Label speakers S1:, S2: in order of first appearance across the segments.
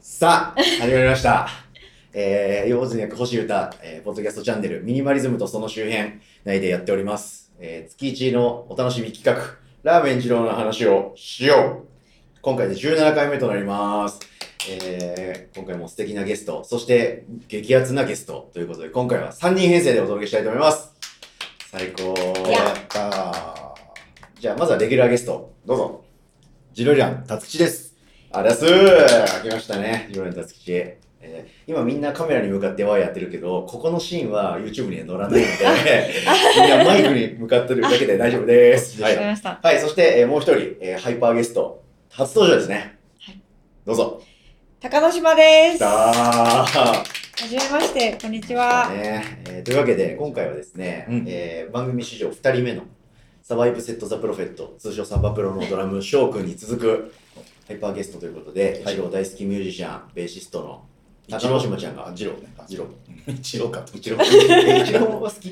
S1: さあ、始まりました。 えー、用心役星歌、えー、ポッドキャストチャンネル、ミニマリズムとその周辺内でやっております。えー、月一のお楽しみ企画、ラーメン二郎の話をしよう。今回で17回目となります。えー、今回も素敵なゲスト、そして激アツなゲストということで、今回は3人編成でお届けしたいと思います。最高やったーじゃあ、まずはレギュラーゲスト、どうぞ。
S2: ジロリアン、たつきちです。
S1: ありゃすー来ましたね、ジロたつきえー今みんなカメラに向かってはやってるけど、ここのシーンは YouTube には載らないので、 みんなマイクに向かってるだけで大丈夫です。は
S3: わかり
S1: い、
S3: ました。
S1: はい、そして、えーもう一人、えーハイパーゲスト、初登場ですね。
S3: はい
S1: どうぞ。
S3: 高野島です。は
S1: だー
S3: じめまして、こんにちは。
S1: ねえーというわけで今回はですね、
S2: うん
S1: えー番組史上2人目のサバイブセット・ザ・プロフェット通称サバプロのドラム翔くんに続くハイパーゲストということで、
S2: はい
S1: 一郎大好きミュージシャンベーシストの
S2: 一
S1: 中
S2: 郎
S1: 野島ちゃんが
S2: ジロね。
S1: 一郎
S2: 一郎かと。
S1: 一郎え一郎は好 き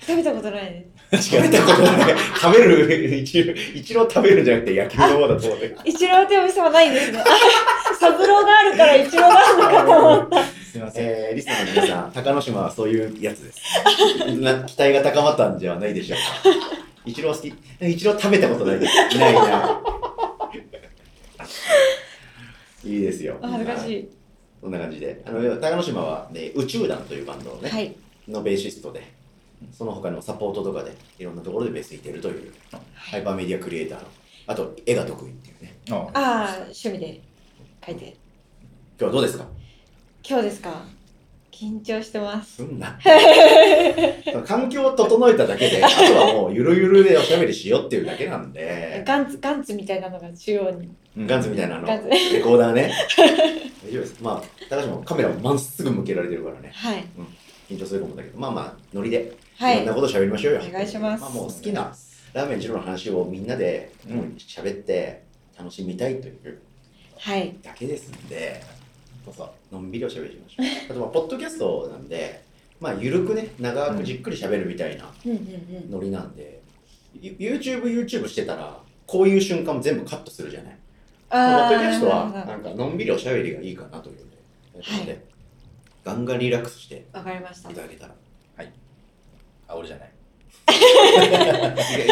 S3: 食べたことないで
S1: 食べたことない食べる一郎一郎食べるんじゃなくて焼きの方だと思 って
S3: す。一郎ってお店はないんです ね。あサブローがあるから一郎なのかと思った。
S2: すいまん。
S1: えー、リスナーの皆さん、高野島はそういうやつです。な期待が高まったんじゃないでしょうか。一郎好き、一郎食べたことないです。ないない。いいですよ。
S3: お恥ずかし
S1: はい。
S3: い。
S1: そんな感じで、あの高野島は、ね、宇宙団というバンドをね、
S3: はい。
S1: のベーシストで、その他のサポートとかで、いろんなところでベース弾いてるという、ハイパーメディアクリエイターの、あと絵が得意っていうね。
S2: あ
S3: ああ、趣味で書いて。
S1: 今日はどうですか？
S3: 今日ですか緊張してます。
S1: すんな。環境を整えただけ で、あとはもうゆるゆるでおしゃべりしようっていうだけなんで、
S3: ガンツ、ガンツみたいなのが中央に。
S1: ガンズみたいなあの
S3: ガンズ
S1: レコーダー ね。大丈夫です。まあ、高島もカメラをまっすぐ向けられてるからね、
S3: はい。
S1: 緊張するかもだけど、まあまあ、ノリで、
S3: はい
S1: ろん
S3: い
S1: な。ことしゃべりましょうよ。
S3: お願いします
S1: まあもう好きなラーメン二郎の話をみんなで
S2: うん
S1: しゃべって楽しみたいという
S3: はい。
S1: だけですんで、そうそう、のんびりおしゃべりしましょう。あと、まあ、ポッドキャストなんで、まあ、ゆるくね、長くじっくりしゃべるみたいな。
S3: うんうんうん。
S1: ノリなんで、ゆ YouTube、YouTube してたら、こういう瞬間も全部カットするじゃない。ポ
S3: あ
S1: ッ
S3: あ。
S1: ドキャストは、
S3: なるほ
S1: なんか、のんびりおしゃべりがいいかなというので、
S3: はい
S1: なのでガンガンリラックスしてい
S3: どわかりました
S1: た。だけたら。
S2: あ、俺じゃな
S1: い
S2: い。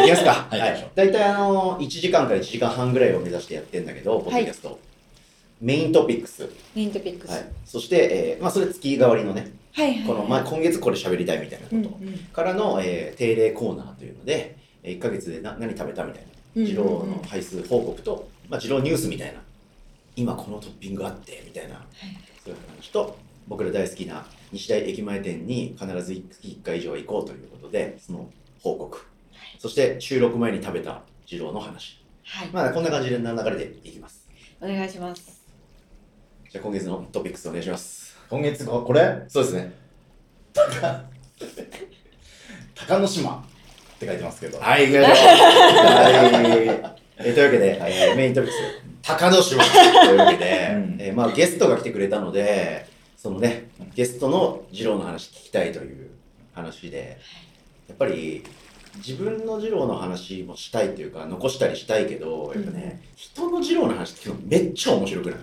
S1: きますか。
S2: はい
S1: はい。大体、あの、1時間から1時間半ぐらいを目指してやってんだけど、ポッドキャスト。メイントピックス。は
S3: ミントピックス。はい
S1: い。そして、えーまあ、それ月替わりのね、
S3: はいはい。
S1: この、まあ、今月これ喋りたいみたいなこ
S3: う
S1: と。
S3: んうん。
S1: からの、えー定例コーナーというので、1ヶ月でな何食べたみたい
S3: うん
S1: な、二郎の配数報告と、まあ、二郎ニュースみたいな、今このトッピングあってみたいな、そういう話と、僕ら大好きな西大駅前店に必ず1月1回以上は行こうということで、その報告、そして収録前に食べた二郎の話、
S3: はい。
S1: まあ、こんな感じでな流れでいきます。
S3: お願いします。
S1: じゃあ今月のトピックスお願いします。
S2: 今月こ、これ
S1: そうですね。
S2: 鷹の島って書いてますけど。
S1: はい、行きましょう。はい。えーというわけで、えーメイントピックス、高野島というわけで、
S2: うん
S1: えーまあ、ゲストが来てくれたので、そのね、ゲストの二郎の話聞きたいという話で、やっぱり自分の二郎の話もしたいというか、残したりしたいけど、やっぱね、人の二郎の話聞くのめっちゃ面白くない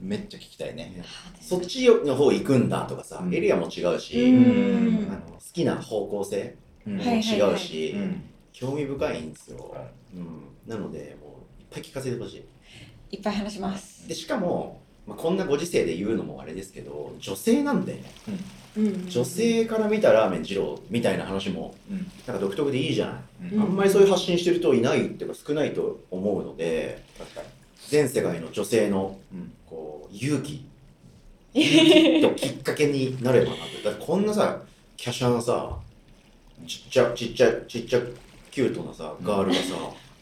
S2: めっちゃ聞きたいね。
S1: そっちの方行くんだとかさ、
S2: うん
S1: エリアも違うし、
S3: うん
S1: あの好きな方向性
S2: う
S1: も
S2: ん
S3: はい
S1: 違うし、
S2: うん
S1: 興味深いんですよ、
S2: は
S1: うん、なのでもういっぱい聞かせてほし
S3: いっぱい話します
S1: い。でしかも、まあ、こんなご時世で言うのもあれですけど女性なんで女
S3: 女
S1: 性から見たラーメン二郎みたいな話も
S2: うん
S1: なんか独特でいいじゃない、
S2: うん
S1: あんまりそういう発信してる人いないっていうか少ないと思うので
S2: 確かに
S1: 全世界の女性の
S2: うん
S1: こう勇 気勇気ときっかけになればなってだってこんなさ華奢なさちっちゃちっちゃちっちゃキュートなさガールがさ、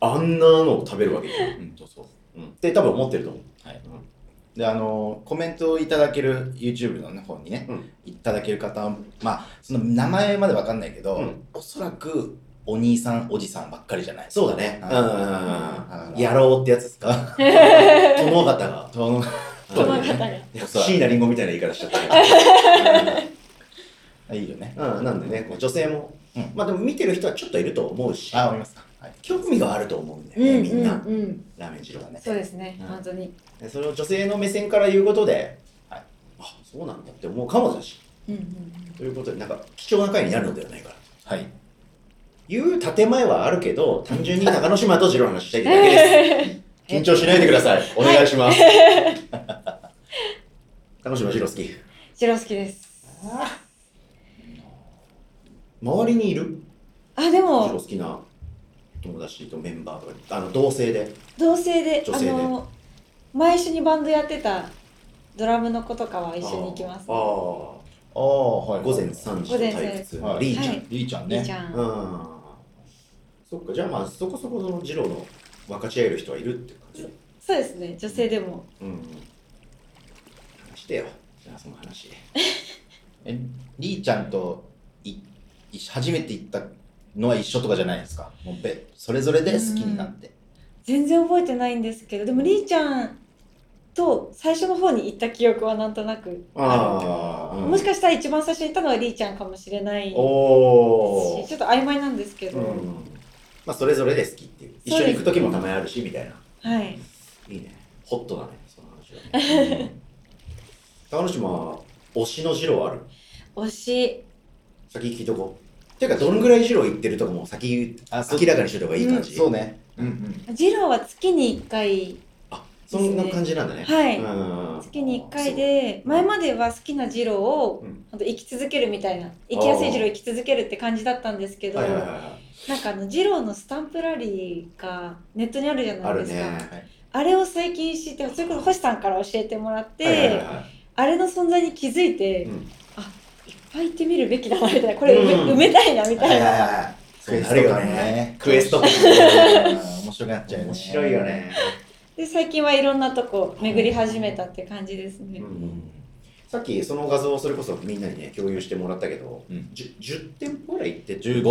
S1: あんなのを食べるわけじゃん
S2: うんそうそ
S1: う
S2: う
S1: んって多分思ってると思う。
S2: であのコメントをいただける YouTube の方にね、
S1: うん
S2: いただける方はまあその名前までわかんないけど、
S1: うん
S2: おそらくお兄さんおじさんばっかりじゃない
S1: そうだね。
S2: う
S1: うんん
S2: うん
S1: やろうってやつです か。殿方が。
S2: その
S3: この
S2: 殿
S3: 方が。
S1: 椎名林檎みたいな言い方しちゃ ったけ
S2: いいよね
S1: ど。うん、なんでね、こう女性も
S2: うん、
S1: まあでも見てる人はちょっといると思うし、
S2: あ思いますかはい
S1: 興味があると思うんだよ
S3: うん
S1: ね、
S3: うん
S1: みんな、
S3: うん
S1: ラーメン二郎はね
S3: そうですね、
S1: うん
S3: 本当に
S1: でそれを女性の目線から言うことで、
S2: はい
S1: あそうなんだって思うかもだし
S3: うんうん
S1: ということでなんか貴重な回になるのではないかな
S2: はい
S1: いう建前はあるけど単純に中之島と二郎の話したいだけで す緊張しないでください。お願いします。楽しみ、ジロ好き。
S3: 白好きです
S1: 周りにいる
S3: あで
S1: ジロ
S3: も
S1: 好きな友達とメンバーとか、あの同性で。
S3: 同性で
S1: 女性で
S3: あの前一緒にバンドやってたドラムの子とかは一緒に行きます
S1: ああ。午
S2: ああはい
S1: 前3時の退屈。
S2: 午前三時
S1: リーちゃん。
S3: はい
S2: りーちゃん
S3: い
S2: ね
S3: いじゃん、
S1: うん。そっか、じゃあまあそこそこのジロの分かち合える人はいるって感じ。
S3: そうですね女性でも
S1: うん。話してよ。じゃあその話。
S2: えりーちゃんといい初めて行ったのは一緒とかじゃないですかもうべそれぞれで好きになって、
S3: 全然覚えてないんですけどでもりーちゃんと最初の方に行った記憶はなんとなく
S1: ああ。
S3: もしかしたら一番最初に行ったのはりーちゃんかもしれないしち
S1: お
S3: ょ
S1: おー。
S3: っと曖昧なんですけど、
S1: うんまあ、それぞれで好きっていう一
S3: そう
S1: 緒
S3: です
S1: に行く時もたまにあるしみたいな
S3: はい
S1: いいねホットだねその話はね高野島推しの二郎ある
S3: 推し
S1: 先聞いとこうっていうかどのぐらい二郎行ってるとかも先
S2: あそ
S1: 明らかにしといた方がいい感じ、
S2: そうね
S1: うん
S3: 二郎は月に1回
S1: あそんな感じなんだね
S3: はい
S1: うん
S3: 月に1回で前までは好きな二郎を
S1: うん
S3: ほんと生き続けるみたいな生きやすい二郎生き続けるって感じだったんですけど、
S1: はいはいはいはい
S3: なんかあの二郎のスタンプラリーがネットにあるじゃ
S1: あ
S3: ない
S1: る
S3: ですかあ,、
S1: ね
S3: れを最近知ってそれこそ星さんから教えてもらって、
S1: はいはいはいは
S3: あれの存在に気づいて、
S1: いうん
S3: いっぱい行ってみるべきだなみたいなこれ埋め,、
S1: うん
S3: 埋めたいなみたいな、
S2: はい
S1: そうなるよねクエスト
S2: 面白くなっちゃうよね
S1: 面白いよね、
S3: で最近はいろんなとこ巡り始めたって感じですね、
S1: うんさっきその画像をそれこそみんなにね共有してもらったけど
S2: うん
S1: じゅ 10, 店舗ぐらい行って
S2: 15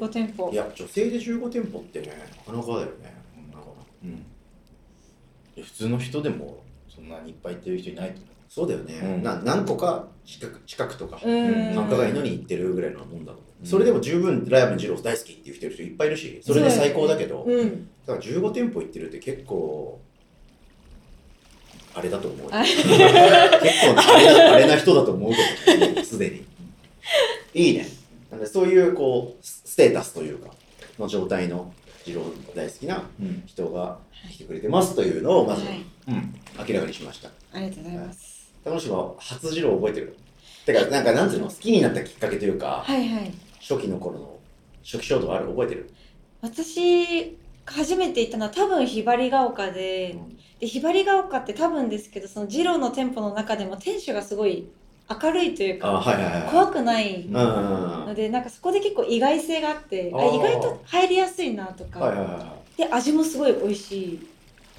S1: 15?
S3: 15店舗
S1: いや女性で15店舗ってねなかなかだよねなんか
S2: うん普通の人でもそんなにいっぱい行ってる人いないと思
S1: そうだよね、
S2: うん
S1: な何個か近く近くとか
S3: うん
S1: 繁華街のに行ってるぐらいのもんだろう、
S2: うん
S1: それでも十分ラーメン二郎大好きって言ってる人いっぱいいるしそれで最高だけど、だ
S3: うん
S1: から15店舗行ってるって結構あれだと思 うよ
S3: あ
S1: 結構あれあれな人だと思うけどすでにいいねなんでそういうこうスステータスというかの状態の二郎大好きな
S2: ううん
S1: 人が来てくれてますというのをま
S3: はい
S1: ず
S2: うん
S1: 明らかにしました。
S3: ありがとうございます
S1: 高島は初次郎覚えてるてか、なんかなんていうの好きになったきっかけというか、
S3: はいはい
S1: 初期の頃の初期衝動ある覚えてる、
S3: 私初めて行ったのは多分ひばりが丘ででひばりが丘って多分ですけどその二郎の店舗の中でも店主がすごい明るいという
S1: あ
S3: か
S1: はいはいはい。
S3: 怖くない
S1: うんうんうん。
S3: のでなんかそこで結構意外性があってあ
S1: あー
S3: 意外と入りやすいなとか、
S1: はいはいは
S3: で味もすごい美味しい
S1: い。う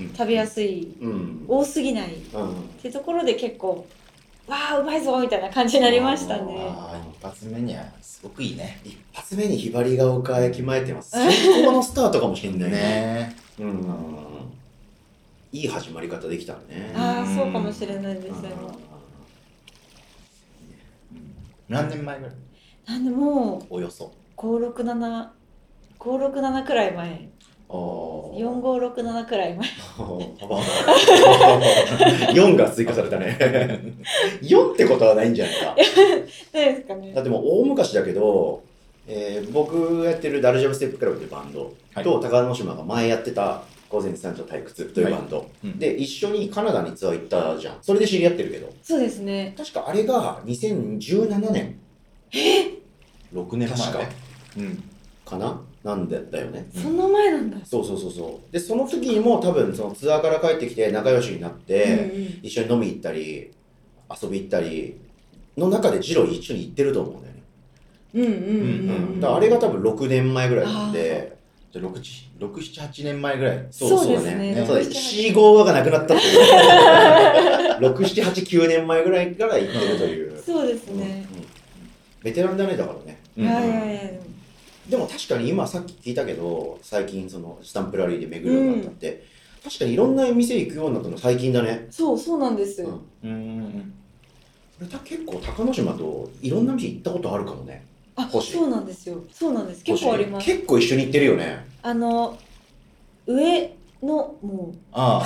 S1: ん
S3: 食べやすい
S1: うん。
S3: 多すぎないっ
S1: うん
S3: てところで結構わあうまいぞみたいな感じになりましたね
S2: あー一発目にはすごくいいね
S1: 一発目にひばりが丘駅前店は最高のスタートかもしれない。
S2: ね
S1: うんうんうん。いい始まり方できたね。
S3: ああ
S2: うん
S3: そうかもしれないですよ
S2: 何年前ぐらい
S3: なんでも
S2: およそ
S3: う567567くらい前
S1: 4
S3: 4567くらい前
S1: 4が追加されたね4ってことはないんじゃないか
S3: 何ですかね
S1: だってもう大昔だけど、えー僕がやってるダルジャムステップクラブというバンド
S2: はい
S1: と、高野島が前やってた午前3時の退屈というバンド、
S2: うん
S1: で一緒にカナダにツアー行ったじゃんそれで知り合ってるけど
S3: そうですね
S1: 確かあれが2017年
S2: 6年前
S1: 確か
S2: うん
S1: かななんだだよね
S2: うん
S3: そんな前なんだ、
S1: そうそうそうそうでその時にも多分そのツアーから帰ってきて仲良しになって、
S3: うんうん
S1: 一緒に飲み行ったり遊び行ったりの中でジロー一緒に行ってると思うんだよね、
S3: うんうんうん
S2: うん
S3: うん
S1: だからあれが多分6年前ぐらいなんで
S2: じゃあ678年前ぐらい
S1: そう
S3: そう
S1: そう
S3: で
S1: だ
S3: す
S1: ね
S3: ね
S1: そうだ
S3: 67
S1: C5 がなくなったっていう6789年前ぐらいから行ってるという、
S3: そうです
S1: うんう
S3: ね
S1: ん、ベテランだねだからね
S2: うん
S3: はいはいはい
S1: でも確かに今さっき聞いたけど最近そのスタンプラリーで巡るようになったって、確かにいろんな店行くようになったの最近だね、
S3: そうそうなんです、
S1: うん、
S2: うんうん
S1: 俺た結構高野島といろんな店行ったことあるかもね
S3: あ
S1: 欲しい
S3: そうなんですよそうなんです結構あります
S1: 結構一緒に行ってるよね。
S3: あの上のもう
S2: あ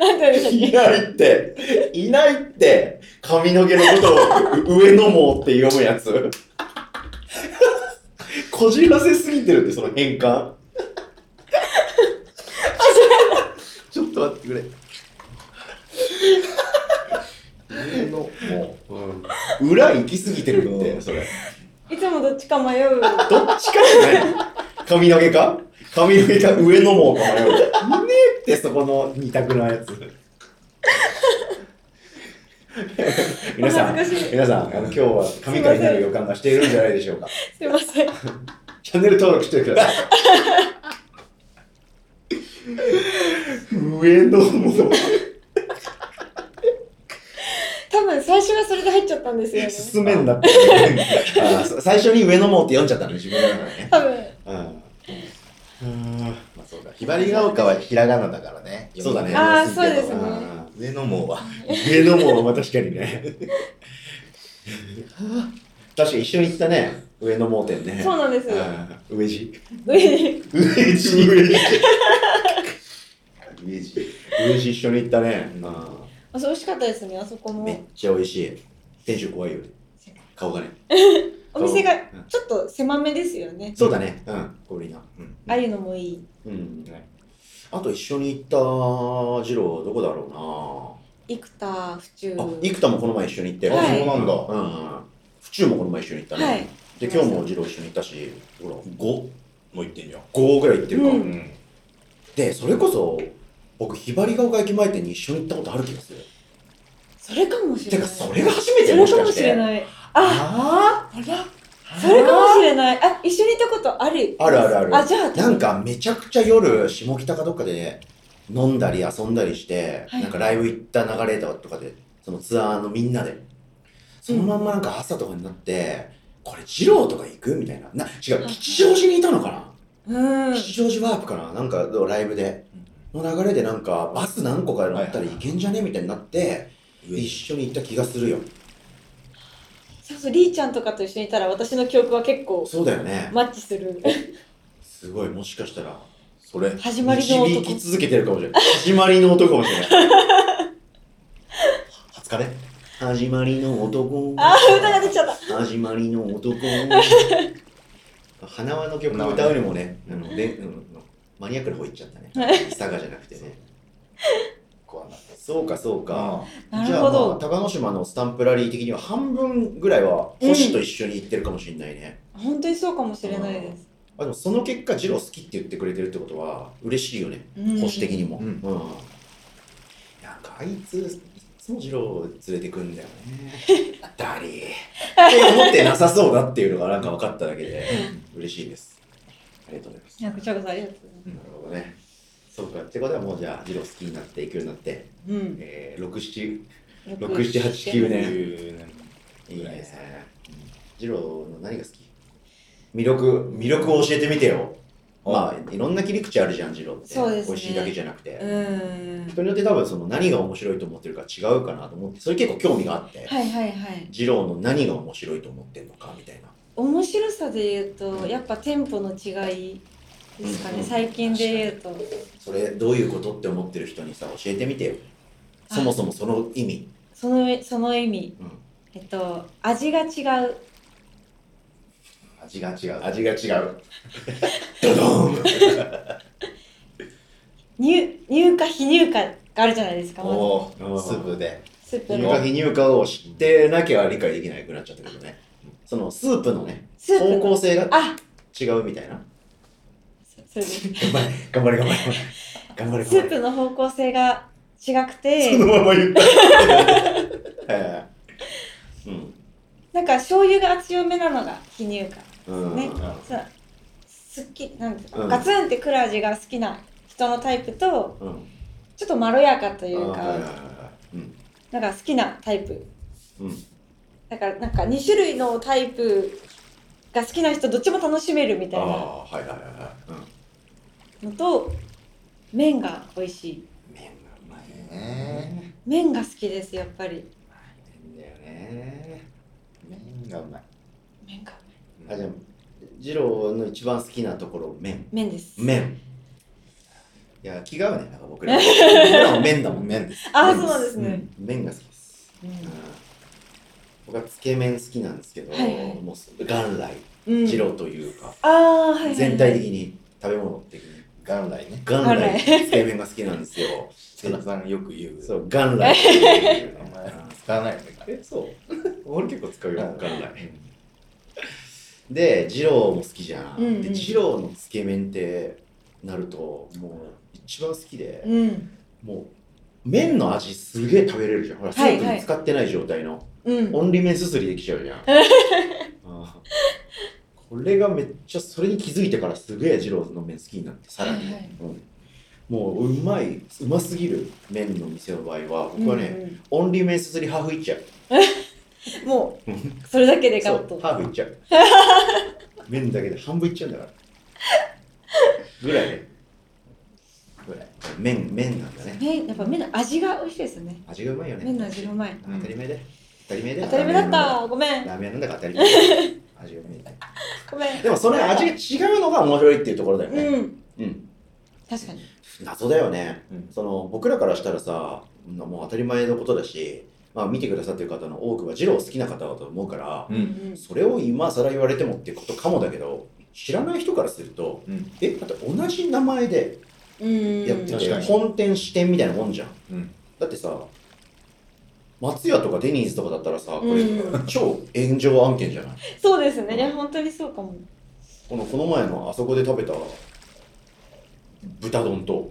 S3: なんて言うんでしたっけ
S1: いないって、いないって、髪の毛のことを上のもうって読むやつ。こじらせすぎてるって、その変換。ちょっと待ってくれ。
S2: あのも
S1: 裏行きすぎてるって、
S2: うん
S1: それ。
S3: いつもどっちか迷う。
S1: どっちかじゃない髪の毛か髪の毛か上のもうか迷う。ねえって、そこの二択の やつ。皆さん
S3: お、恥ずかしい
S1: 皆さん、あの今日は神回になる予感がしているんじゃないでしょうか。
S3: すいません。
S1: チャンネル登録してください。上のも
S3: 多分最初はそれで入っちゃったんですよ
S1: う、
S3: ね。
S1: 進めん なって。あー最初に上のもうって読んじゃったのね、自分の中でね。
S3: 多分。
S1: うん。うん
S2: うまあそうだひばりが丘はひらがなだからね
S1: そうだね
S3: あーそうですね
S1: あ
S2: 上のもうは
S1: ー上のもうは確かにね。確かに一緒に行ったね、上のもう店ね。
S3: そうなんです。
S1: うん上地
S3: 上に
S1: 上地上地
S2: 上地
S1: 上地一緒に行ったね。
S2: うん
S1: あ
S3: あそう美味しかったですね、あそこ
S1: ーめっ
S3: も。
S1: ちゃ美味しい。店主怖いよね。顔がね。
S3: お店が
S1: うん
S3: ちょっと狭めですよね。
S1: そうだね。うん。ゴリラ。うん。
S3: ああいうのもいい。
S1: うん。あと一緒に行った次郎どこだろ
S3: 幾多府中
S1: う。な。あ、生田もこの前一緒に行って。
S3: はい
S2: あそうなんだ
S1: うん。府中もこの前一緒に行ったね。
S3: はい
S1: で今日も次郎一緒に行ったし、ほら
S2: 5もういってんじゃん
S1: 五ぐらい行ってるか。
S3: う
S2: うんん
S1: でそれこそ僕ひばりが丘駅前店に一緒に行ったことある気がする。
S3: それかもしてれ
S1: か
S3: ない。
S1: それが初めて
S3: そ
S1: も
S3: れ
S1: し
S3: か
S1: か
S3: も
S1: し
S3: しれ
S1: て。
S3: ない。
S1: あ
S3: あ、
S1: あら。
S3: それかもしれない。あ、一緒に行ったことある。
S1: あるあるある
S3: あ、じゃあ、
S1: なんかめちゃくちゃ夜下北かどっかで飲んだり遊んだりして、
S3: はい
S1: なんかライブ行った流れとかでそのツアーのみんなでそのまんまなんか朝とかになって、これ二郎とか行くみたいなな違う
S3: はい
S1: 吉祥寺にいたのかな、
S3: うん。
S1: 吉祥寺ワープかななんかライブでの流れでなんかバス何個か乗ったらいけんじゃねみたいになって
S2: 上
S1: 一緒に行った気がするよ
S3: そうそう、りーちゃんとかと一緒にいたら私の記憶は結構
S1: そうだよね
S3: マッチする。
S1: すごいもしかしたら
S2: それ
S3: 始まりの
S1: 導
S3: 男
S1: き。続けてるかもしれない始まりの男かもしれない
S2: 初カレ
S1: 始まりの男
S3: あ、歌が出ちゃった。
S1: 始まりの男花輪の曲を歌うにもね、あのでうんマニアックな方行っちゃったね。佐賀じゃなくてね。
S2: 怖なった
S1: そうかそうか。
S2: あ
S3: な
S1: じ
S3: る
S1: ゃあ、
S3: ほ
S1: まあ、
S3: ど。
S1: 高野島のスタンプラリー的には半分ぐらいは星と一緒に行ってるかもしれないね。
S3: 本当にそうかもしれないです。
S1: あでもその結果、ジロー好きって言ってくれてるってことは嬉しいよね。
S3: うん
S1: 保守的にも。
S2: うん
S1: なんかあいつ、いつもジロー連れてくんだよ ね。ダリー。って思ってなさそうだっていうのがなんか分かっただけで、嬉しいです。ありがとうございます。
S3: いや、こちらこそありがとうございます。
S1: なるほどね。そうか。ってことはもうじゃあ、ジロー好きになっていくようになって、
S3: うん。
S1: えー、6、7、
S3: 六
S1: 6、7、8、9
S2: ー
S1: 年。
S2: いうね
S1: いいですね。ジローの何が好き魅力、魅力を教えてみてよ。まあ、いろんな切り口あるじゃん、ジローって。
S3: そうですね
S1: 美味しいだけじゃなくて。
S3: うーん。
S1: 人によって多分その何が面白いと思ってるか違うかなと思ってそれ結構興味があって、
S3: はいはいはい。
S1: 二郎の何が面白いと思ってるのかみたいな
S3: 面白さで言うと、やっぱ店舗の違いですか
S1: うんう
S3: ね。
S1: ん
S3: 最近で言うと。
S1: それどういうことって思ってる人にさ教えてみてよ
S3: あ
S1: そもそもその意味、
S3: その、その意味。
S1: うん
S3: えっと、味が違う。
S2: 味が違う
S1: 味が違うドドー ン
S3: 乳、乳化、非乳化があるじゃないですか。まず
S2: おー
S1: うん
S2: スープで
S3: スープ
S1: 乳
S3: の。
S1: 化非乳化を知ってなきゃ理解できなくなっちゃったけどねそのスープのね
S3: スープの
S1: 方向性が
S3: あ
S1: 違うみたいな
S3: そうそうです。ス
S1: 頑張れ頑張れ頑張れ頑張れ
S3: ープの方向性が違くて
S1: そ、のまま 言ったはいはいはいうん
S3: なんか醤油が強めなのが非乳化。
S1: うん
S3: ねそう。すっき、なんていうか、
S1: うん
S3: ガツンってくる味が好きな人のタイプと、
S1: うん
S3: ちょっとまろやかとい
S1: あー
S3: う
S1: はいはい
S3: か、
S1: はいうん
S3: なんか好きなタイプ。
S1: うん
S3: だからなんか2種類のタイプが好きな人どっちも楽しめるみたいな
S1: あーはいはいはいはいうん
S3: のと、麺が美味しい。
S1: 麺がうまい
S2: ね
S3: 麺が好きです、やっぱり。
S1: 麺だよね
S2: 麺がうまい。
S3: 麺か
S1: あじゃあ二郎の一番好きなところ麺
S3: 麺です
S1: 麺いや気が合うねなんか僕 ら僕らも麺だもん
S2: 麺です。
S3: ああ
S2: 麺
S3: そうなんですね、
S1: 麺が好きです、
S3: う
S1: うん
S3: ん
S1: 僕はつけ麺好きなんですけど、
S3: はいはい
S1: もう元来
S3: うん
S1: 二郎というか、
S3: ああはいはいはい
S1: 全体的に食べ物的に
S2: 元来ね。
S1: 元
S3: 元
S1: 来
S3: 来
S1: つけ麺が好きなん ですよ
S2: 瀬名さんよく言う。
S1: そう元来って いう
S2: お
S1: ね
S2: 前使わないよね。
S1: えそう 俺結構使うよ元来
S2: うん
S1: で二郎も好きじゃん、
S3: うんうん
S1: で二郎のつけ麺ってなるともう一番好きで、
S3: うん
S1: もう麺の味すげえ食べれるじゃんほらス
S3: はい
S1: ープに使ってない状態の、
S3: うん
S1: オンリー麺すすりできちゃ うじゃんああこれがめっちゃそれに気づいてからすげえ二郎の麺好きになってさらに、
S3: はいはい
S1: うんもううまいうますぎる麺の店の場合は僕はね、
S3: うん
S1: オンリー麺すすりハーフいっちゃう
S3: うんも うそれだけで
S1: そ
S3: ガ
S1: う
S3: ッと
S1: ハーフいっちゃ う麺だけで半分いっちゃうんだからぐらいねぐらい麺麺なんだね
S3: 麺やっぱ麺の味が美味しいですね
S1: 味がうまいよね
S3: 麺の味がうまい
S1: 当たり前で当たり前で
S3: 当たり前だったごめん
S1: ラーメンなんだから当たり前 味がうまいね
S3: ごめん
S1: でもそれ味が違うのが面白いっていうところだよね、
S3: うん
S1: うん
S3: 確かに
S1: 謎だよね
S2: うん
S1: その僕らからしたらさもう当たり前のことだし、まあ、見てくださってる方の多くは二郎好きな方だと思うから、
S2: う。
S3: うんん
S1: それを今更言われてもっていうことかもだけど知らない人からすると
S2: うん。
S1: えだって同じ名前で
S3: うん
S1: やって
S2: 確
S1: て
S2: かに
S1: 本店支店みたいなもんじゃん
S2: うん。
S1: だってさ松屋とかデニーズとかだったらさこれ
S3: うん
S1: 超炎上案件じゃない
S3: そうですねいや本当にそうかも
S1: このこの前のあそこで食べた豚丼と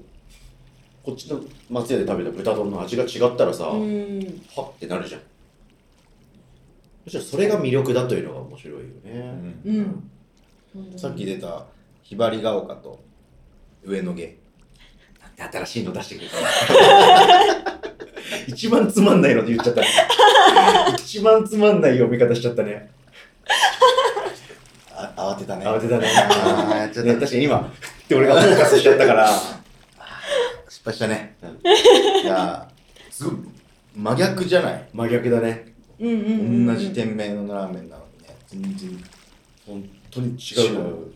S1: こっちの松屋で食べた豚丼の味が違ったらさ、
S3: うん
S1: はってなるじゃんむしろそれが魅力だというのが面白いよ
S2: う
S1: ね、
S2: ん
S3: うん
S2: さっき出たひばりが丘と上野毛。
S1: なんで新しいの出してくれたの一番つまんないので言っちゃったね一番つまんない読み方しちゃったね
S2: あ慌てたね。
S1: 慌てたね
S2: あーやっちゃった
S1: ね確かに今ふって俺がフォーカスしちゃったから
S2: 失敗したね
S1: うん。
S2: いやー、すごい真逆じゃない
S1: 真逆だね
S3: うんうんうん
S2: 同じ店名のラーメンなのにね。全然
S1: 本当に違うのようん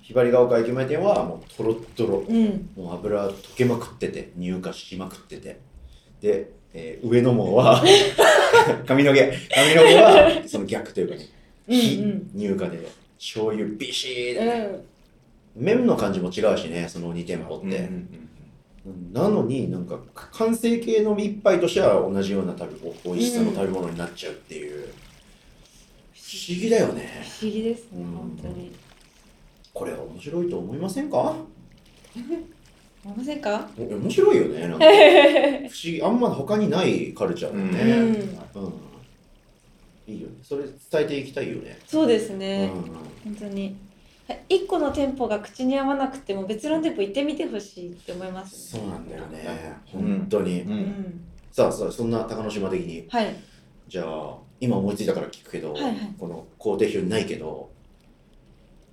S1: ひばりが丘駅前店はもうトロットロ
S3: うん
S1: もう油溶けまくってて乳化しまくっててで、えー上のもは 髪の毛髪の毛はその逆というかね非
S3: うん
S1: 乳化で醤油ビシーで、
S3: う
S1: ね
S3: ん
S1: 麺の感じも違うしねその2店舗
S2: う
S1: っ
S2: んうん
S1: て、
S2: うん
S1: なのになんか完成形の一杯としては同じような食べお美味しさの食べ物になっちゃうっていう、不思議だよね
S3: 不思議ですね
S1: うん
S3: 本当に
S1: これは面白いと思いませんか
S3: 思いませんか
S1: お面白いよね なんか不思議あんま他にないカルチャーだね、
S2: うん
S3: うん
S1: うん、いいよねそれ伝えていきたいよね、
S3: そうです
S1: う
S3: ね
S1: ん
S3: 本当に一個の店舗が口に合わなくても別の店舗行ってみてほしいって思います
S1: そ
S3: ね
S1: うなんだよね
S2: うん
S1: 本当に、
S2: うんう
S3: うんん
S1: さあさあそんな高野島的に
S3: はい
S1: じゃあ今思いついたから聞くけど、
S3: はいはい
S1: この工程表にないけど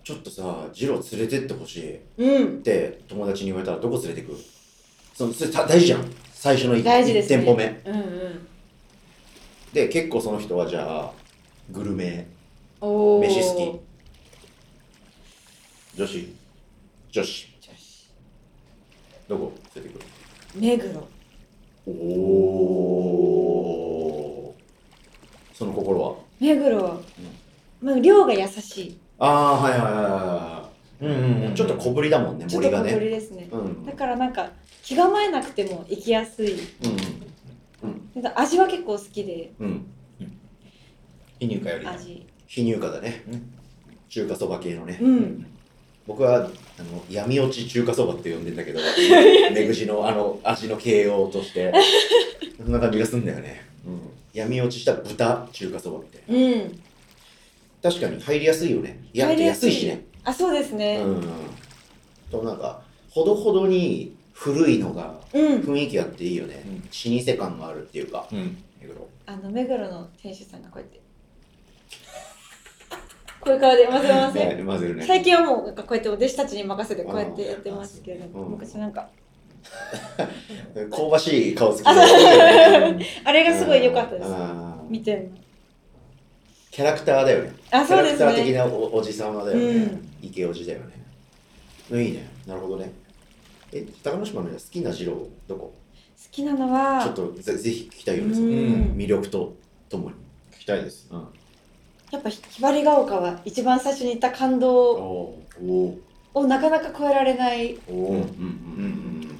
S1: ちょっとさ次郎連れてってほしいっ
S3: うん
S1: て友達に言われたらどこ連れてくそのそれた大事じゃん最初の 1,
S3: 大事ですね
S1: 店舗目
S3: うんうん
S1: で結構その人はじゃあグルメ
S3: おお
S1: 飯好き女子女子どこ連れてくる
S3: 目黒
S1: おおその心は
S3: 目黒は、まあ、量が優しい
S1: ああはいはいはいはいうんうん、うん、ちょっと小ぶりだもんね
S3: ちょっ
S1: 森が
S3: と小ぶ
S1: ね
S3: りですね
S1: うんうん
S3: だからなんか気構えなくても行きやすいただ味は結構好きで
S1: うんうん
S2: 非入荷より
S3: 味
S1: 非乳化だね
S2: ね
S1: 中華そば系のね、
S3: うん
S1: 僕はあの闇落ち中華そばって呼んでんだ けど目口のあの味の形容としてそんな感じがすんだよね、うん、闇落ちした豚中華そばみたいな
S3: うん
S1: 確かに入りやすいよねやっ
S3: 入
S1: て
S3: りや
S1: 安
S3: すい
S1: いしね
S3: あそうですね
S1: うんとなんかほどほどに古いのが
S3: うん、
S1: 雰囲気あっていいよね、
S2: うん
S1: 老舗感があるっていうか
S2: うん
S1: 目黒
S3: あの目黒の店主さんがこうやって こういう顔で混ぜません、
S1: ね混ぜるね
S3: 最近はもうなんかこうやってお弟子たちに任せてこうやってやってますけど、
S1: ーうん
S3: 昔なんか
S1: 香ばしい顔つき
S3: あ
S1: うん
S3: あれがすごい良かったです
S1: あー
S3: 見てるの
S1: キャラクターだよね。
S3: あ、
S1: キ
S3: そ
S1: ャ
S3: う
S1: ラ
S3: で
S1: ク
S3: す
S1: ター的
S3: ね。
S1: なおおじさまだよ
S3: う
S1: ね
S3: ん。
S1: イケおじだよね。うんいいね。なるほどね。え、高之島の好きな二郎どこ
S3: 好きなの
S1: ちょっ
S3: は、
S1: とぜぜひ聞きたいよ
S3: う
S1: ね。
S3: ん
S1: 魅力とともに。
S2: 聞きたいです。
S1: うん。
S3: やっぱひひばりが丘は一番最初に行った感
S1: お
S3: 動
S1: おー。
S2: お
S3: をなかなか超えられない
S2: お
S1: うんうん
S2: お
S1: うんうん。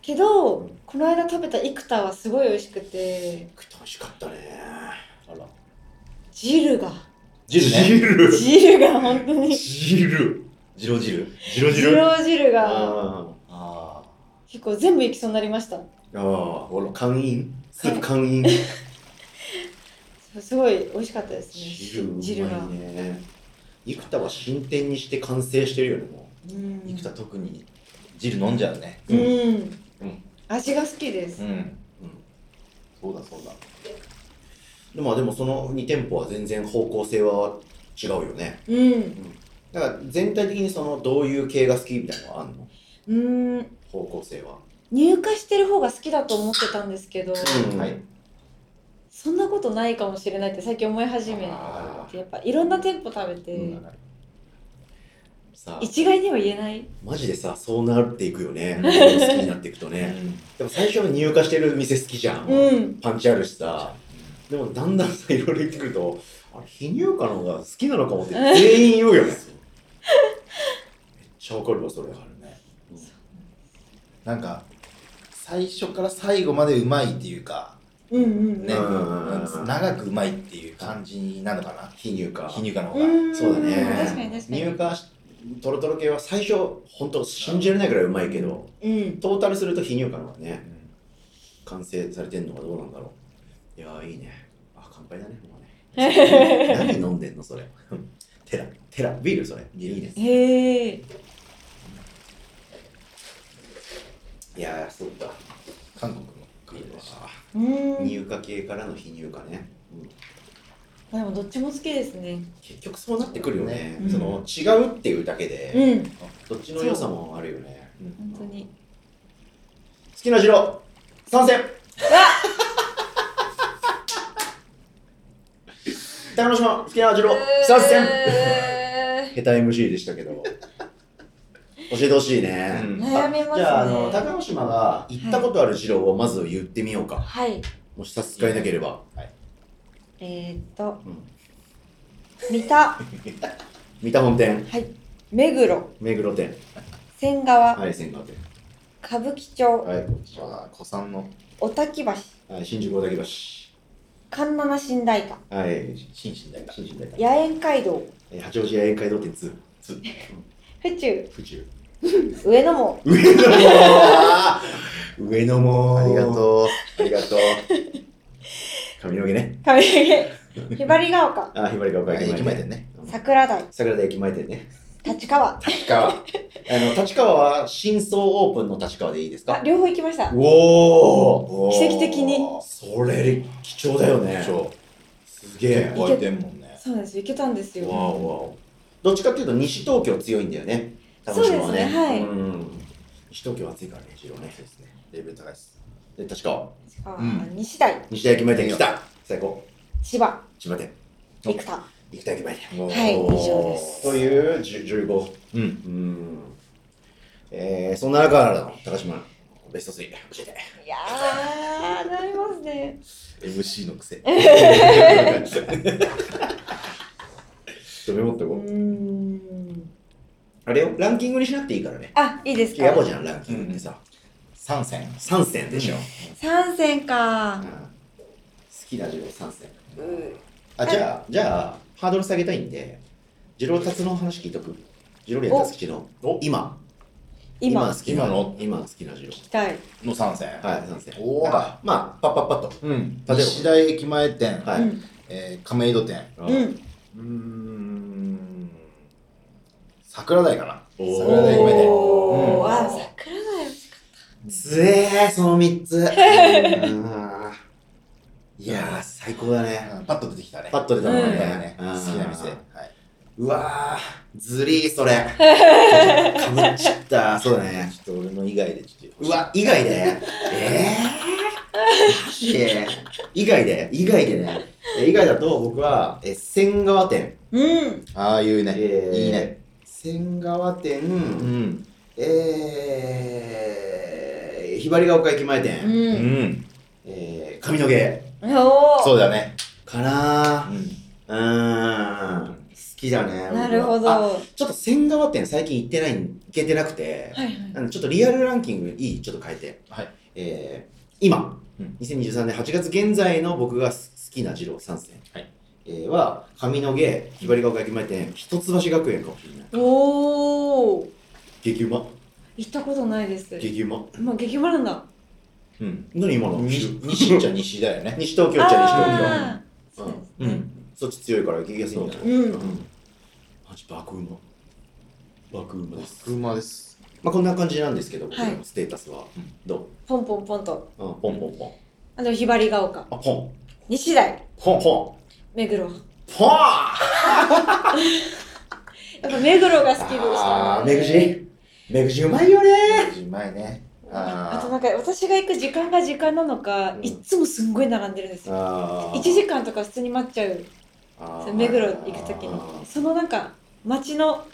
S3: けど、
S1: うん
S3: この間食べた幾多はすごい美味しくて
S1: 食って美味しかったね。
S2: あら。
S3: 汁が
S2: 汁ね。
S1: 汁
S3: 汁が本当に
S1: 汁
S2: ジロ汁。
S1: ジロジ
S3: 汁
S1: ロ
S3: を汁が
S1: あ
S2: あ
S3: 結構全部いきそうになりました
S1: ーあー、あら、缶飲スープ缶飲
S3: そうすごい美味しかったですね
S1: 汁う
S3: 汁が
S1: まいね。幾多は新店にして完成してるよね、も
S3: うん
S2: あ。生田特に汁飲んじゃうね。
S3: うん、
S1: うん
S3: 味が好きです、
S2: ん。
S1: う。うん
S2: そうだそうだ。
S1: でも、でもその2店舗は全然方向性は違うよね。
S3: うん
S1: だから全体的にそのどういう系が好きみたいなのはあんの
S3: うん
S1: 方向性は。
S3: 入荷してる方が好きだと思ってたんですけど、
S1: うん
S2: はい。
S3: そんなことないかもしれないって最近思い始め
S1: あ
S3: てやっぱいろんな店舗食べて、
S2: うん
S1: さあ、
S3: 一概には言えない
S1: マジでさ、そうなっていくよね。
S2: うん
S1: 好きになっていくと
S2: う
S1: ね。
S2: ん
S1: でも最初は入荷してる店好きじゃん。
S3: うん
S1: パンチあるしさ。でもだんだんさ、いろいろ言ってくると、あれ、非入荷の方が好きなのかもって全員言うよね。めっちゃわかるわ、それ。
S2: わかるね。なんか最初から最後までうまいっていうか
S3: うんうん
S2: ね、
S1: うん
S2: うん長くうまいっていう感じなのかな。
S1: 非入荷。
S2: 皮乳化の方が。
S3: うん
S1: そうだね。
S3: 確かに確かに
S1: 入荷し、トロトロ系は最初、本当信じられないぐらいうまいけど、
S3: うん
S1: トータルすると非入荷の方が
S2: う
S1: ね、
S2: ん
S1: 完成されてんのがどうなんだろう。いやー、いいね。あ、乾杯だね、もうね。 何飲んでんのそれ。テラ、テラ、ビールそれ。いいね。
S3: へえ
S1: いやー、そうか。
S2: 韓国のビールです
S1: あ
S3: うん
S1: ー
S3: で
S1: 入荷系からの非入荷ね。うん
S3: もどっちも好きですね
S1: 結局そうなってくるよね。
S3: うん
S1: その違うっていうだけ
S3: う
S1: で、
S3: ん
S1: どっちの良さもあるよね。
S2: うん
S3: 本当に
S1: 好きな城、参戦 高野島、好きな城、参戦
S3: え
S1: 下手 MC でしたけど。教えてほしいね。
S2: う ん
S3: 悩みますね
S1: あじゃあ、あの、高野島が行ったことある城をまず言ってみようか。
S3: ーはい
S1: もし差し支えなければ。
S3: えー、っと
S1: うん
S3: 三田
S1: 三田本店、
S3: はい目黒
S1: 目黒店、
S3: 仙川、
S1: はい、千川店、
S3: 歌舞伎町
S1: はい、こっちは
S2: あー古参の
S3: 御嶽橋
S1: はい、新宿大竹橋、
S3: 神七寝台館
S1: はい、
S2: 心身大学。
S1: 新宿大
S3: 野苑街道
S1: えー八王子や宴会堂店2、
S3: 府中
S1: 府中。
S3: 上野も
S1: 上野も上野も
S2: ありが
S1: う。
S2: と
S1: ありが とう。髪の毛ね。
S3: 上毛ひばりが丘
S1: あ、ひばりが
S2: う。
S1: 丘駅前
S2: 駅前
S1: で
S2: で
S1: ね。
S2: ね。
S1: うん
S3: 桜台
S1: 桜田駅前でね。
S3: 立川
S1: 立川。 あの、立川は新装オープンの立川でいいです
S3: あ
S1: か
S3: 両方行きました
S1: おお
S3: 奇跡的に
S1: それ、貴重だよね。
S2: そう。
S1: すげえ。
S2: 湧いてんもんね。
S3: そうなんです行けたんですよ
S1: わおわおどっちかっていうと西東京強いんだよね鹿児島はね
S3: そうですねはい
S1: うん西東京は暑いからね一応ね
S2: そうですね。レベル高いです。
S1: で確か
S3: 立川
S2: うん
S3: 西台
S1: 西田駅前店来た最高
S3: 千葉
S1: 千葉店
S3: 生田
S1: 生田駅前店
S3: はい
S1: おー
S3: 以上です
S1: という10 15
S2: うん。
S1: うんえー、そんな中からの高島のベスト3教えて
S3: いやーなりますね
S2: MC の 癖。
S1: ちょっとメモってお
S3: う
S1: こう
S3: ーん
S1: あれよランキングにしなくていいからね
S3: あいいですか
S1: やぼじゃんランキングってさ、
S2: 三戦。
S1: 三選でしょ、
S3: 三戦か
S1: うん好きな授業三選
S3: うん
S1: あじゃあじゃあハードル下げたいんで次郎達の話聞いとく次郎連達吉の
S2: お
S1: 今好
S3: 今
S1: きな
S2: 今の
S1: 今好きな次郎
S3: 行きたい
S2: の三戦。
S1: はい賛成
S2: おー
S1: あまあパッパッパッと
S2: うん。
S1: 例えば
S2: 西大駅前店。
S1: は
S3: う
S1: い
S3: ん
S2: えー亀戸店。
S1: う
S3: うん
S2: うーん。桜台かな。
S1: お
S2: ー
S1: 桜台駅前で
S3: お
S2: う
S3: お
S2: ん
S3: あ桜だよ
S1: つえーその3つ うーんいやー最高だね
S2: うんパッと出てきたね。
S1: パッと出た
S3: のがね
S2: ね。好
S1: うん
S2: きな店。はい。
S1: うわーずりーそ れかぶっちゃったそうだね
S2: ちょっと俺の以外でちょっと。
S1: うわ、以外でえぇ、ー、マジで以外で以外でね。えー以外だと僕は、えー仙川店。
S3: うん。
S2: ああいうね、
S1: えー
S2: いいね
S1: 仙川店、
S2: うん
S1: えー、ひばりが丘駅前店、
S2: う
S3: うん。
S2: ん
S1: えー、髪の毛
S3: お
S2: そう
S3: お。
S2: だね
S1: かな
S2: うん
S1: うーん。好きだね。僕は
S3: なるほど。
S1: あ
S3: は
S1: ちょっと仙川店最近行ってない、行けてなくて、
S3: いはい。
S1: なんでちょっとリアルランキングいいちょっと変えて。
S2: はい
S1: えー今、
S2: うん
S1: 2023年8月現在の僕が好きな二郎参戦。
S2: はい
S1: えーは、上野毛、ひばりが丘駅前店、一橋学園かもしれない。
S3: おお。
S1: 激うま。
S3: 行ったことないです。
S1: 激うま。
S3: まあ激マなんだ。
S2: うん
S1: 何今の
S2: 西
S1: 西
S2: 西っちゃ西だよね
S1: 西東京っちゃ西東京。
S3: ああ。そうです
S2: う
S3: ね。
S2: ん
S1: そっち強いから激安いんだよ。
S3: うん。
S2: うん
S1: マジ爆うま。爆うまです。
S2: 車です
S1: まあこんな感じなんですけど、僕ら
S3: は
S1: のステータスは。
S2: うん
S1: ど
S3: ポンポンポンと。
S1: ううん、ポンポンポン。
S3: あのひばりが丘。
S1: あ、ポン。
S3: 西台。
S1: ポンポ
S3: 目黒。
S1: ン。ポン
S3: やっぱ目黒が好きでした、
S1: あー、めぐじ。めぐじうまいよね。
S2: うまいね
S3: あと
S2: あ
S3: なんか私が行く時間が時間なのか、
S1: うん
S3: いっつもすんごい並んでるんですよ
S1: あ
S3: 1時間とか普通に待っちゃうその目黒行く時にそのなんか街の
S2: あ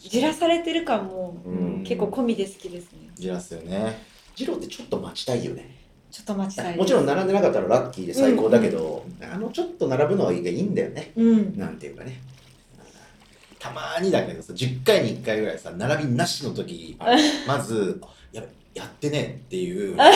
S3: じらされてる感も
S1: うん
S3: 結構込みで好きですね
S2: じらすよね
S1: ジローってちょっと待ちたいよね。
S3: ちょっと待ちたい
S1: もちろん
S3: な
S1: 並んでなかったらラッキーで最高だけど、あのちょっと並ぶのがいいんだよね。
S3: うん
S1: なんていうかね。
S2: たまーにだけどさ10回に1回ぐらいさ並びなしの 時
S1: あ
S2: まずややってねっていうこの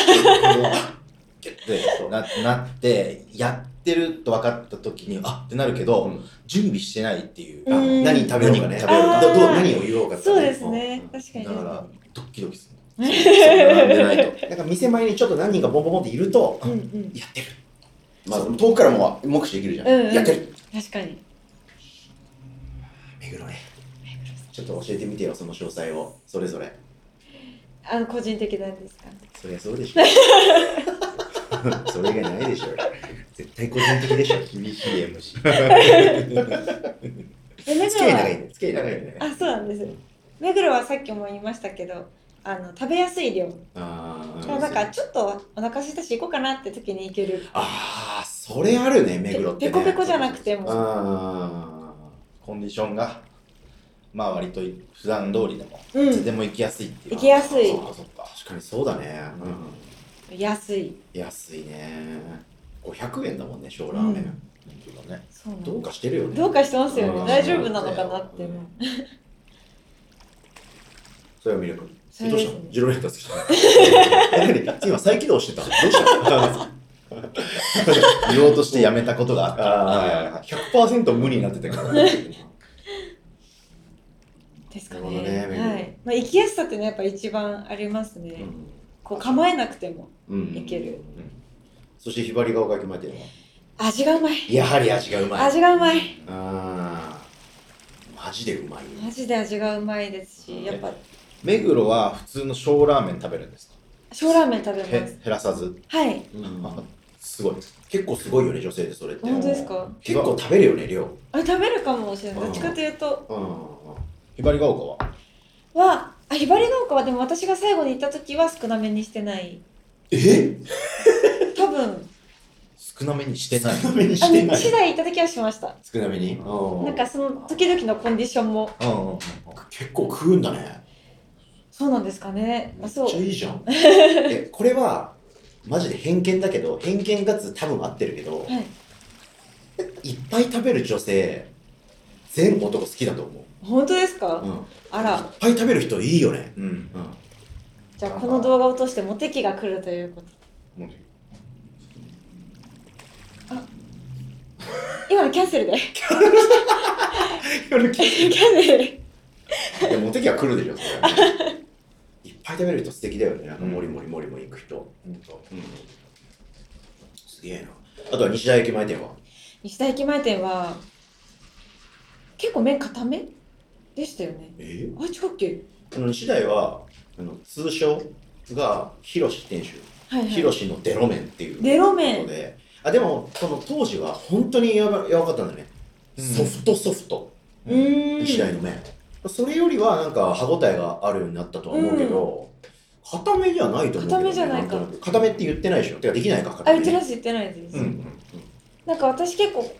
S2: キュッてななってやってると分かった時にあってなるけど、
S1: うん
S2: 準備してないっていう、
S3: うん
S1: 何食べようかね。
S2: 何食べよう
S3: あ
S2: か
S3: ー
S1: どどう何を言おうかとか
S3: そうですね確かに
S2: だからドッキドキす る
S1: 並んで
S2: な
S1: ないい
S2: と
S1: と。なんか店前にちょっと何人かボンボンボンっていると、
S3: うんうん
S1: やってる。まあ、遠くからも目視できるじゃん。
S3: うんうん
S1: やってる。
S3: 確かに
S1: 目黒ね。ちょっと教えてみてよ、その詳細を。それぞれ。
S3: あの個人的なんですか
S1: そりゃそうでしょ。それ以外ないでしょ。絶対個人的でしょ。
S2: 厳しい MC
S3: え目
S1: 付き合い長
S3: 黒
S1: い
S3: は
S1: ね。付き合い長いね。
S3: あそうなんです目黒はさっきも言いましたけどあの食べやすい量
S1: あ
S3: だ
S1: ー
S3: からなんかちょっとお腹空いたし行こうかなって時に行ける
S1: あー、それあるね、目黒って、ね。
S3: ペコペコじゃなくても
S1: あ
S2: コンディションがまあ割と普段通りでも、
S3: うん
S2: いつでも行きやすいっていう
S3: 行きやすい
S2: そっかそっか
S1: ー確かにそうだね。
S2: う
S1: うんん。
S3: 安い
S1: 安いね。500円だもんね、小ラーメン。
S2: 本当だね
S3: そうなん
S1: どう
S3: です
S1: かしてるよね。
S3: どうかしてますよ
S1: う
S3: ね
S1: ん
S3: 大丈夫なのかなっても
S1: それは魅力。
S3: そ
S1: え
S3: れ
S1: どう
S3: で
S1: した
S3: すね
S1: のジロレンタス来たえ何今再起動してたどうした
S2: 言おうとしてやめたことがあった
S1: ああ、100%無になってたから。
S3: ですかね
S1: なるほどね巡り
S3: はいまあ、行きやすさっていうのはやっぱ一番ありますね、こう構えなくても
S1: うん
S3: いける。
S1: そしてひばりが丘駅前店は
S3: 味がうまい
S1: やはり味がうまい。
S3: 味がうまい
S1: あーマジでうまいよ。
S3: マジで味がうまいですしやっぱ
S2: 目黒は普通の小ラーメン食べるんですか
S3: 小ラーメン食べ
S2: へ
S3: ます
S2: 減らさず、
S3: はい
S1: うん
S2: すごい
S1: 結構すごいよね、女性でそれって。
S3: 本当ですか
S1: 結構食べるよね、量。
S3: あ食べるかもしれないどっちかというと
S2: ひばりが丘は
S3: はあひばりが丘はでも私が最後に行った時は少なめにしてない
S1: え
S3: 多分
S2: 少なめにしてない
S1: 少なめに
S3: あ
S1: してな
S3: の
S1: い
S3: 市。内行った時はしました
S1: 少なめに。な
S3: なんかその時々のコンディションも
S2: うんうんうんうん
S1: 結構食うんだね。
S3: そうなんですかね
S1: め
S3: あ
S1: っち
S3: そ
S1: ゃ
S3: う
S1: いいじゃ ん。え、これは、マジで偏見だけど、偏見がつ多分合ってるけど、
S3: はい
S1: いっぱい食べる女性、全男好きだと思う。
S3: 本当ですか、
S1: うん
S3: あ
S1: いっ
S3: ら
S1: ぱい食べる人いいよね。
S2: うん
S1: うん
S3: じゃあこの動画を通してモテ期が来るということ
S2: もう
S3: 今のキャンセルで
S1: 夜
S3: キャンセル
S1: いや、モテ期は来るでしょ、それはねいっぱい食べる人素敵だよね。なんか、もりもりもりもり行く人。
S2: ほんと
S1: すげえな。あとは西大駅前店は。
S3: 西田駅前店は結構麺固めでしたよね
S1: え
S3: あ違うっけ
S1: あの西大は、あの通称が、広志店主。
S3: はいはい
S1: 広志のデロ麺っていう。
S3: デロ麺
S1: ことで。あ、でも、その当時は本当にやばやばかったんだよね。
S2: うん
S1: ソフトソフト。
S3: うーん
S1: 西大の麺。それよりは、なんか、歯応えがあるようになったとは思うけど、固めじゃないと思うけどね、
S3: 固めじゃないか
S1: んとく固めって言ってないでしょ。てか、できないか、
S3: あ
S1: 固め
S3: 言
S1: ね
S3: ってないです言ってないで
S1: う
S3: す、
S1: んうんうん
S3: なんか私結構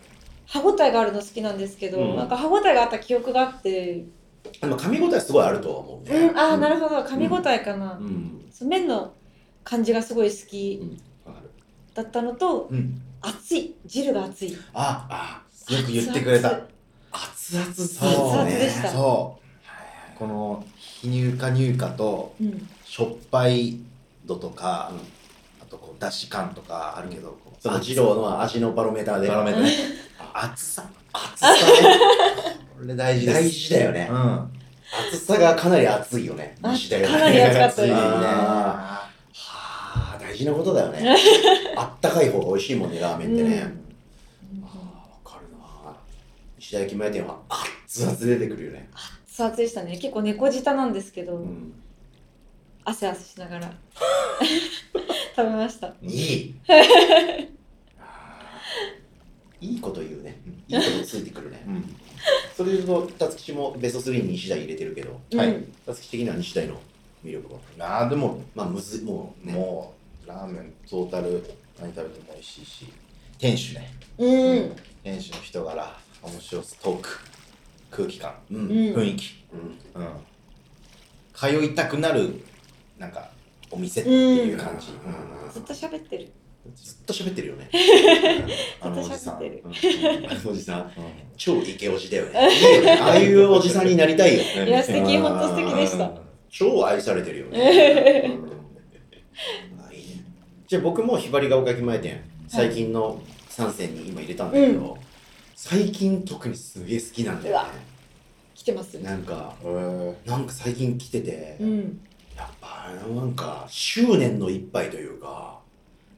S3: 歯ごたえがあるの好きなんですけど、
S1: うん
S3: なんか歯ごたえがあった記憶があって、
S2: でも噛み応えすごいあるとは思
S3: う
S2: うね。
S3: ん、ああなるほど噛み応えかな、
S2: うん。
S3: そう麺の感じがすごい好き
S2: わかる。
S3: だったのと
S2: うん。
S3: 熱い汁が熱い
S2: あ、あ、よく言ってくれた。
S1: 熱々
S2: そう
S3: 熱々でした
S2: そう。この非乳化乳化と
S3: うん、
S2: しょっぱい度とか、
S1: うん
S2: あとこうだし感とかあるけど、こう
S1: その二郎の味のバロメーターで。
S2: バロメーターね熱さ熱さねこれ大事です
S1: 大事だよね
S2: うん
S1: 熱さがかなり熱いよね。
S3: あ
S1: 西だよね。
S3: かなり熱かったです
S2: いいね
S1: はあ、大事なことだよ ね。あったかい方が美味しいもんね、ラーメンってね。ああ、わかるな。石田焼き前店は熱々出てくるよね。
S3: 熱々でしたね結構猫舌なんですけど、
S1: うん。
S3: 汗汗しながら 食べました
S1: い い。いいこと言うね。いいことついてくるね
S2: う。ん
S1: それで言うと、たつきちもベスト3に西田入れてるけど、
S3: うん
S2: はい
S1: たつき的には西田の魅力は。
S2: あーでも
S1: まあ、むずい、もうね、
S2: もうラーメントータル何食べても美味しいし店主ね
S3: うん
S2: 店主の人柄面白さトーク空気感
S1: う。
S3: うんん、
S2: 雰囲気、
S1: うん
S2: うん、通いたくなるなんかお店っていう感じ、
S1: うん
S2: うん
S3: ずっと喋ってる
S1: ずっと喋ってるよ ね。
S2: あのおじさん、
S3: ずっと
S1: あのおじさん、
S2: うん
S1: 超イケおじだよ ね。いいよねああいうおじさんになりたいよ。
S3: いや素敵本当素敵でした
S1: 超愛されてるよね。 うんあいいねじゃあ僕もひばりが丘駅前店、最近の参戦に今入れたんだけど、最近特にすげえ好きなんだよ
S3: 来てます
S1: ね。なんか、
S2: うん
S1: なんか最近来てて、
S3: うん
S1: やっぱあのなんか執念の一杯というか、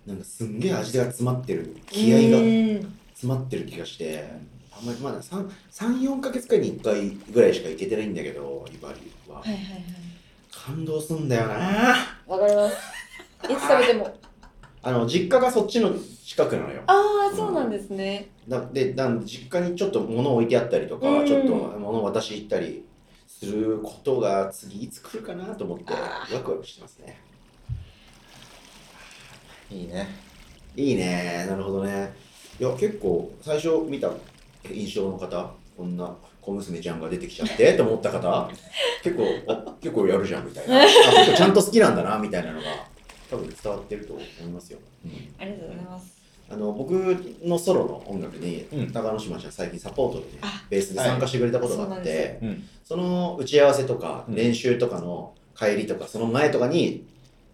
S1: なんかすんげえ味が詰まってる、気合が
S3: うん
S1: 詰まってる気がして、あんまりまだ34か月間に1回ぐらいしか行けてないんだけどイバリは、
S3: はいはいはい
S1: 感動すんだよな
S3: わかります いつ食べても
S1: あの実家がそっちの近くなのよ
S3: ああそうなんですね
S1: だでなん実家にちょっと物置いてあったりとか、
S3: うん
S1: ちょっと物渡し行ったりすることが次いつ来るかなと思って
S3: あ
S1: ワクワクしてますね
S2: いいね
S1: いいねなるほどねいや結構最初見た印象の方こんな小娘ちゃんが出てきちゃってと思った 方結構あ結構やるじゃんみたいなあ結構ちゃんと好きなんだなみたいなのが多分伝わってると思いますよ、
S3: ありがとうございます
S1: あの僕のソロの音楽に、
S2: うん
S1: 高野島ちゃん最近サポートでね
S3: あ
S1: ベースで参加してくれたことがあ
S3: は
S1: っ
S3: い
S1: て、
S3: そうなん
S1: そ
S2: うん
S1: の打ち合わせとか
S2: うん
S1: 練習とかの帰りとかその前とかに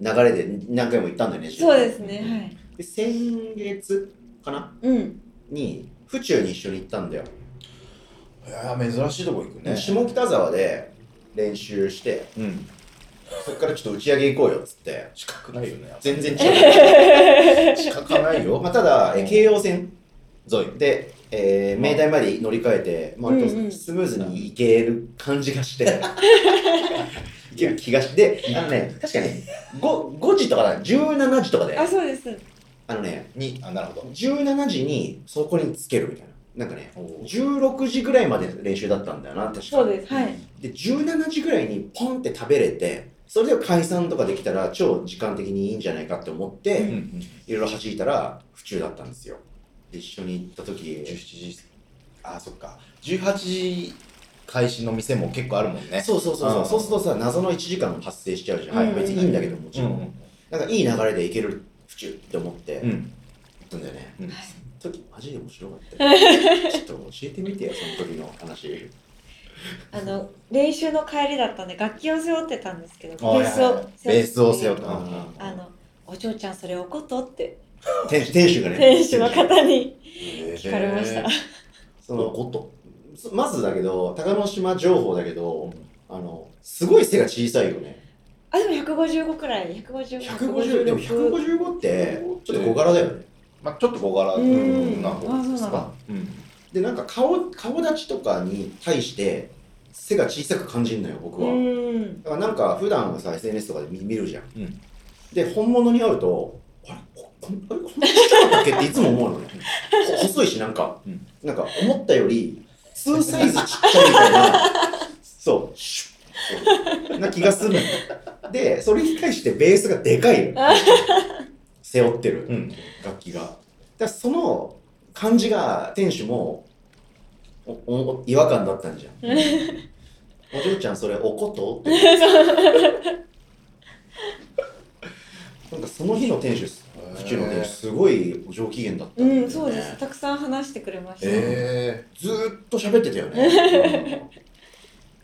S1: 流れで何回も行ったんだよね
S3: そうです
S1: う
S3: ね
S1: ん
S3: はい
S1: で先月かな
S3: うん
S1: に府中に一緒に行ったんだよ、
S2: いやー珍しいとこ行くね
S1: 下北沢で練習して
S2: うん
S1: そっからちょっと打ち上げ行こうよっつって
S2: 近くないよね
S1: 全然違う、
S2: 近くないよ
S1: まあ、ただえ京葉線
S2: ゾイ
S1: で、えー明大まで乗り換えて、まあ、割
S3: うんう
S1: と
S3: ん
S1: スムーズに行ける感じが して、いける気がして、あのね、確かね、5, 5時とかだ、17時とかで、
S3: あそうです
S1: あのね、
S2: にあなるほど
S1: 17時にそこにつけるみたいな。なんかね、
S2: おー
S1: 16時ぐらいまで練習だったんだよな、確か
S3: そうですはい
S1: で17時ぐらいにポンって食べれて、それで解散とかできたら超時間的にいいんじゃないかって思って、
S2: うんう
S3: うん
S1: いろいろ弾いたら、府中だったんですよ。で一緒に行った時、
S2: 17時あそっか18時開始の店も結構あるもんね
S1: そうそうそうそううんそうするとさ謎の1時間発生しちゃうじゃん、
S3: はい
S1: 別にいいんだけどもち
S2: う
S1: ろん、
S2: ん
S1: なんかいい流れでいける府中って思って
S2: う
S1: 行っ
S2: ん
S1: たんだよね、
S2: うん
S3: はい
S1: その時マジで面白かった よちょっと教えてみてよその時の話
S3: あの練習の帰りだったんで楽器を背負ってたんですけど
S2: あ
S3: ベースを
S2: ベースを背負った
S1: う
S2: うんん
S3: あのお嬢ちゃんそれおことって
S1: 店店主がね
S3: 店主の方に聞
S1: 聞
S3: かれました
S1: そのことまずだけど高野島情報だけど、あのすごい背が小さいよね
S3: あでも155くらい150
S1: 150でも155ってちょっと小柄だよね
S2: まあちょっと小柄
S3: うん
S2: な方ですかうん
S1: でなんか顔顔立ちとかに対して背が小さく感じるのよ僕は、
S3: うん
S1: だからなんか普段はさ SNS とかで見見るじゃん、
S2: うん
S1: で本物に会うとあれここんあれこんなちっちゃかったっけっていつも思うのねほ細いしなんか、
S2: うん
S1: なんか思ったより数サイズちっちゃいみたいなそうシュッそうな気がするのでそれに対してベースがでかいの背負ってる、
S2: うん
S1: 楽器がだからその感じが店主もおお違和感だったんじゃんお嬢ちゃんそれおことってなんかその日の店主す府中の店主すごいお上機嫌だったんだよね、
S3: うん、そうです。たくさん話してくれました。
S1: えー、ずーっと喋ってたよね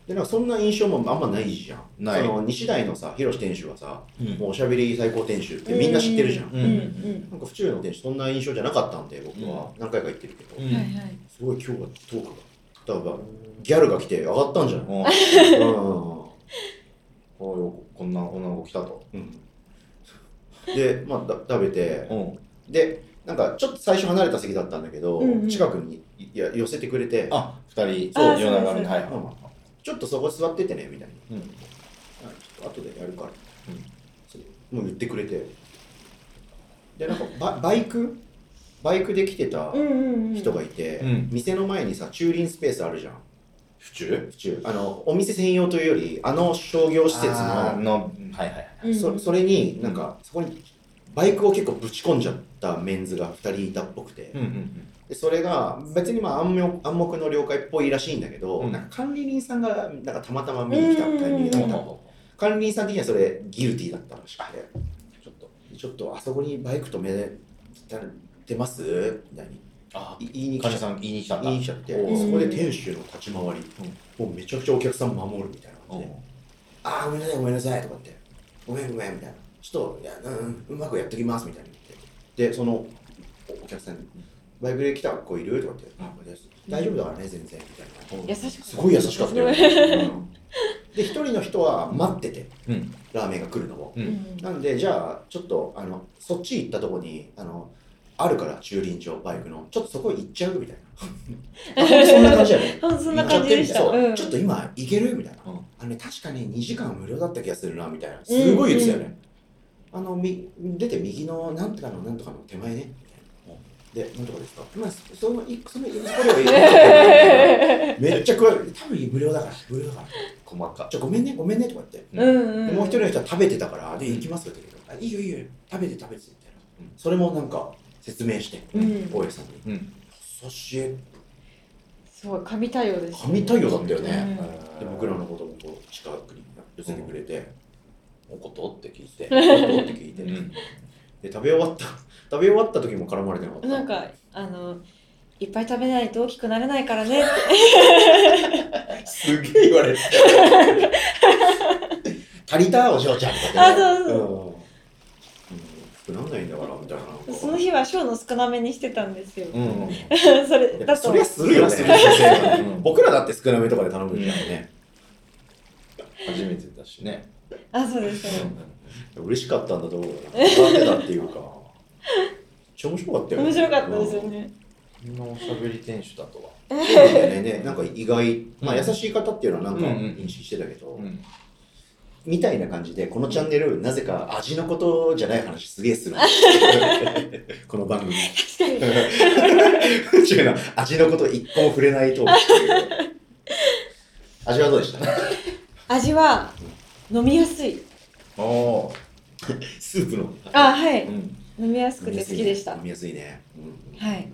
S1: でなんかそんな印象もあんまないじゃん
S2: ない
S1: その西大のさ広志店主はさ
S2: うん
S1: もうおしゃべり最高店主ってみんな知ってるじゃん、
S3: うんうん
S1: なんか府中の店主そんな印象じゃなかったんで僕は何回か行ってるけど、
S2: う
S3: うん。はい
S2: ん
S3: はい。
S1: すごい今日はトークが多分ギャルが来て上がったんじゃない
S2: うん
S1: うん
S2: こういうこんな女の子来たと。
S1: で、まあ、だ食べて
S2: うん、
S1: でなんかちょっと最初離れた席だったんだけど、
S3: うんうん
S1: 近くにいいや寄せてくれて
S2: あ二人
S3: あ
S2: そう
S3: そう
S2: 夜中に
S3: そう
S2: はいはい
S1: うんちょっとそこ座っててねみたいな
S2: うん
S1: あちょっと後でやるから、
S2: うん
S1: それもう言ってくれてでなんかババイクバイクで来てた
S3: うんうんうん。
S1: 人がいて、
S2: うん
S1: 店の前にさ駐輪スペースあるじゃん
S2: 府中
S1: 府中あのお店専用というよりあの商業施設
S2: あー
S1: の
S2: のはいはいはい
S3: うん
S1: そそれになんかそこにバイクを結構ぶち込んじゃったメンズが2人いたっぽくて、
S2: うんうん
S1: でそれが別にまあ暗黙暗黙の了解っぽいらしいんだけど、
S2: うん
S1: なんか管理人さんがなんかたまたま見に来たタイミングだ
S2: うんう
S1: っ
S2: ん
S1: た管理人さん的にはそれギルティーだったらしくて
S2: ちょっと
S1: ちょっとあそこにバイク止めてますみたいに
S2: あ
S1: い言いに来
S2: 患
S1: ち
S2: 者
S1: ゃ
S2: さん言いに来たんだ
S1: 言いに来ちゃって
S2: お
S3: ー
S1: そこで店主の立ち回り、もうめちゃくちゃお客さん守るみたいな感
S2: うん
S1: じで「ああごめんなさいごめんなさい」とかって「ごめんごめん」みたいな「ちょっといや、うんうん、うまくやってきます」みたいな言ってでそのおお客さんに「バイクで来た子いる?」とかって「あです大丈夫だからね全然」みたいな
S3: 優しく。
S1: すごい優しかったよ。
S3: す
S1: うんで、一人の人は待ってて、
S2: うん
S1: ラーメンが来るのを。
S2: う
S3: うんん
S1: なんで、じゃあ、ちょっと、あの、そっち行ったとこに、あの、あるから、駐輪場、バイクの、ちょっとそこ行っちゃうみたい な。あほんとそんな感じやね。
S3: ほんと そん
S1: 行
S3: な
S1: っちゃ
S3: 感
S1: っ
S3: じ
S1: て
S3: で
S1: み
S3: したた。
S1: いな。
S3: う
S1: そ
S3: ん
S1: うちょっと今行けるみたいな。
S2: うん
S1: あのね、確かに2時間無料だった気がするな、みたいな。すごい言ってたよね。あの、み出て右の、なんとかの、なんとかの手前ね。みたいなで、なんとかですかまあ、そその、いその、それはいいみたいな。めっちゃ食われて、多分無料だから、無料だから。
S2: 細か
S1: ちょ、ごめんね、ごめんね、とか言って。
S3: うんうん
S1: で
S3: うん。
S1: もう一人の人は食べてたから、で、行きますよって言うけど、あいいよいいよ、食べて食べて、みたいな。それもなんか、説明して、
S3: うん
S1: 大家さんに。
S2: うん
S1: 優しい。
S3: すごい神対応です。
S1: 神対応だったよね。
S2: うん
S1: で、僕らのこともこう、近くに寄せてくれて、
S2: おことって聞いて
S1: で、どうって聞いて、
S2: うん
S1: で、食べ終わった、 食べ終わった時も絡まれてなかった。
S3: なんかあのいっぱい食べないと大きくなれないからねって。
S1: すげえ言われて。足りたお嬢ちゃんとかね
S3: あそうそ
S1: う
S3: う
S1: ん。うん少なんないんだから、みたいな。
S3: その日は小の少なめにしてたんですよ。
S2: うん
S3: それだ
S1: そ
S3: と
S1: りゃするよね
S2: そりゃするよ ね
S1: 僕らだって少なめとかで頼むじゃんね、
S2: 初めてだしね
S3: あそうですそうです。
S1: 嬉しかったんだと思うよ笑ってたっていうかめっちゃ面白かったよね
S3: 面白かったですよね。
S2: こんなおしゃべり店主だとは
S1: うんそうだよねねなんか意外、まあ、優しい方っていうのはなんか
S2: うんうん
S1: 認識してたけど、
S2: うん
S1: みたいな感じでこのチャンネルなぜか味のことじゃない話すげえ するこの番組
S3: 確かに。
S1: 宇宙の味のこと一個も触れないトークっていう味はどうでした
S3: 味は飲みやすい。
S2: おお
S1: スープの
S3: あは
S2: ー
S3: い。
S2: うん
S3: 飲みやすくて好きでした。
S1: 飲みやすいね。うん
S3: はい。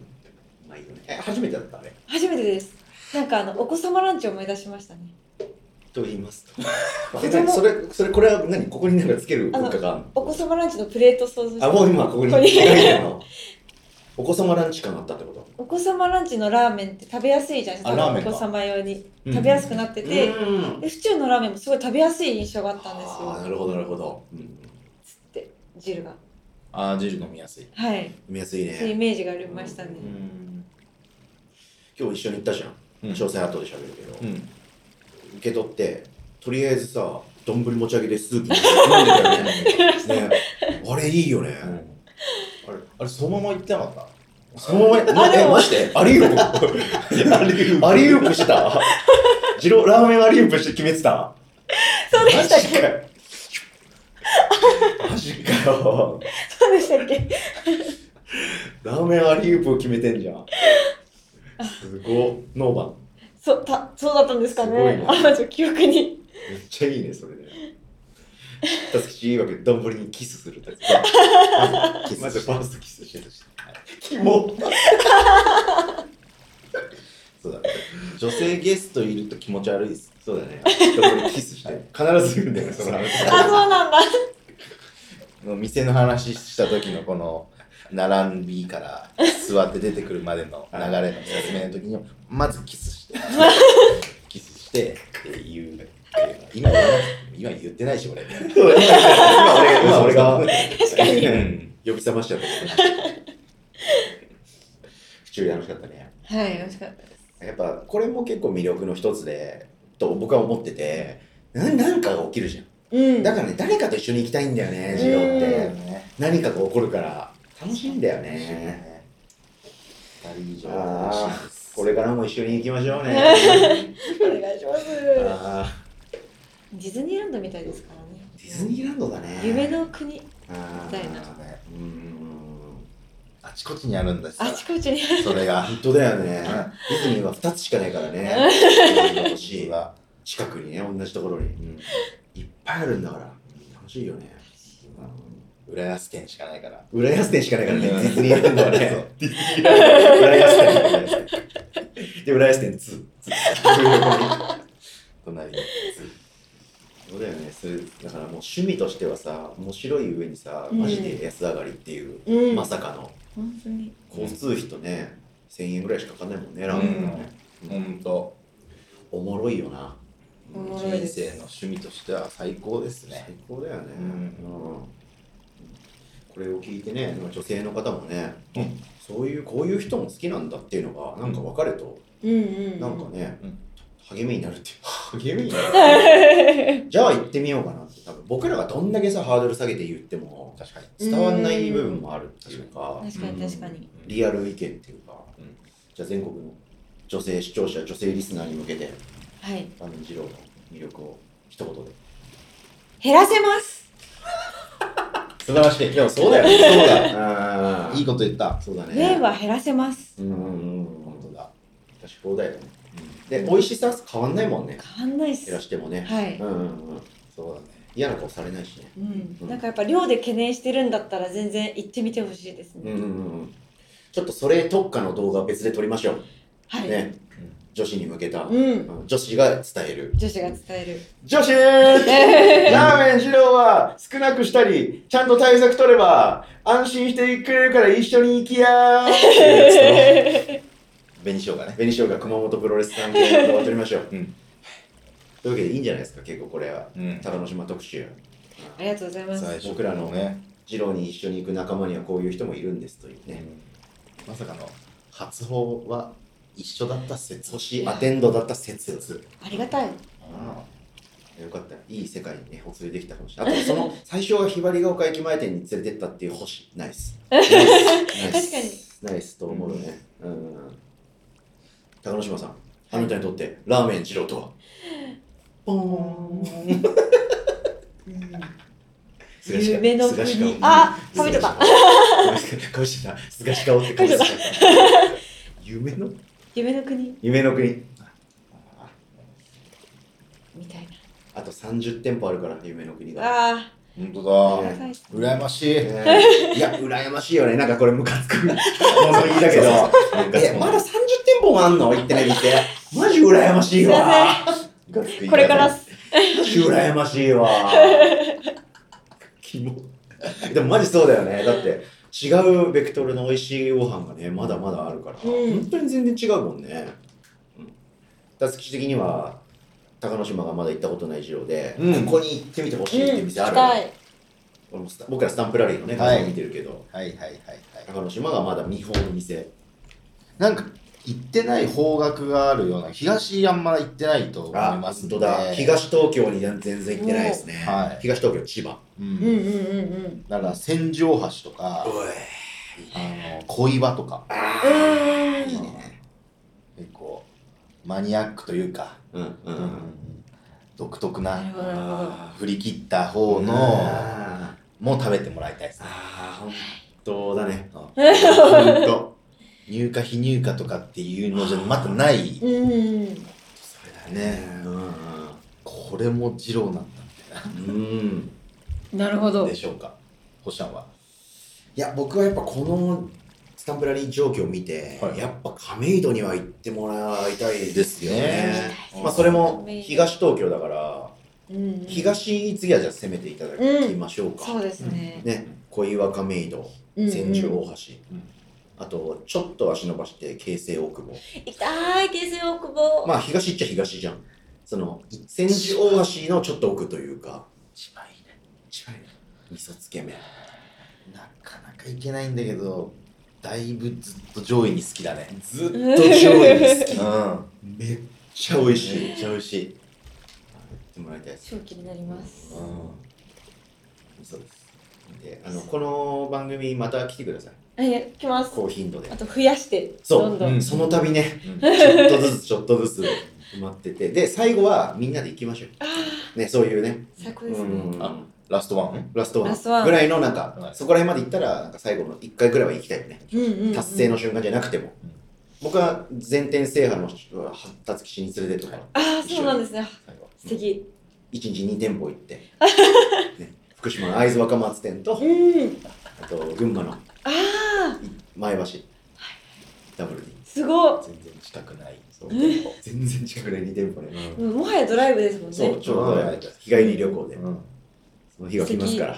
S1: まあいいよね。え、初めてだったね。
S3: 初めてです。なんかあのお子様ランチを思い出しましたね。
S1: と言い ますと。
S3: とて
S1: え
S3: も
S1: それ、それ、これは何ここになんかつける文化があるの
S3: お子様ランチのプレート想像して。
S1: あ、もう今ここに。
S3: ここに
S1: ないのお子様ランチ感あったってこと
S3: お子様ランチのラーメンって食べやすいじゃないです
S2: あ
S3: か。
S2: ラーメン
S3: お
S2: か
S3: 子様用に
S2: うん
S3: 食べやすくなってて、
S1: うん
S3: で府中のラーメンもすごい食べやすい印象があったんです
S1: あー
S3: よ。
S1: なるほど、なるほど。うん。
S3: つって汁が。
S2: あージル飲みやすい
S3: はい。
S1: 飲みやすい
S3: そういうイ
S1: ね。
S3: メージがありましたね。
S2: ん
S1: 今日一緒に行ったじゃん。
S2: うん
S1: 詳細後で喋るけど。
S2: うん
S1: 受け取って、とりあえずさ、丼持ち上げてスープ飲んでたよね。ねあれいいよね。
S2: あれあれそのまま行ってなかった
S1: そのまま、
S3: あで
S1: え、
S3: も
S1: マジでアリウープ
S2: アリウープ
S1: アリウープしてたジロラーメンアリウープして決めてた
S3: そうでしたっ
S1: マジかよマジかよ
S3: けそうでしたっけ
S1: ラーメンアリウープを決めてんじゃんすごいノーバン
S3: そうたそうだったんですか
S1: すごい
S3: ね
S1: ね。
S3: あ、ちょ記憶に。
S1: めっちゃいいねそれねたつきちいわけ丼にキスするってまずまずファーストキスしてるしキモ
S2: そうだね。女性ゲストいると気持ち悪いです。
S1: そうだね。俺キスして。必ず言うんだよ、その話。
S3: あ、そうなんだ。
S2: の店の話した時のこの並びから座って出てくるまでの流れの説明の時にまずキスしてキスしてって言うっていう今言わなくて今言ってないし俺
S1: そうだね。今俺が、今俺が、
S3: 確かに。
S2: うん
S1: 呼び覚ましちゃった。 府中楽しかったね。
S3: はい、美味しかったです。
S1: やっぱこれも結構魅力の一つでと僕は思っててななんかが起きるじゃ
S3: うん。
S1: んだからね誰かと一緒に行きたいんだよね
S3: うん
S1: 授業っ
S2: だよ
S1: て
S2: ね
S1: 何かが起こるから楽しいんだよ
S2: 楽しい
S1: ね
S2: ね二人以上
S1: あ
S2: 楽
S1: ー
S2: しいです
S1: これからも一緒に行きましょう ね
S3: お願いします。
S1: あ
S3: ディズニーランドみたいですからね。
S1: ーディズニーランドだね
S3: 夢の国。
S1: あー
S3: みたいな
S2: ね
S1: うん
S2: あちこちにあるんですよ
S3: あちこちに。
S2: それが
S1: 本当だよねディズニーは2つしかないから ね自分の
S2: 私
S1: 年は
S2: は
S1: 近くにね同じところに、
S2: ん
S1: いっぱいあるんだから楽しいよね
S2: 浦安店しかないから
S1: 浦安店しかないからね、
S2: うん
S1: ディズニーランドはね
S2: そう。
S1: ディズニーランド、浦安店。で、浦安店2。
S2: 隣に
S1: そうだよね、そういうだからもう趣味としてはさ、面白い上にさ、
S3: うん
S1: マジで安上がりっていう、
S3: うん。
S1: まさかの
S3: 本当に。
S1: 交通費とね、1000円ぐらいしかかかんないもんね、ラ
S2: う
S1: ーメンは
S2: ん
S1: ね。
S2: 本当
S1: おもろいよな。
S3: おもろい
S2: 人
S3: です
S2: 生の趣味としては最高です
S1: 最
S2: ね。
S1: 高だよね。
S2: う
S1: うんんこれを聞いてね、女性の方もね、
S2: うん
S1: そういう、こういう人も好きなんだっていうのが、なんか分かると、
S3: うんうん。
S1: なんか。ね、
S2: うん
S1: 励みになるっていうか
S2: ゲーム
S1: じゃあ行ってみようかなって多分僕らがどんだけさハードル下げて言っても
S2: 確かに。
S1: 伝わんない部分もあるっていうか
S3: 確かに確かに。
S2: うん
S1: リアル意見っていうか、
S2: うん
S1: じゃあ全国の女性視聴者女性リスナーに向けて
S3: はい。
S1: ラーメン二郎の魅力を一言で
S3: 減らせます。
S1: 素晴らしいでもそうだよねそうだ
S2: い
S1: い
S2: い
S1: い
S2: こと言った。
S1: そうだね
S3: 麺は減らせます。
S1: うんうんうん
S2: 本当だ。
S1: 確かそうだよねで美味しさ変わんないもんね
S3: 変わんないっ
S1: 減ら
S3: す。
S1: してもね、
S3: はい
S1: うんうんうん
S2: そうだね。
S1: 嫌な顔されないしね
S3: うん。なんかやっぱ量で懸念してるんだったら全然行ってみてほしいです
S1: う
S3: ね。
S1: んうんうんちょっとそれ特化の動画別で撮りましょう。
S3: はい。
S1: ね。女子に向けた。
S3: うん。
S1: うん女子が伝え る。
S3: 女子が伝 える。
S1: 女子ラーメン二郎は少なくしたり、ちゃんと対策取れば安心してくれるから一緒に行きやー。
S2: 紅しょうがね。
S1: 紅しょうが熊本プロレスさん で動画撮りましょう。
S2: うん
S1: というわけでいいんじゃないですか、結構これは。
S2: うん
S1: 高野島特集。
S3: ありがとうございます。
S2: 最初
S1: 僕らの
S2: ね。
S1: 二郎に一緒に行く仲間にはこういう人もいるんですというね。
S2: まさかの初訪は一緒だった説。
S1: 年アテンドだった説々。
S3: ありがたい。
S1: よかったいい世界にねお連れできたかもしれないあとそ の最初はひばりが丘駅前店に連れてったっていう星ナイ スナイスナイ
S3: 確
S1: ス
S3: かに。
S1: ナイスと思うねうん高野島さんあなたにとってラーメン二郎とはポーンすがし
S3: 夢の
S1: すがし
S3: 国
S1: 顔。
S3: あ、食べてた。
S1: かぶしてたすがし顔って顔してた夢の
S3: 夢の国
S1: 夢の国
S3: みたい
S1: あと30店舗あるから夢の国が
S3: な。あ
S2: 本
S3: あ、あ
S2: 当
S3: り
S2: だ
S3: が。たいっす。
S2: 羨ましい。
S1: ねいや羨ましいよねなんかこれムカつく物言いだけどえ、まだ30店舗もあんの行って ない店。マジ羨ましいわ。
S3: これからっ
S2: す
S3: す。
S1: マジ羨ましいわ。キモ。でもマジそうだよね。だって、違うベクトルの美味しいご飯がね、まだまだあるから、
S3: うん
S1: 本当に全然違うもんね。うん。たつき的には、高野島がまだ行ったことない事情で、
S2: うん
S1: ここに行ってみてほしいっていう店ある、
S3: たい。
S1: 俺もスタ僕らスタンプラリーのね、
S2: はい
S1: 画像見てるけど、
S2: はいはいはいはい。
S1: 高野島がまだ未本の店。
S2: なんか行ってない方角があるような東あんま行ってないと思い
S1: あ、
S2: ます
S1: 本
S2: んで
S1: 当だ。東東京に全然行ってないですね。
S2: はい
S1: 東東京、千葉。
S2: う
S3: うんうん
S2: ん、
S3: うんうん。
S2: だから千条橋とか
S1: おい
S2: あの小岩とか
S3: う
S2: いい
S3: ーん。
S2: ね結構マニアックというか、
S1: うんう
S2: うん
S1: ん
S2: 独特
S3: なる
S2: な
S3: ほどなるほど。
S2: 振り切った方
S1: うん。
S2: の
S1: あ
S2: も食べてもらいたいですね
S1: あ、本当だね。
S2: うん
S1: 本当。
S2: 入荷非入荷とかっていうのじゃまたない
S3: うんうん。
S1: それだね。う
S2: これも二郎なんだみたい
S1: ん。うん。
S3: なるほ
S2: な
S3: ど
S2: で。しょうか星ちゃんはい
S1: や、僕はやっぱこのスタンプラリー状況を見て、
S2: はい
S1: やっぱ亀戸には行ってもらいたいですよね。
S2: ですね
S1: まあ、それも東東京だから、
S3: うん、
S1: 東次はじゃあ攻めていただきましょうか。
S3: そうですね、
S1: ね、小岩亀戸、
S3: うんうん
S1: 千住大橋、
S2: うん
S1: あとちょっと足伸ばして京成大久保。
S3: 行きたい京成大久保、
S1: まあ東っちゃ東じゃん。その千住大橋のちょっと奥というか、
S2: 一番いいね
S1: 味噌つけ麺。
S2: なかなかいけないんだけどだいぶずっと上位に好きだね
S1: ずっと上
S3: 上位
S1: 位
S3: に
S1: で
S3: 好
S1: す。
S2: き
S1: うん。めっちゃ美味しい。
S2: めっちゃ美味しい
S1: ってもらいたいです。
S3: 超気になります、
S1: うん。そうです。で、あのこの番組また来てください。
S3: え来ます
S1: 高頻度で
S3: あ。と増やして
S1: そう
S3: どんどん、
S2: うん
S1: その度ね、
S2: うん
S1: ちょっとずつちょっとずつ埋まってて、で最後はみんなで行きましょ
S3: ああ
S1: う。ね、そういうね。
S3: 最高
S1: う
S3: ですね、
S1: ん。
S2: あラストワン
S1: ラストワ
S3: ラストワ
S1: ン
S3: ン
S1: ぐらいのなんか、
S2: はい
S1: そこら辺まで行ったらなんか最後の1回ぐらいは行きたいよね、
S3: うんうんうん
S1: 達成の瞬間じゃなくても、
S2: うん
S1: 僕は全店制覇の発達吉に連れてとか、
S3: ああそうなんですね
S2: 最後
S3: 素敵
S1: 一1日2店舗行 って、ね福島の会津若松店と
S3: うん
S1: あと群馬の
S3: ああ
S1: 前橋ダブルで
S3: すご
S2: 全然近くない
S1: そう
S3: え
S1: 全然近くない2店舗ね、
S3: いもうもはやドライブですもんね
S1: そうちょうど
S2: うん
S1: 日帰り旅行で、
S2: うん
S1: その日が来ますから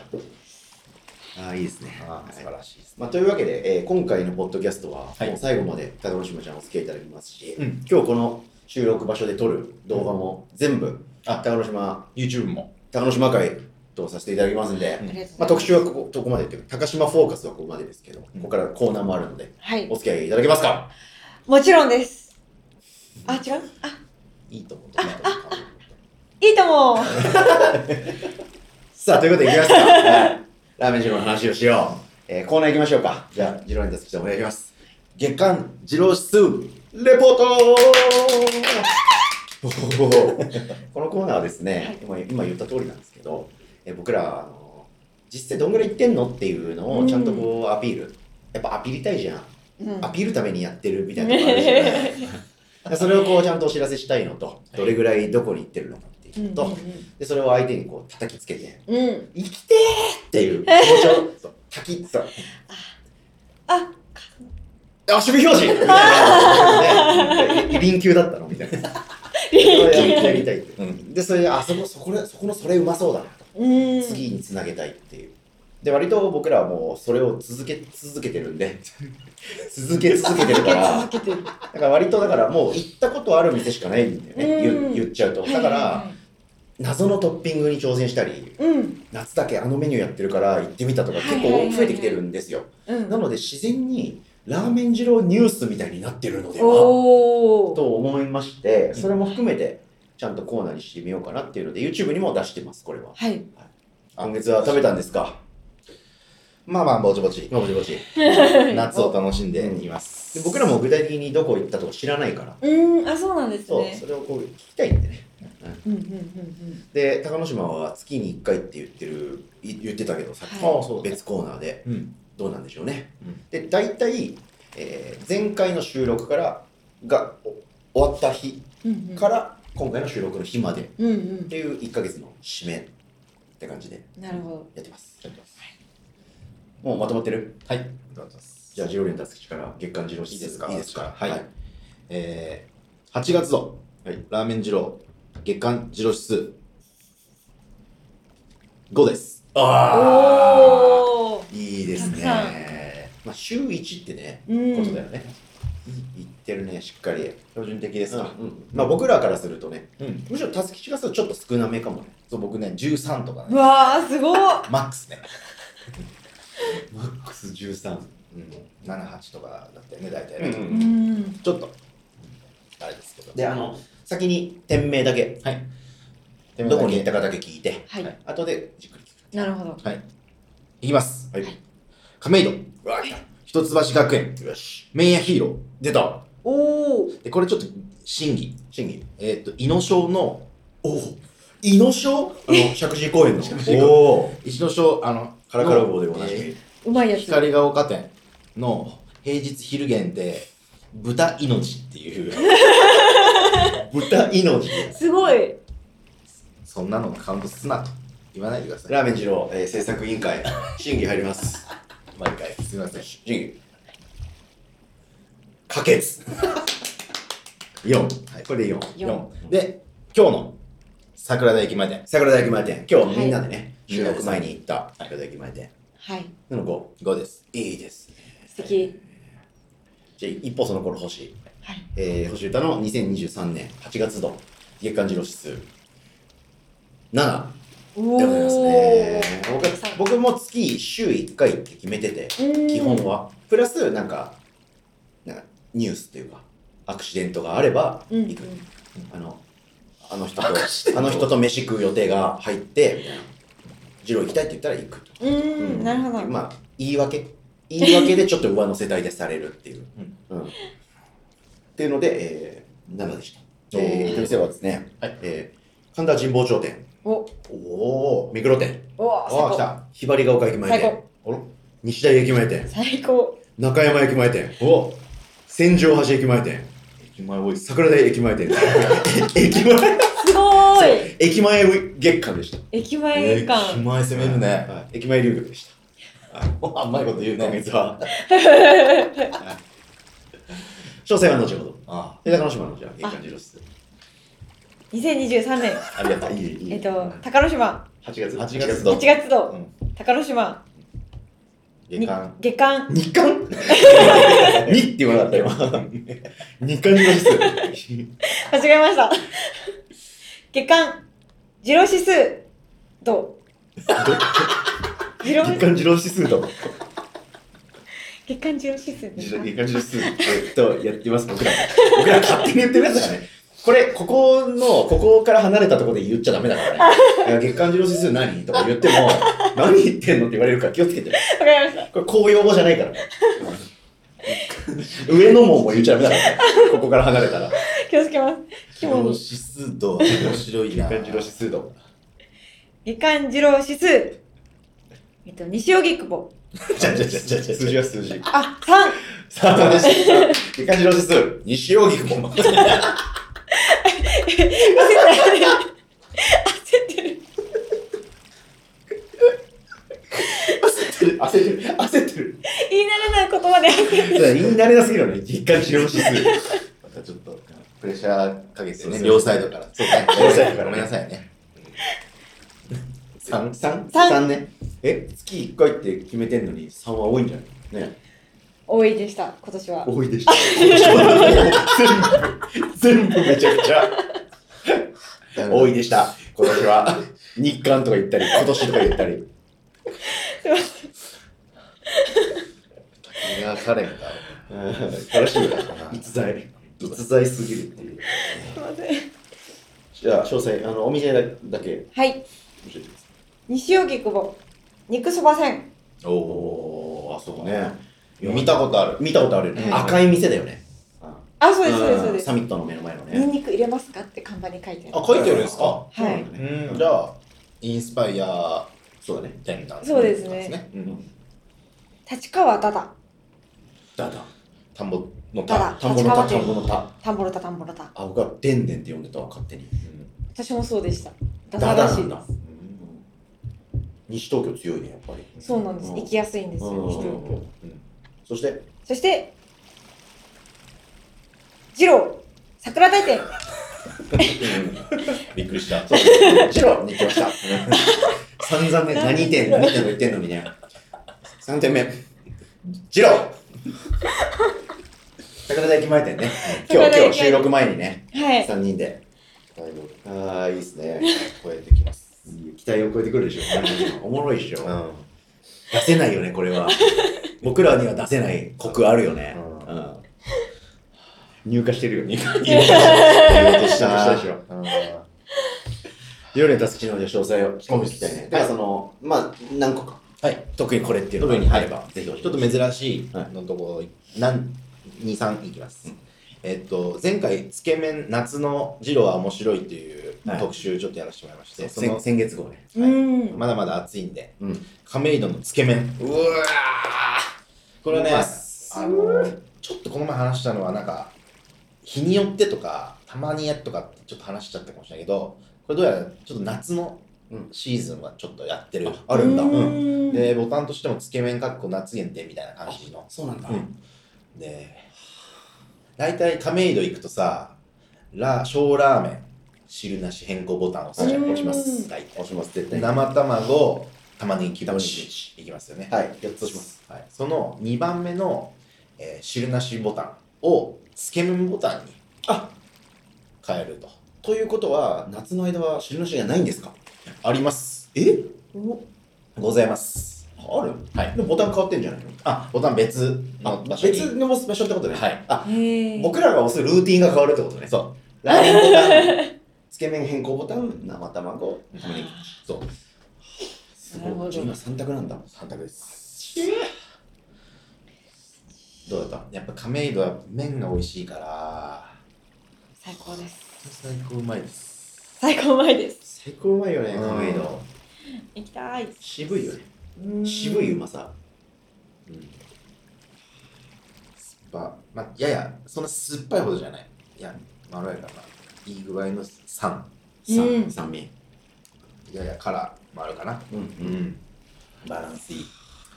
S1: ああいいですね
S2: あ
S1: は
S2: あ
S1: い
S2: 素晴らしいです
S1: まあ、というわけで、えー今回のポッドキャストは、
S2: い
S1: もう最後まで高野島ちゃんお付き合いいただきますし、
S2: うん
S1: 今日この収録場所で撮る動画も全部、
S2: あ
S1: 高野島
S2: YouTube も
S1: 高野島会とさせていただきますんで、
S2: うん
S3: ありがとうございます
S1: まあ、特集はここここまでっていうか高島フォーカスはここまでですけど、
S2: うん
S1: ここからコーナーもあるので
S3: はい
S1: お付き合いいただけますか
S3: もちろんですあ違うあ
S2: いいと思うといいと思う
S3: いいとも
S1: さあということでいきますか、はいラーメン二郎の話をしよう、えーコーナー行きましょうかじゃあ二郎に出す人お願いします
S2: 月間二郎指数
S1: レポート このコーナーはですね、今今言った通りなんですけど、え僕らあの、実際どんぐらい行ってんのっていうのをちゃんとこうアピール、やっぱアピりたいじゃん、
S3: うん
S1: アピールためにやってるみたいなのがあるじゃ ないそれをこうちゃんとお知らせしたいのと、どれぐらいどこに行ってるのかっていうのと、でそれを相手にこう叩きつけて、
S3: うん、うん、
S1: 生きてーっていう気持ちを、そう叩きつけ
S3: あ
S1: あ、守備表示みたいな。臨級だったのみたいな。臨
S3: 級
S1: やりたいって。
S2: うん
S1: で、それで、あそこ、そこらそこのそれうまそうだな。
S3: うん
S1: 次につなげたいっていう。で、割と僕らはもうそれを続け続けてるんで、続け続けてるから、だ
S3: 続けてる
S1: から割とだからもう行ったことある店しかないんだよね、
S3: う
S1: 言
S3: ん
S1: 言っちゃうと。だか
S3: はいはい
S1: ら
S3: は、い
S1: 謎のトッピングに挑戦したり、
S3: うん
S1: 夏だけあのメニューやってるから行ってみたとか結
S3: はいはいはい
S1: 構
S3: はい
S1: 増えてきてるんですよ。
S3: うん
S1: なので自然にラーメン二郎ニュースみたいになってるのでは
S3: おお
S1: と思いましてそれも含めてちゃんとコーナーにしてみようかなっていうので YouTube にも出してますこれは
S3: はい
S1: 今月は食べたんですか
S2: まあまあぼちぼち
S1: まあぼちぼち
S2: 夏を楽しんでいます
S1: で僕らも具体的にどこ行ったとか知らないから
S3: うんあそうなんです
S1: そう
S3: ね
S1: それをこう聞きたいんでね
S3: うんうんうん
S1: で高野島は月に1回って言ってるい言ってたけどさっき
S3: はい
S2: あそうだ
S1: 別コーナーで
S2: うん
S1: どうなんでしょうね
S2: うん
S1: で大体、えー前回の収録からがお終わった日
S3: うんうんうん
S1: から今回の収録の日まで
S3: うんう
S1: っ
S3: ん
S1: ていう1ヶ月の締めって感じで
S3: なるほ
S1: やってます
S2: ありがとうございます
S1: もうまとまってる
S2: はいありがとうございます
S1: じゃあジロリン達から月間ジロ
S2: いいですか
S1: いいですか
S2: はいえー、8月度、
S1: はい
S2: ラーメン二郎月間二郎指数5です
S3: ど
S1: ああ
S3: おお
S1: いいです
S3: たくさん
S1: ねまあ週1ってね
S3: う
S1: こ
S3: ん
S1: とだよね言ってるねしっかり
S2: 標準的で
S1: ですかまあ僕らからするとね
S2: うん、
S1: むしろたすきちがさちょっと少なめかもね
S2: そう僕ね13とか
S3: う
S2: ね
S3: わーすごい
S2: マックスね
S1: マックス13
S2: うん78とかだったよね大体、
S1: うんう
S3: うんん
S2: ちょっとあれですけど
S1: であの先に店名だけ
S2: はい
S1: どこに行ったかだけ聞いて
S3: はい
S2: はい
S1: 後でじっくり聞
S3: なるほど
S2: はいいきます
S1: くはい
S2: 亀戸
S1: うわ来た
S2: 一橋学園
S1: よし
S2: 麺屋ヒーロ
S1: 出た
S3: おお
S2: ーでこれちょっと審議
S1: 審議
S2: えっ、と井野省の
S1: おお井の章あの石神井公園の
S2: 石神井公園
S1: おお
S2: 石野省あの
S1: カラカラ棒でおなじみ、
S2: え
S3: うまい
S2: ー
S3: やつ
S2: 光が丘店の平日昼限定豚命っていう
S1: 豚命
S3: すごい
S2: そんなのカウントすなと言わないでください
S1: ラーメン二郎、えー、制作委員会審議入ります
S2: 毎回すみません
S1: 審議可決。4。これで4。
S3: 四
S1: 四
S2: で、今日の桜田駅まで
S1: 桜田駅前店。今
S3: はい
S1: 日みんなでね、
S2: うん
S1: 収録前に行った桜田駅前店。
S3: はい。
S1: なの5。
S2: 5です。
S1: いいですね。
S3: 素敵。
S1: じゃあ、一歩その頃星。
S3: はい。
S1: えー、星歌の2023年8月度、月間自動指数。7。
S3: お
S1: でございますね。僕
S3: さあ
S1: 僕も月週1回って決めてて、基本
S3: は。
S1: は。プラス、なんか、なんかニュースっていうか、アクシデントがあれば
S3: うんう
S1: 行く。
S3: ん。
S1: あの、あの人
S2: アクシデン
S1: と、
S2: ト
S1: あの人と飯食う予定が入って、みたいな。ジロー行きたいって言ったら行くと。
S3: うーん、なるほど。
S1: まあ、言い訳。言い訳でちょっと上乗せたいでされるっていう。うん。っていうので、えー、7でした。えー、
S2: おー
S1: 店はですね、
S2: はい
S1: えー、神田神保町店、
S3: お、
S2: おー。
S1: 目黒店、
S3: おわ、
S2: あー、
S3: 最
S2: 来た。
S1: ひばりが丘駅前
S3: 最
S1: 店
S3: 高、
S2: おろ
S1: 西大駅前店、
S3: 高。最高。
S1: 中山駅前店、お千条橋駅前店、
S2: 駅前多いっす。
S1: 桜台駅前店、 駅前、
S3: すごーい。
S1: 駅前月間でした。
S3: 駅前
S2: 駅
S3: 感。
S2: 前攻めるね。
S1: はい、駅前留学でした。
S2: あんまりこと言う
S1: 今
S2: ね。
S1: 月は。詳細は後ほど。
S2: あ
S1: で、高野島のじゃあ、月間自動室。
S3: 2023年、
S1: ありがとう。いい、いい。
S3: えっと、高野島、
S1: 8月
S2: 8
S1: 8
S2: 月
S1: 月
S2: ど
S1: 度
S2: う
S3: 8月
S2: あ。う
S3: 度、
S2: ん。
S3: 高野島、
S2: 月間。
S3: 月間、
S1: 日刊日って言わなかった今日刊自 動室
S3: 間違えました。 月間、ジロ指数、度。ジロ
S1: 日刊自動指数と
S3: 月間ジロ指数です
S1: 日
S3: か
S1: 刊自動指数えっとやってます僕ら僕ら勝手に言ってるやつだからねこれここのここから離れたところで言っちゃダメだからねい や月刊自動指数何とか言っても何言ってんのって言われるから気をつけて
S3: わかりました。
S1: これ公用語じゃない からね上の門も言っちゃダメだからねここから離れたら
S3: 気をつけます。
S2: キロシス度面白い
S1: 月
S2: な。
S1: 刊自 動指数と
S3: 月間ジロ指数、えっと、西荻窪、
S2: じゃじゃじゃじゃじゃ
S1: 数字は数字
S3: あ、三。
S1: さあ、どうでした月刊自動指数、西荻窪。
S3: 焦ってる。焦って
S1: 焦って
S3: る。
S1: る、焦ってる。
S3: 言い慣れない言葉で焦ってる。
S1: 言い慣れなすぎるのね、月刊自動指数。
S2: またちょっと、プレッシャーかけて
S1: そう
S2: ね。
S1: そう
S2: 両サイドから。そうね。
S1: 両サイドからね
S2: ごめんなさいね。
S1: 三三
S3: 三
S1: 三ね。え、月1回って決めてんのに3は多いんじゃないね。
S3: 多いでした、今年は。
S1: 多いでした。全部、全部めちゃくちゃ多いで した。今年は。日刊とか言ったり、今年とか言ったり。
S2: いや、カレンか。
S1: 楽しみだな。逸材。逸材すぎるっていう。
S3: すいません。
S1: じゃあ、詳細、あの、お店だだけ
S3: はい。
S1: 教えてください。
S3: 西荻窪、肉そば線。
S1: おお、あ、そうね。
S2: 見たことある。
S1: 見たことあるよね、
S2: うん
S1: 赤い店だよね、
S3: あ、そうです、そうです、そうで
S1: サ
S3: す。
S1: ミットの目の前の
S3: ニン
S1: ね
S3: ニク入れますかって看板に書いてあ
S2: あ
S3: る。
S2: 書いてるんですか
S1: そうなんだね
S2: うん、じゃあ、インスパイア
S1: そうだね
S2: 店なん
S3: そうですね
S1: うん
S3: 立川ただ。
S1: だだ
S2: 田んぼの
S3: た
S2: 田。
S3: だ。
S1: 田んぼ
S3: 立
S1: の
S3: 川
S1: 田田
S3: とい
S1: んぼ
S3: う。
S1: の田
S3: 田んぼの田、田んぼの田。
S1: あ僕はでんでんって呼んでたわ勝手に
S3: 私もそうでした。だ
S1: だ
S3: だ
S1: だ
S3: ら
S1: な
S3: しい
S1: ん
S3: で
S1: だうん西東京強いねやっぱり
S3: す。そうなんです。行きやすいんですよ、
S1: うん
S3: 西東京。
S1: うんそして
S3: そして、二郎、桜大店。
S2: びっくりした。
S1: そうですジローに行きました 散々ね何店何店も言ってんのにね3店目ジロー桜田駅前店ね今日今
S3: 桜田駅前
S1: 日収録前にね
S3: はい。
S1: 三人で。ああ、いいですね。
S2: 超えてきます。
S1: 期待を超えてくるでしょ。おもろいでし
S2: う
S1: ょ。
S2: ん。
S1: 出せないよね、これは。僕らには出せないコクあるよね。
S2: う
S1: うん入荷してるよ、入荷
S2: 言おうとした。
S1: でしょ。
S2: うん
S1: 夜に立つ知能で詳細を
S2: そ
S1: 聞
S2: うで
S1: き
S2: す
S1: たいね。だからその、まあ、何個か。
S2: はい。
S1: 特にこれっていうの
S2: 特に
S1: があれ
S2: 入れば
S1: ば、ぜひ教えて
S2: ちょっと珍しいのとこ、なん2、3いきます。えっと、前回、つけ麺、夏のジロは面白いっていう
S1: はい
S2: 特集ちょっとやらせてもらいまして、
S1: 先
S2: その
S1: 先月号ね。
S3: うーん。
S2: まだまだ暑いんで、
S1: うん
S2: 亀戸のつけ麺。
S1: うわ
S2: これはね、
S1: うまい
S2: あの、ちょっとこの前話したのは、なんか、日によってとか、たまにやとかってちょっと話しちゃったかもしれないけど、これどうやらちょっと夏の
S1: うん
S2: シーズンはちょっとやってる。
S1: あるんだ。
S3: う
S1: うん
S3: ーん
S2: で、ボタンとしてもつけ麺かっこ夏限定みたいな感じの。
S1: そうなんだ
S2: うんで、大体亀戸行くとさラ小ラーメン汁なし変更ボタンを押すじゃん
S3: うん
S2: 押します大体
S1: 押します、絶対。
S2: 生卵玉ねぎキム
S1: 玉ね
S2: チいきますよね
S1: はい、やっと
S2: そう
S1: し
S2: し
S1: ま。
S2: ますす、はい、その2番目の、えー汁なしボタンをつけ麺ボタンに
S1: あ
S2: 変えると
S1: ということは、夏の間は汁なしがないんですか
S2: あります
S1: え
S3: お
S2: ございます
S1: ある
S2: はい
S1: でもボタン変わってんじゃないの
S2: あボタン別
S1: あ
S2: の、場所に
S1: 別の場所ってことね。
S2: はい。
S1: あ、
S3: へえ
S1: 僕らが押すルーティンが変わるってことね。
S2: そ
S1: ラーメンボタン、つけ麺変更ボタン、生卵、玉ねぎ。
S2: そう
S1: す
S3: なるほ
S1: ご
S3: ど
S1: い。じゃあ今3択なんだ。
S2: 三択ですどうだったやっぱ亀戸は麺が美味しいから
S3: 最高です
S2: 最高うまいです
S3: 最高前です
S1: 最高うまいよね、
S2: うん
S1: 亀戸。
S3: 行きたい
S1: 渋いよね。渋
S3: 渋
S1: いうまさ。
S2: やっぱまあややそんな酸っぱいほどじゃないいやまろやかないい具合の酸
S1: 酸
S3: うん
S1: 酸味。
S2: ややからもあるかな
S1: うん
S2: ん
S1: バランスいい。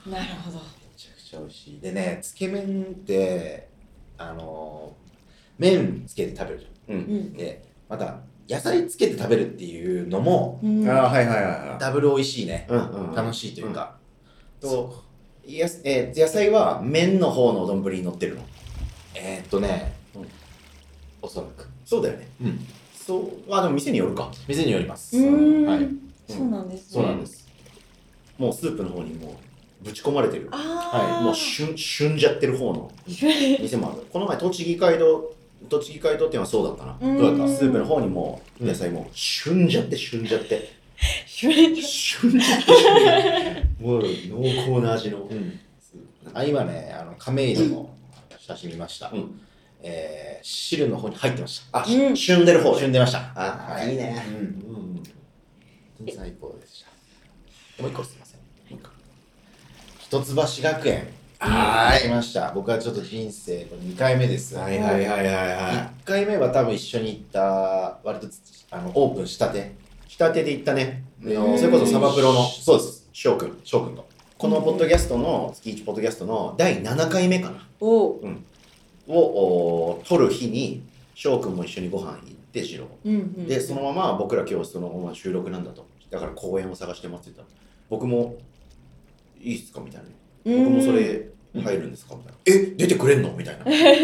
S1: め
S3: なるほど
S1: ちゃくちゃ美味しい。
S2: でねつけ麺ってあのー麺つけて食べるじゃ
S1: う。
S3: うん
S2: ん
S3: ん
S2: でまた野菜つけて食べるっていうのも
S3: うん
S1: ああ、はいはいはいはい。
S2: ダブル美味しいね
S1: うんうん、
S2: 楽しいというか、
S1: といや、えー野菜は麺の方の丼に乗ってるの
S2: えー、っとね、
S1: うん
S2: おそらく、
S1: そうだよね
S2: うん、
S1: そうあでも店によるか
S2: 店によります、
S3: うーん
S2: はい、
S3: そうなんです
S1: そう
S3: ね
S1: なんですもうスープの方にもうぶち込まれてる
S3: ああ
S1: もうしゅんしゅんじゃってる方の店もあるこの前栃木街道栃木街道店はそうだったな
S3: うん
S1: どうだったスープの方にも
S2: うん
S1: 野菜もうしゅんじゃってしゅんじゃってしゅんじゃってもう濃厚な味の
S2: うん、あ今ねあの亀戸の写真見ました、
S1: うん
S2: えー汁の方に入ってました
S1: あ
S3: うん
S1: しゅんでる方
S2: 旬出ました
S1: あ
S2: はい
S1: いね
S2: うん
S1: うん
S2: 本当に最高でしたもう一個すいませんもう一個一橋学園
S1: は
S2: 来ました僕はちょっと人生これ2回目です、
S1: はいはいはいはいは
S2: 1回目は多分一緒に行った割とつあのオープンしたて
S1: い下手で行ったね
S2: の
S1: それこそサバプロの
S2: そうです
S1: 翔くん
S2: 翔くんと
S1: このポッドキャストの、月1ポッドキャストの第7回目かな、
S3: おう
S1: をおー撮る日に、翔くんも一緒にご飯行って、しろ。
S3: うんうん
S1: で、そのまま僕ら今日そのまま収録なんだと。だから公演を探してますって言ったら、僕も、いいっすかみたいなね。僕もそれ入るんですかみたいな。え、出てくれんのみたい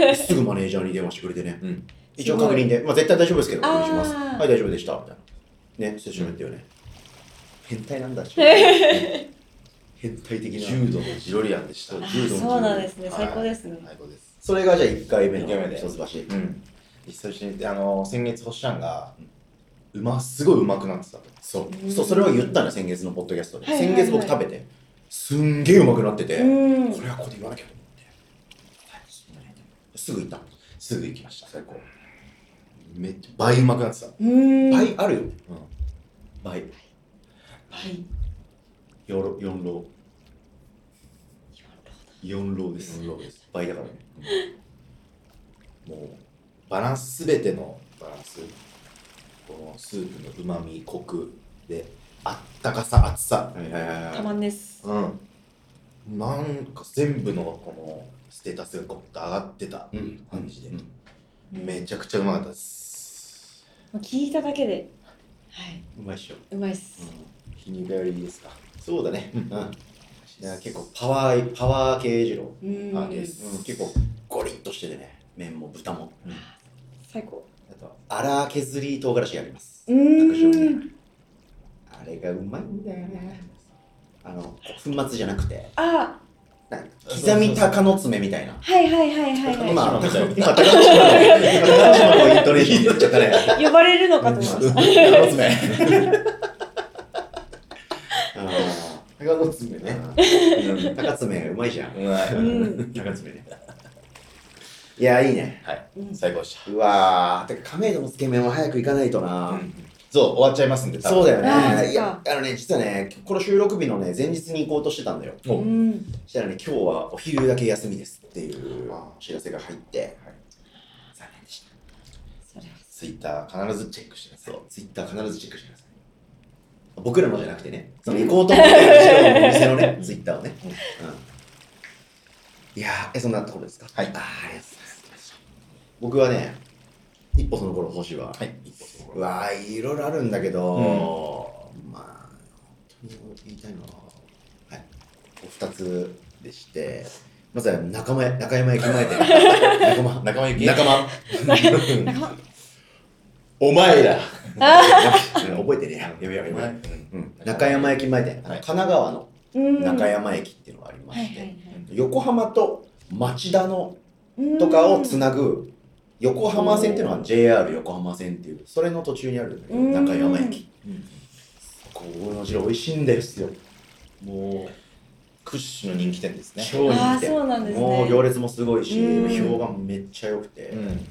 S1: な。すぐマネージャーに電話してくれてね。
S2: うん
S1: 一応確認で、まあ絶対大丈夫ですけど、お
S3: あー
S1: 願いします。はい、大丈夫でした。みたいな。ね、そして喋ってよね。変態なんだ、翔くん変態的な。
S2: 柔道のジロリアンでした
S1: そう
S3: あ
S1: 柔道の
S3: ーそうなんですね
S2: はい
S3: 最高ですね
S2: 最高です
S1: それがじゃあ1回目の
S2: 一回目で
S1: 一橋。
S2: うん久しぶりにあの先月星ちゃんがうますごいうまくなってたと
S1: そうう、
S3: ん
S1: そう、それを言ったのよ先月のポッドキャストで。
S3: はいはいは
S1: 先
S3: い
S1: 月僕食べて、すんげえうまくなってて、
S3: うん
S1: これはここで言わなきゃと思って。すぐ行った。
S2: すぐ行きました
S1: 最高。
S2: めっちゃ倍うまくなってた、
S3: うん
S1: 倍あるよね。倍。
S3: はい
S1: 四浪。四浪四浪です。
S2: 四郎です
S1: 倍だからね。
S2: もうバランスすべてのバランスこのスープのうまみコクであったかさ熱さ
S1: はいはいはい
S3: た
S1: は
S3: まんです
S2: うんなんか全部のこのステータスがゴッと上がってた
S1: い。うん
S2: 感じで、
S1: うん
S2: めちゃくちゃうまかったです
S3: もう聞いただけではい、
S1: うまいっしょ。
S3: うまいっす
S2: 日にベリーですか
S1: そうだね。
S2: うん
S1: うん。いや、結構パワー、パワー系二郎。
S3: うん
S2: あです
S1: うん結構ゴリッとしててね。麺も豚も。
S3: 最高
S1: あと、粗削り唐辛子があります。
S3: う
S1: 白
S3: ん
S1: あれがうまいんだよね。あの、粉末じゃなくて、
S3: あ
S1: なんか刻み鷹の爪みたいな。
S3: はいはいはいはいはい
S1: 今、
S2: 鷹の
S1: 鷹
S2: 爪
S1: 今、鷹の爪の、鷹の爪のイントネーションになっちゃったね。
S3: 呼ばれるのかと思いました。
S1: 鷹の爪。 あ
S2: 長野爪ね
S1: ーうん鷹爪うまいじゃん。
S2: うま
S3: う
S2: い、
S3: ん。
S1: 鷹爪ね。いや、いいね。
S2: はい
S3: うん
S2: 最高でした、
S1: うわー、てか亀戸のつけ麺は早く行かないとな。
S2: そう終わっちゃいますんで多分
S1: そうだよ
S3: あー
S1: ね。いや、あのね、実はね、この収録日のね、前日に行こうとしてたんだよ。
S3: う
S2: お
S3: ん。
S1: したらね、今日はお昼だけ休みですっていう知らせが入って、残念でした。
S3: それは
S2: ツイッター必ずチェックしてください
S1: そう、ツイッター必ずチェックしてください。僕らのじゃなくてね、その行こうと思ってるお店の ね、ツイッターをね。うんいやー、えそんなところですか
S2: はい
S1: あーありがとうございます。僕はね、一歩その頃星は、
S2: はい。
S1: うわーいろいろあるんだけど、まあ、本当に言いたいのは、はい、2つでして、まずは仲間や中山駅前 店。仲間、
S2: 仲間由紀
S1: 仲間。
S3: 仲間
S1: お前ら
S3: あ
S1: 覚えてねえや。やめやめやめ
S2: はい
S1: うん中山駅前店、あの
S2: はい
S1: 神奈川の
S3: ー
S1: 中山駅っていうのがありま
S3: はい
S1: し
S3: はい
S1: て、
S3: はい
S1: 横浜と町田の
S3: うん
S1: とかをつなぐ横浜線っていうのは JR 横浜線っていうそれの途中にあるんだけど
S3: うん
S1: 中山駅
S2: うん
S1: ここの汁美味しいんですよも
S2: 屈指の人気店です
S1: う
S2: ね。
S1: 超人
S3: あ
S1: 気
S3: ー
S1: 店
S3: そうなんですね
S1: もう行列もすごいし
S3: うん
S1: 評判めっちゃ良くて
S2: うん。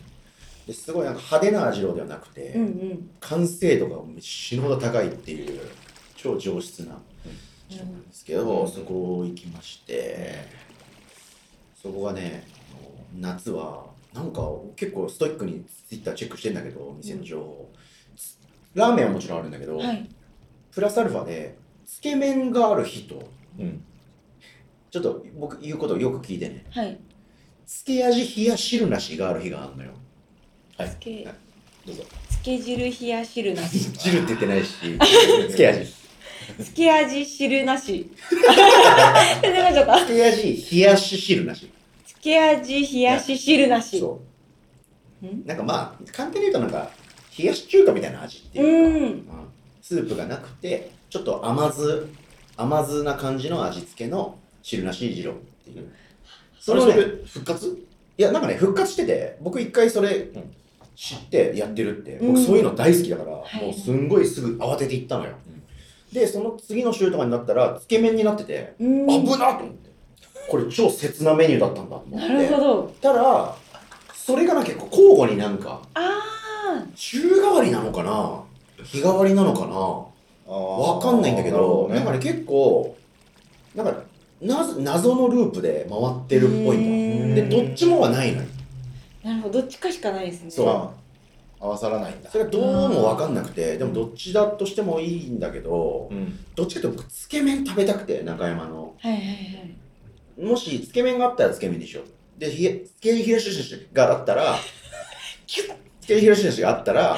S1: ですごいなんか派手な味郎ではなくて
S3: うんうん
S1: 完成度が死ぬほど高いっていう超上質な人なんですけど、
S2: うん
S1: そこ行きましてそこがねあの夏はなんか結構ストイックにツイッターチェックしてんだけど店の情報、ラーメンはもちろんあるんだけど、
S3: はい
S1: プラスアルファでつけ麺がある日と
S2: うん。
S1: ちょっと僕言うことをよく聞いてね
S3: はい
S1: つけ味冷や汁なしがある日があ るのよ
S3: つけ
S2: どうぞ。
S3: つけ汁冷や汁なし
S1: 汁って言ってないし つけ
S2: つけ
S1: 味
S2: 味
S1: つ
S3: つけ味汁 なし 出てこなかった
S1: け味冷やし汁なし
S3: つけ味冷やし汁なし
S1: そう
S3: うん
S1: なんかまあ簡単に言うとなんか冷やし中華みたいな味っていうか、
S3: うん
S1: うんスープがなくてちょっと甘酢甘酢な感じの味付けの汁なし二郎っていうそ
S2: それ
S1: れ
S2: そ
S1: ね
S2: れ復活
S1: いやなんかね復活してて僕一回それ
S2: ん
S1: 知ってやってるって、
S3: うん
S1: 僕そういうの大好きだから、
S3: はい
S1: もうすんごいすぐ慌てて行ったのよ、
S2: うん
S1: でその次の週とかになったらつけ麺になってて
S3: うん
S1: 危なっと思ってこれ超切なメニューだったんだと思って
S3: なるほど
S1: たらそれがな結構交互になんか
S3: あ
S1: 週替わりなのかな日替わりなのかなわ
S2: わ
S1: かんないんだけど
S2: ね、
S1: なんかね結構なんかなぜ謎のループで回ってるっぽいんだ
S3: う
S1: で
S3: ん
S1: どっちもはないのよ
S3: あなるほどどっちかしかないですね
S1: そう
S2: まあ合わさらないんだ
S1: そ。れがどうもわかんなくてでもどっちだとしてもいいんだけど
S2: うん。
S1: どっちかというと僕つけ麺食べたくて中山の
S3: はいはいはい
S1: もしつけ麺があったらつけ麺でしょでひえつけ冷やし寿司があったらキュッつけ冷やし寿司があったら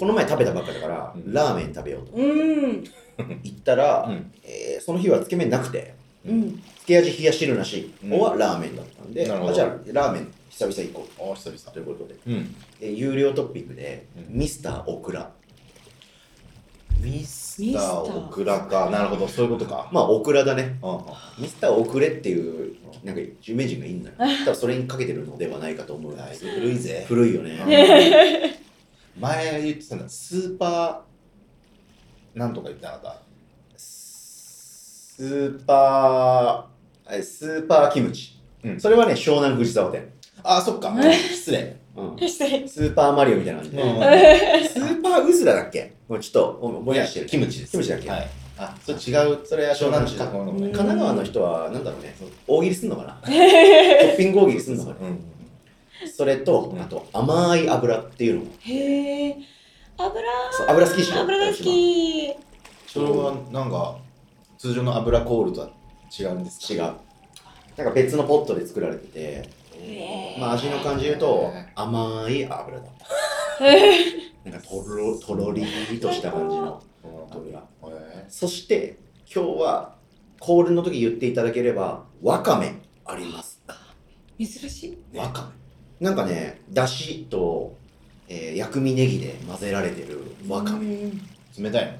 S1: この前食べたばっかだから
S2: うん
S1: ラーメン食べようと
S3: うん
S1: 言ったら、
S2: うん
S1: えーその日はつけ麺なくて
S3: うん
S1: つけ味冷や汁なし
S2: うん
S1: のはラーメンだったんで、
S2: なるほど
S1: あじゃあラーメン久々行こ
S2: あー、久
S1: うということで
S2: 々。うん。
S1: で有料トッピングで、
S2: うん
S1: ミスターオクラ
S2: ミス
S3: ミス
S2: タ
S3: タ
S2: ー
S3: ー
S2: オクラか。なるほど、そういうことか。
S1: まあオクラだね
S2: うんうん
S1: ミスターオクレっていうなんか有名人がい んのよ多分それにかけてるのではないかと思うん
S2: だ
S1: で
S2: い
S1: す
S2: ぶ古いぜ。
S1: 古いよ
S2: う
S1: ね
S2: ん前言ってたんだ、スーパー、なんとか言ってなかった。
S1: スーパーえスーパーキムチ、
S2: うん
S1: それはね湘南藤沢店、
S2: あー、そっか。
S3: うん
S2: 失礼。
S1: うん
S3: 失礼
S1: スーパーマリオみたいな感じで、
S2: うん
S1: スーパーウズラだっけもうちょっとおぼんやりしてる
S2: キムチです。
S1: キムチだっけ、
S2: はい。あ、それ違う。それは湘南地区の
S3: うん
S1: 神奈川の人はなんだろうね
S2: そう
S1: 大喜利すんのか なトッピング大喜利すんのか
S2: うん
S1: なそれと
S2: うん
S1: あと甘い油っていうのも
S3: へえ油
S1: そう油好きでしょ
S3: 油大好き
S2: それはなんか通常の油コールとは違うんですか
S1: 違うなんか別のポットで作られてて
S3: へー
S1: まあ味の感じで言うと
S2: へ
S1: 甘い油だったなんかとろとろりーとした感じの油
S2: え
S1: そして今日はコールの時言っていただければわかめあります
S3: 珍しい
S1: わかめなんかねだしと、えー薬味ネギで混ぜられてるわかめ
S3: うん
S2: 冷たい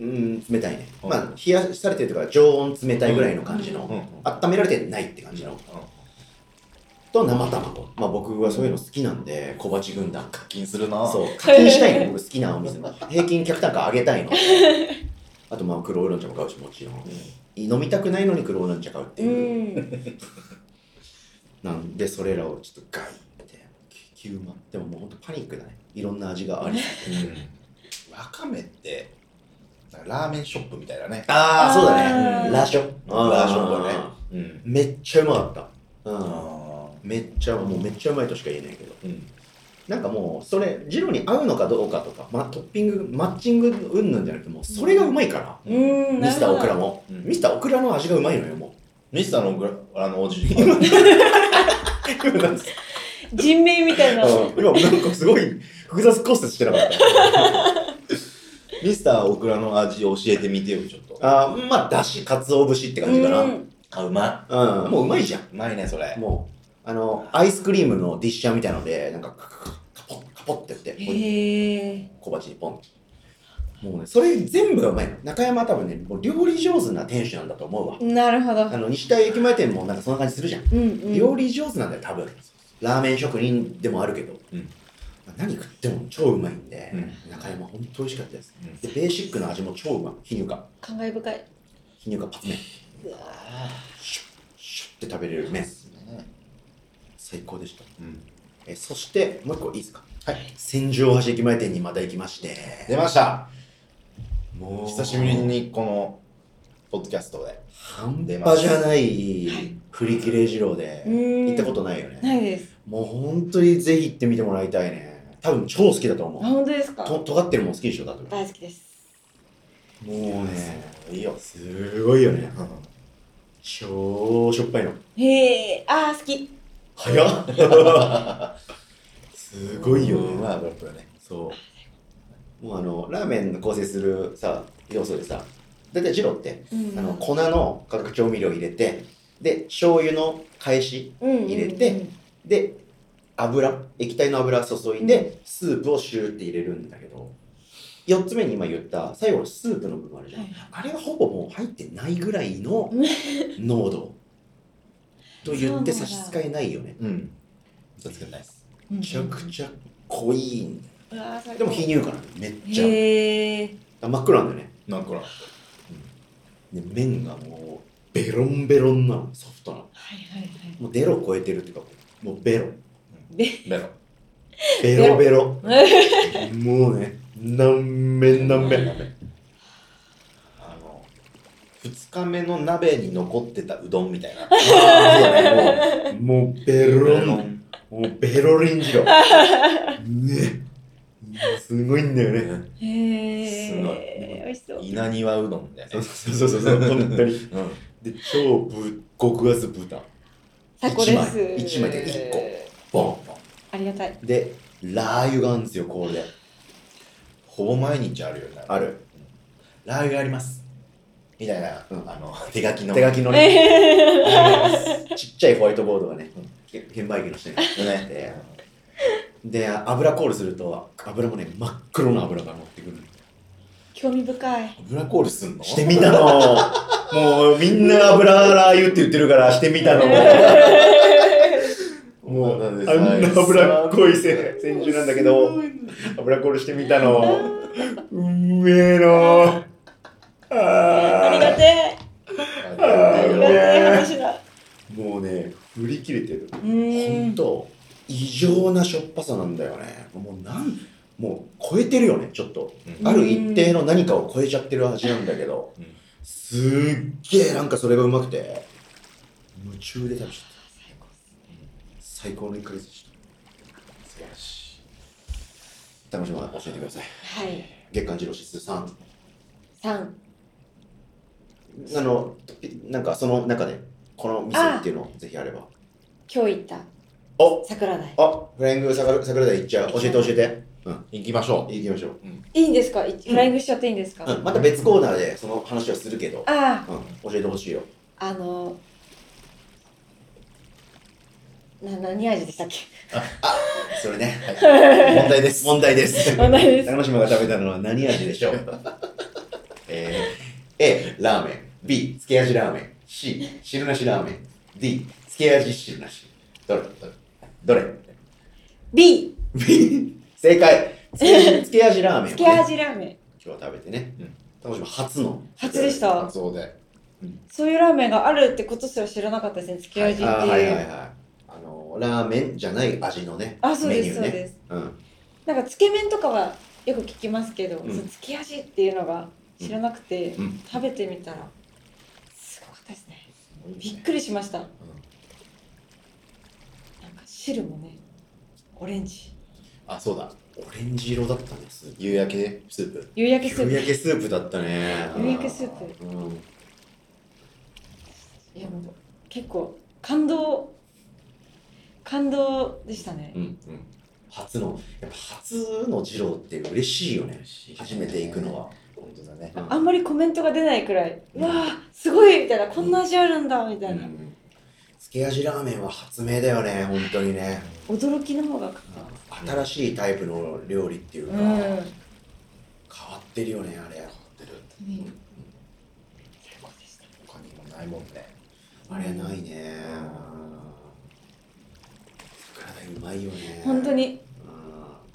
S1: うん冷たいね
S2: うん
S1: まあ冷やされてるとか常温冷たいぐらいの感じ
S2: の、うん
S1: の
S2: うん
S1: 温められてないって感じのと生卵まあ僕はそういうの好きなんで小鉢軍団
S2: 課金するな
S1: そう課金したいの僕好きなお店の平均客単価上げたいのあとまあ黒ウーロン茶も買うしもちろん飲みたくないのに黒ウーロン茶買うって
S3: う
S1: いう、
S3: ん
S1: なんでそれらをちょっとガイって9万でももうほんとパニックだねいろんな味があり
S2: うんわかめってなんかラーメンショップみたいだね
S1: ああそうだ
S3: あ
S1: ね
S3: ー
S1: ラーショ
S2: あー
S1: ラーションだね
S2: うん
S1: めっちゃうまかったう
S2: あ
S1: んめっちゃもうめっちゃうまいとしか言えないけど
S2: ーうん
S1: なんかもうそれジロに合うのかどうかとか、まあ、トッピングマッチングうんぬんじゃなくてもうそれがうまいから、
S3: うん
S1: ミスターオ
S3: な
S1: ク
S3: る
S1: ラ
S3: ほど
S1: も、
S2: うん
S1: ミスターオクラの 味がうまいのよも
S2: ミスターのグラあのおじ
S1: う
S3: 人名みたいな。
S1: うん今なんかすごい複雑骨折してなかった。
S2: ミスターオクラの味教えてみてよ、ちょっと。
S1: あーまあ、だし、かつお節って感じかな。
S3: うん
S2: あ、うま
S1: うん。もううまいじゃ
S2: い。うまいね、それ
S1: ん。。もう、あの、アイスクリームのディッシャーみたいので、なんか、カポッ、カポッってやって、
S3: へえ。
S1: 小鉢にポン。もうね、それ全部がうまいの。中山は多分ね、もう料理上手な店主なんだと思うわ。
S3: なるほど
S1: あ。の、西田駅前店もなんかそんな感じするじゃん。
S3: うんうん。
S1: 料理上手なんだよ、多分。ラーメン職人でもあるけど。
S2: うん
S1: 何食っても超うまいんで、
S2: うん
S1: 中山ほんと美味しかったです。
S2: うん
S1: で、ベーシックな味も超うまい。皮乳化。
S3: 感慨深い。
S1: 皮乳化パツ麺。
S3: うわ
S1: シュッ、シュッって食べれる麺。最高でした。
S2: うん
S1: えそして、もう一個いいですか
S2: はい。
S1: 千住大橋駅前店にまた行きまして。
S2: 出ました。
S1: も
S2: 久しぶり。にこの、ポッドキャストで。
S1: 半端じゃない、振り切れ二郎で、
S3: うーん
S1: 行ったことないよね。
S3: ないです。
S1: もう本当にぜひ行ってみてもらいたいね。多分超好きだと
S3: あ、
S1: 思う。
S3: 本当ですか。
S1: と尖ってるもん好きでしょ、だって。
S3: 大好きです。
S1: もうね、
S2: いいよ。
S1: すごいよね。超しょっぱいの。
S3: へえ。あー、好き。
S1: 早っ すごいよ
S2: うん
S1: ね。
S2: まあ、これね。
S1: そう。もうあの、ラーメンの構成するさ、要素でさ、だいたいジロって、
S3: うん
S1: あの、粉の化学調味料入れて、で、醤油の返し、
S3: 入
S1: 入れて。で、油、液体の油注いで、スープをシューって入れるんだけど、4つ目に今言った、最後のスープの部分あるじゃん。
S3: はい
S1: あれはほぼもう入ってないぐらいの
S3: うん
S1: 濃度。と言って
S3: そうなんだ
S1: 差し支えないよね。
S2: うん。嘘つけないです。
S3: め
S1: めちゃくちゃ濃いんだよ
S3: ゃ。うわー最高
S1: でも非乳化なんだよ、めっちゃ。
S3: へえ。
S1: あ真っ黒なんだよね。
S2: なんかほら、
S1: で麺がもうベロンベロンなのソフトなの
S3: はいはいはい。
S1: もうデロ超えてるっていうかもうベロ
S3: で、
S2: ベロ。
S1: ベロベ ロもうね何面何面
S2: あの、二日目の鍋に残ってたうどんみたいな。
S1: もうベロンもうベロリンジロねすごいんだよね
S3: へえ。
S2: すごい
S3: 美味しそう。
S2: 稲庭うどんだよね
S1: そう。そうそうそう本当に
S2: うん。
S1: で超ぶ極厚豚
S3: 最高です。
S1: 一枚一枚で一ボ
S3: ありがたい。
S1: ンでラー油があるんですよこれで
S2: ほぼ毎日あるよね。
S1: ある
S2: ラー油があります。みたいな、
S1: うん
S2: あの、手書き の。
S1: 手書きのねちっちゃいホワイトボードがね
S2: うん
S1: 券売機の下に
S2: きのね。
S1: でで油コールすると油もね真っ黒な油が乗ってくる
S3: 興味 深い。
S2: 油コールすんの
S1: してみたのもうみんな油ラー油って言ってるからしてみた のもうあ
S2: なん
S1: ん
S2: です
S1: な油っこいせ千住なんだけど油コールしてみたのうめえの
S3: ありが
S1: あー
S3: てえ。あ
S1: ー
S3: り
S1: うめ
S3: がて
S1: え
S3: え話だ。
S1: もうね振り切れてる
S3: うー
S1: 本
S3: ん。
S1: 当異常なしょっぱさなんだよねもうなんもう超えてるよねちょっと、
S2: うん
S1: ある一定の何かを超えちゃってる味なんだけど、
S2: うん
S1: すっげえなんかそれがうまくて夢中で食べちゃった最高の1ヶ月でし
S2: 素晴らしい。
S1: た楽しみ教えてください
S3: はい。
S1: 月刊二郎指数3
S3: 三。
S1: あのなんかその中でこの店っていうのぜひあれば
S3: 今日行った
S1: お
S3: 桜台。
S1: あフライング桜桜台行っちゃう教えて教えて
S2: 行きましょう。
S1: 行きましょう、
S3: いいんですか？いフライングしちゃっていいんですか？
S1: うん、また別コーナーでその話はするけど、
S3: あ
S1: うん、教えてほしいよ
S3: あ、あの。な何味でしたっけ？
S1: それね、
S2: 問題です。
S1: 問題です。
S3: 問題です
S1: 長島が食べたのは何味でしょ うえー A、ラーメン。B、漬け味ラーメン。C、汁なしラーメン。D、漬け味汁なし。どれどれど
S3: B。
S1: れ ?B、正解。漬け 味漬け味ラーメンをね、
S3: 付け味ラーメン。
S1: 今日は食べてね
S2: うん。
S1: 長島初の。
S3: 初でした。
S2: そうで。
S3: そういうラーメンがあるってことすら知らなかったですね。付け味っていう。
S1: あーはいはいはい。あのー、ラーメンじゃない味のね、
S3: あそう
S1: メ
S3: で
S1: ニュ
S3: す、
S1: ー
S3: そ
S1: ね。
S3: うです。
S1: うん。
S3: なんかつけ麺とかはよく聞きますけど、
S1: うん
S3: そのつけ味っていうのが知らなくて、
S1: うん
S3: 食べてみたらすごかったですね。びっくりしました。なんか汁もね、オレンジ、
S2: あ、そうだ。
S1: オレンジ色だったね、す
S2: 夕焼けスープ。
S3: 夕焼けス
S1: 夕
S3: ー
S1: 焼けスープだったね。
S3: プ、夕焼けスープ。
S1: うん。
S3: いやもう結構感動感動でしたね
S2: う。ん
S1: 初の、やっぱ初の二郎って嬉しいよね。初めて行くのは。
S2: 本当だね
S1: うん
S3: あんまりコメントが出ないくらい、
S1: う
S3: うんわあすごいみたいな、こんな味あるんだみた
S1: う
S3: いな、
S1: んつけ味ラーメンは発明だよね、本当にね。
S3: 驚きの方がか
S1: うん新しいタイプの料理っていう
S3: う
S1: か、
S3: ん、
S1: 変わってるよね、あれ。
S3: 最高でした。
S2: 他にもないもんね
S1: あれないね。桜鯛うまいよね。
S3: 本当に
S1: うん。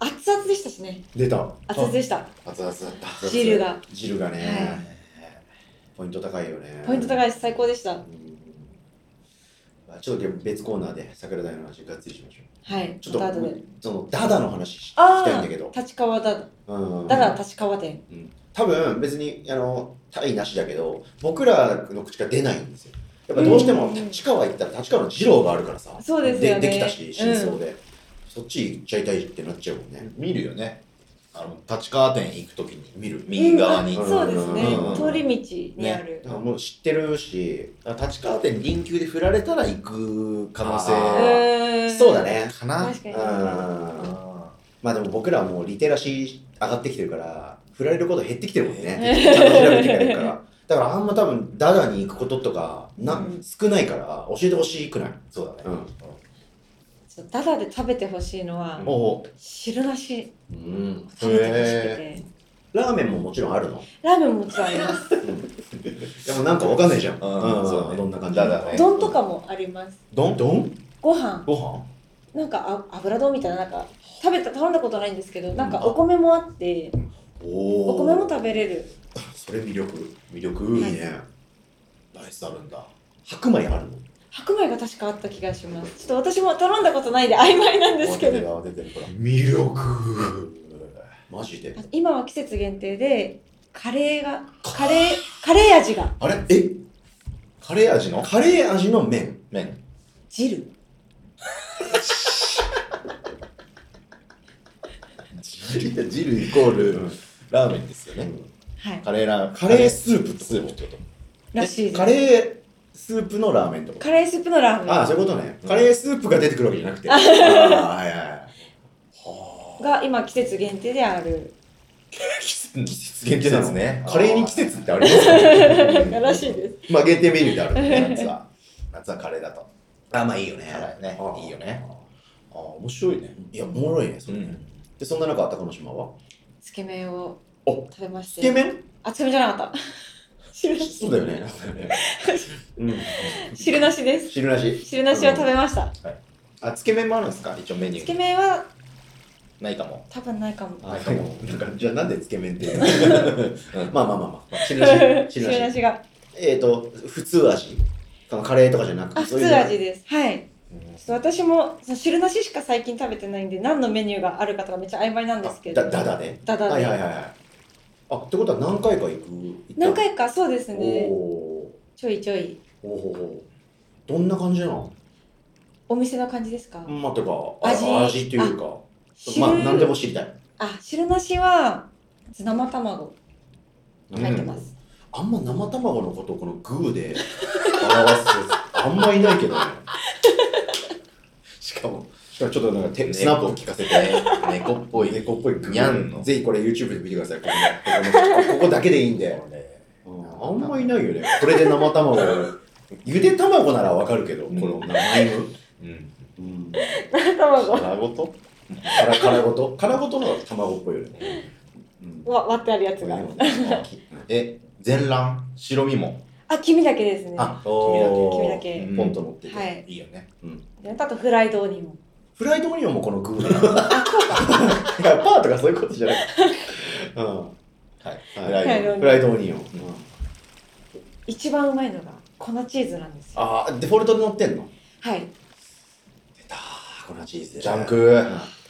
S3: 熱々でしたしね、
S1: 出た。
S3: 熱々でした。
S1: 熱々だった。
S3: 汁が
S1: 汁がね、
S3: は
S1: ポイント高いよね。
S3: ポイント高いです、最高でした。
S1: うんちょっと別コーナーで桜鯛の話がっつりしましょ
S3: はい、
S1: う。ちょっ
S3: また
S1: と
S3: 後で。
S1: そのダダの話し
S3: あ
S1: たいん
S3: あ
S1: だけど、、
S3: 立川だ、
S1: うん
S3: だから立川店。
S1: 多分別にあのタイなしだけど、僕らの口が出ないんですよ。やっぱどうしても
S3: うん
S1: 立川行ったら立川の二郎があるからさ、
S3: そうですよね
S1: でできたし真相
S3: うん
S1: で、そっち行っちゃいたいってなっちゃうもんね。
S2: 見るよねあの立川店行くときに見る
S3: うん
S2: 右側に
S1: うん
S3: そうですね
S1: うんうんうん、
S3: 通り道にある
S1: だ。からもう知ってるし、
S2: だから立川店臨級で振られたら行く可能
S1: あ
S3: う
S1: ー
S2: 性
S3: ーん
S1: そうだ。ね。
S2: かな
S3: 確か
S1: う
S3: に
S1: ん。まあでも僕らはもうリテラシー上がってきてるから振られること減ってきてるもんねちゃんと調べてきてるからだからあんま多分ダダに行くこととかな、
S3: うん
S1: 少ないから教えてほしくない
S2: そうだね、
S1: うん
S3: ちょっとダダで食べてほしいのは、
S1: おう
S3: 汁なし
S1: うん
S3: 食べてほしく
S2: へ
S3: て。
S1: ラーメンももちろんあるの
S3: ラーメンももちろんあります。
S1: でもなんかわかんないじゃん、
S2: うんそうだね
S1: どんな感じ
S2: ダダね
S3: 丼とかもあります。
S1: 丼丼
S3: ご飯、
S1: ご飯
S3: なんかあ油丼みたいな、なんか食べた、頼んだことないんですけど、なんかお米もあって、
S1: お
S3: お米も食べれる。
S1: それ魅力魅力い
S3: はい
S1: いね
S2: ライスあるんだ
S1: 白米あるの
S3: 白米が確かあった気がします。ちょっと私も頼んだことないんで曖昧なんですけど。
S2: ど出てるほら
S1: 魅力マジで
S3: あ今は季節限定で、カレーが、カレー、カレー味が、
S1: あれえ
S2: カレー味の
S1: カレー味の麺
S2: 麺
S3: 汁。
S2: 汁イコールラーメンですよね、
S3: はい。
S2: カレーラー
S1: カレースープって
S2: スープ
S1: こ
S2: ってこと
S3: らしいです。
S1: カレースープのラーメンってこと
S3: カレースープのラーメ
S1: ああそういうことね、カレースープが出てくるわけじゃなくてああはいはいはい
S3: ンが今季節限定である。
S2: 季節
S1: 限定なの
S2: ね
S1: カレーに季節ってありますよね
S3: らしいです。
S1: まあ限定メニューであるね
S2: 夏は夏はカレーだと
S1: あまあいいよね
S2: 辛いね
S1: ああ
S2: いいよね
S1: ああ面白いねいやおもろいねそれね、
S2: うん
S1: でそんな中高の島は
S3: つけ麺を
S1: お
S3: 食べまし
S1: つ
S3: て。
S1: け麺
S3: あ、つけ麺じゃなかった。汁なし
S1: そうだよ ねうん
S3: 汁なしです。
S1: 汁なし
S3: 汁なしを食べました。
S2: あつけ麺もあるんですか一応メニ
S3: つ
S2: ュ
S3: け
S2: ー
S3: 麺は
S2: ないかも
S3: 多分ないかも。
S1: あかも なんかじゃあなんでつけ麺っていうの
S2: う ん
S1: まあまあまあまあ 汁 なし汁
S3: 汁
S1: なし
S3: なしが。
S1: えっ、と、普通味。そのカレーとかじゃなくて、
S3: あ、普
S1: そういう
S3: 通
S1: の
S3: 味です。はい。
S1: うん
S3: ちょっと私もその汁なししか最近食べてないんで、何のメニューがあるかとかめっちゃ曖昧なんですけど。
S1: あだだだね。
S3: だだ
S1: はいはいはい
S3: で。
S1: はい。あ、ってことは何回か行く行った
S3: 何回かそうですね。
S1: お
S3: ちょいちょい。
S1: ーおーどんな感じなの
S3: お店の感じですか。
S1: まあ、てか、あ
S3: 味
S1: 味っていうか、
S3: 汁
S1: まあ、何でも知りたい。
S3: あ、汁なしは生卵入ってます。
S1: あんま生卵のことをこのグーで表すあんまいないけ どね。しかも、しかもちょっとなんか手スナップを聞かせて、
S2: 猫っぽい
S1: 猫っぽいグー
S2: にゃんの
S1: ぜひこれ YouTube で見てください。こ このここだけでいいんで。あんまいないよね。これで生 卵。ゆで卵ならわかるけど、
S2: うん
S1: このマイム。
S2: うん
S1: うん。
S3: 生卵。
S2: 殻ごと
S1: 殻殻ごと殻ごとの卵っぽいよね。うん。
S3: わ割ってあるやつ
S1: こ
S3: が
S1: れ。ね
S2: え全卵白身も
S3: あ、黄身だけですね。は
S1: あ、お
S3: 黄身
S1: ー
S3: だけ黄
S2: 身だけ
S1: ポンと乗ってて。
S3: い。
S2: いいよね
S3: であとフライドオニオン。
S1: フライドオニオンもこのグー なの。いや、パーとかそういうことじゃなくて。うん。は
S2: はい
S1: い
S2: フラ
S3: オ
S2: イド
S3: ニオン
S1: フライドオニオン。うん
S3: 一番うまいのが粉チーズなんですよ。
S1: あー、デフォルトで乗ってんの
S3: はい。
S1: 出たー、粉チーズ。
S2: ジャン。ク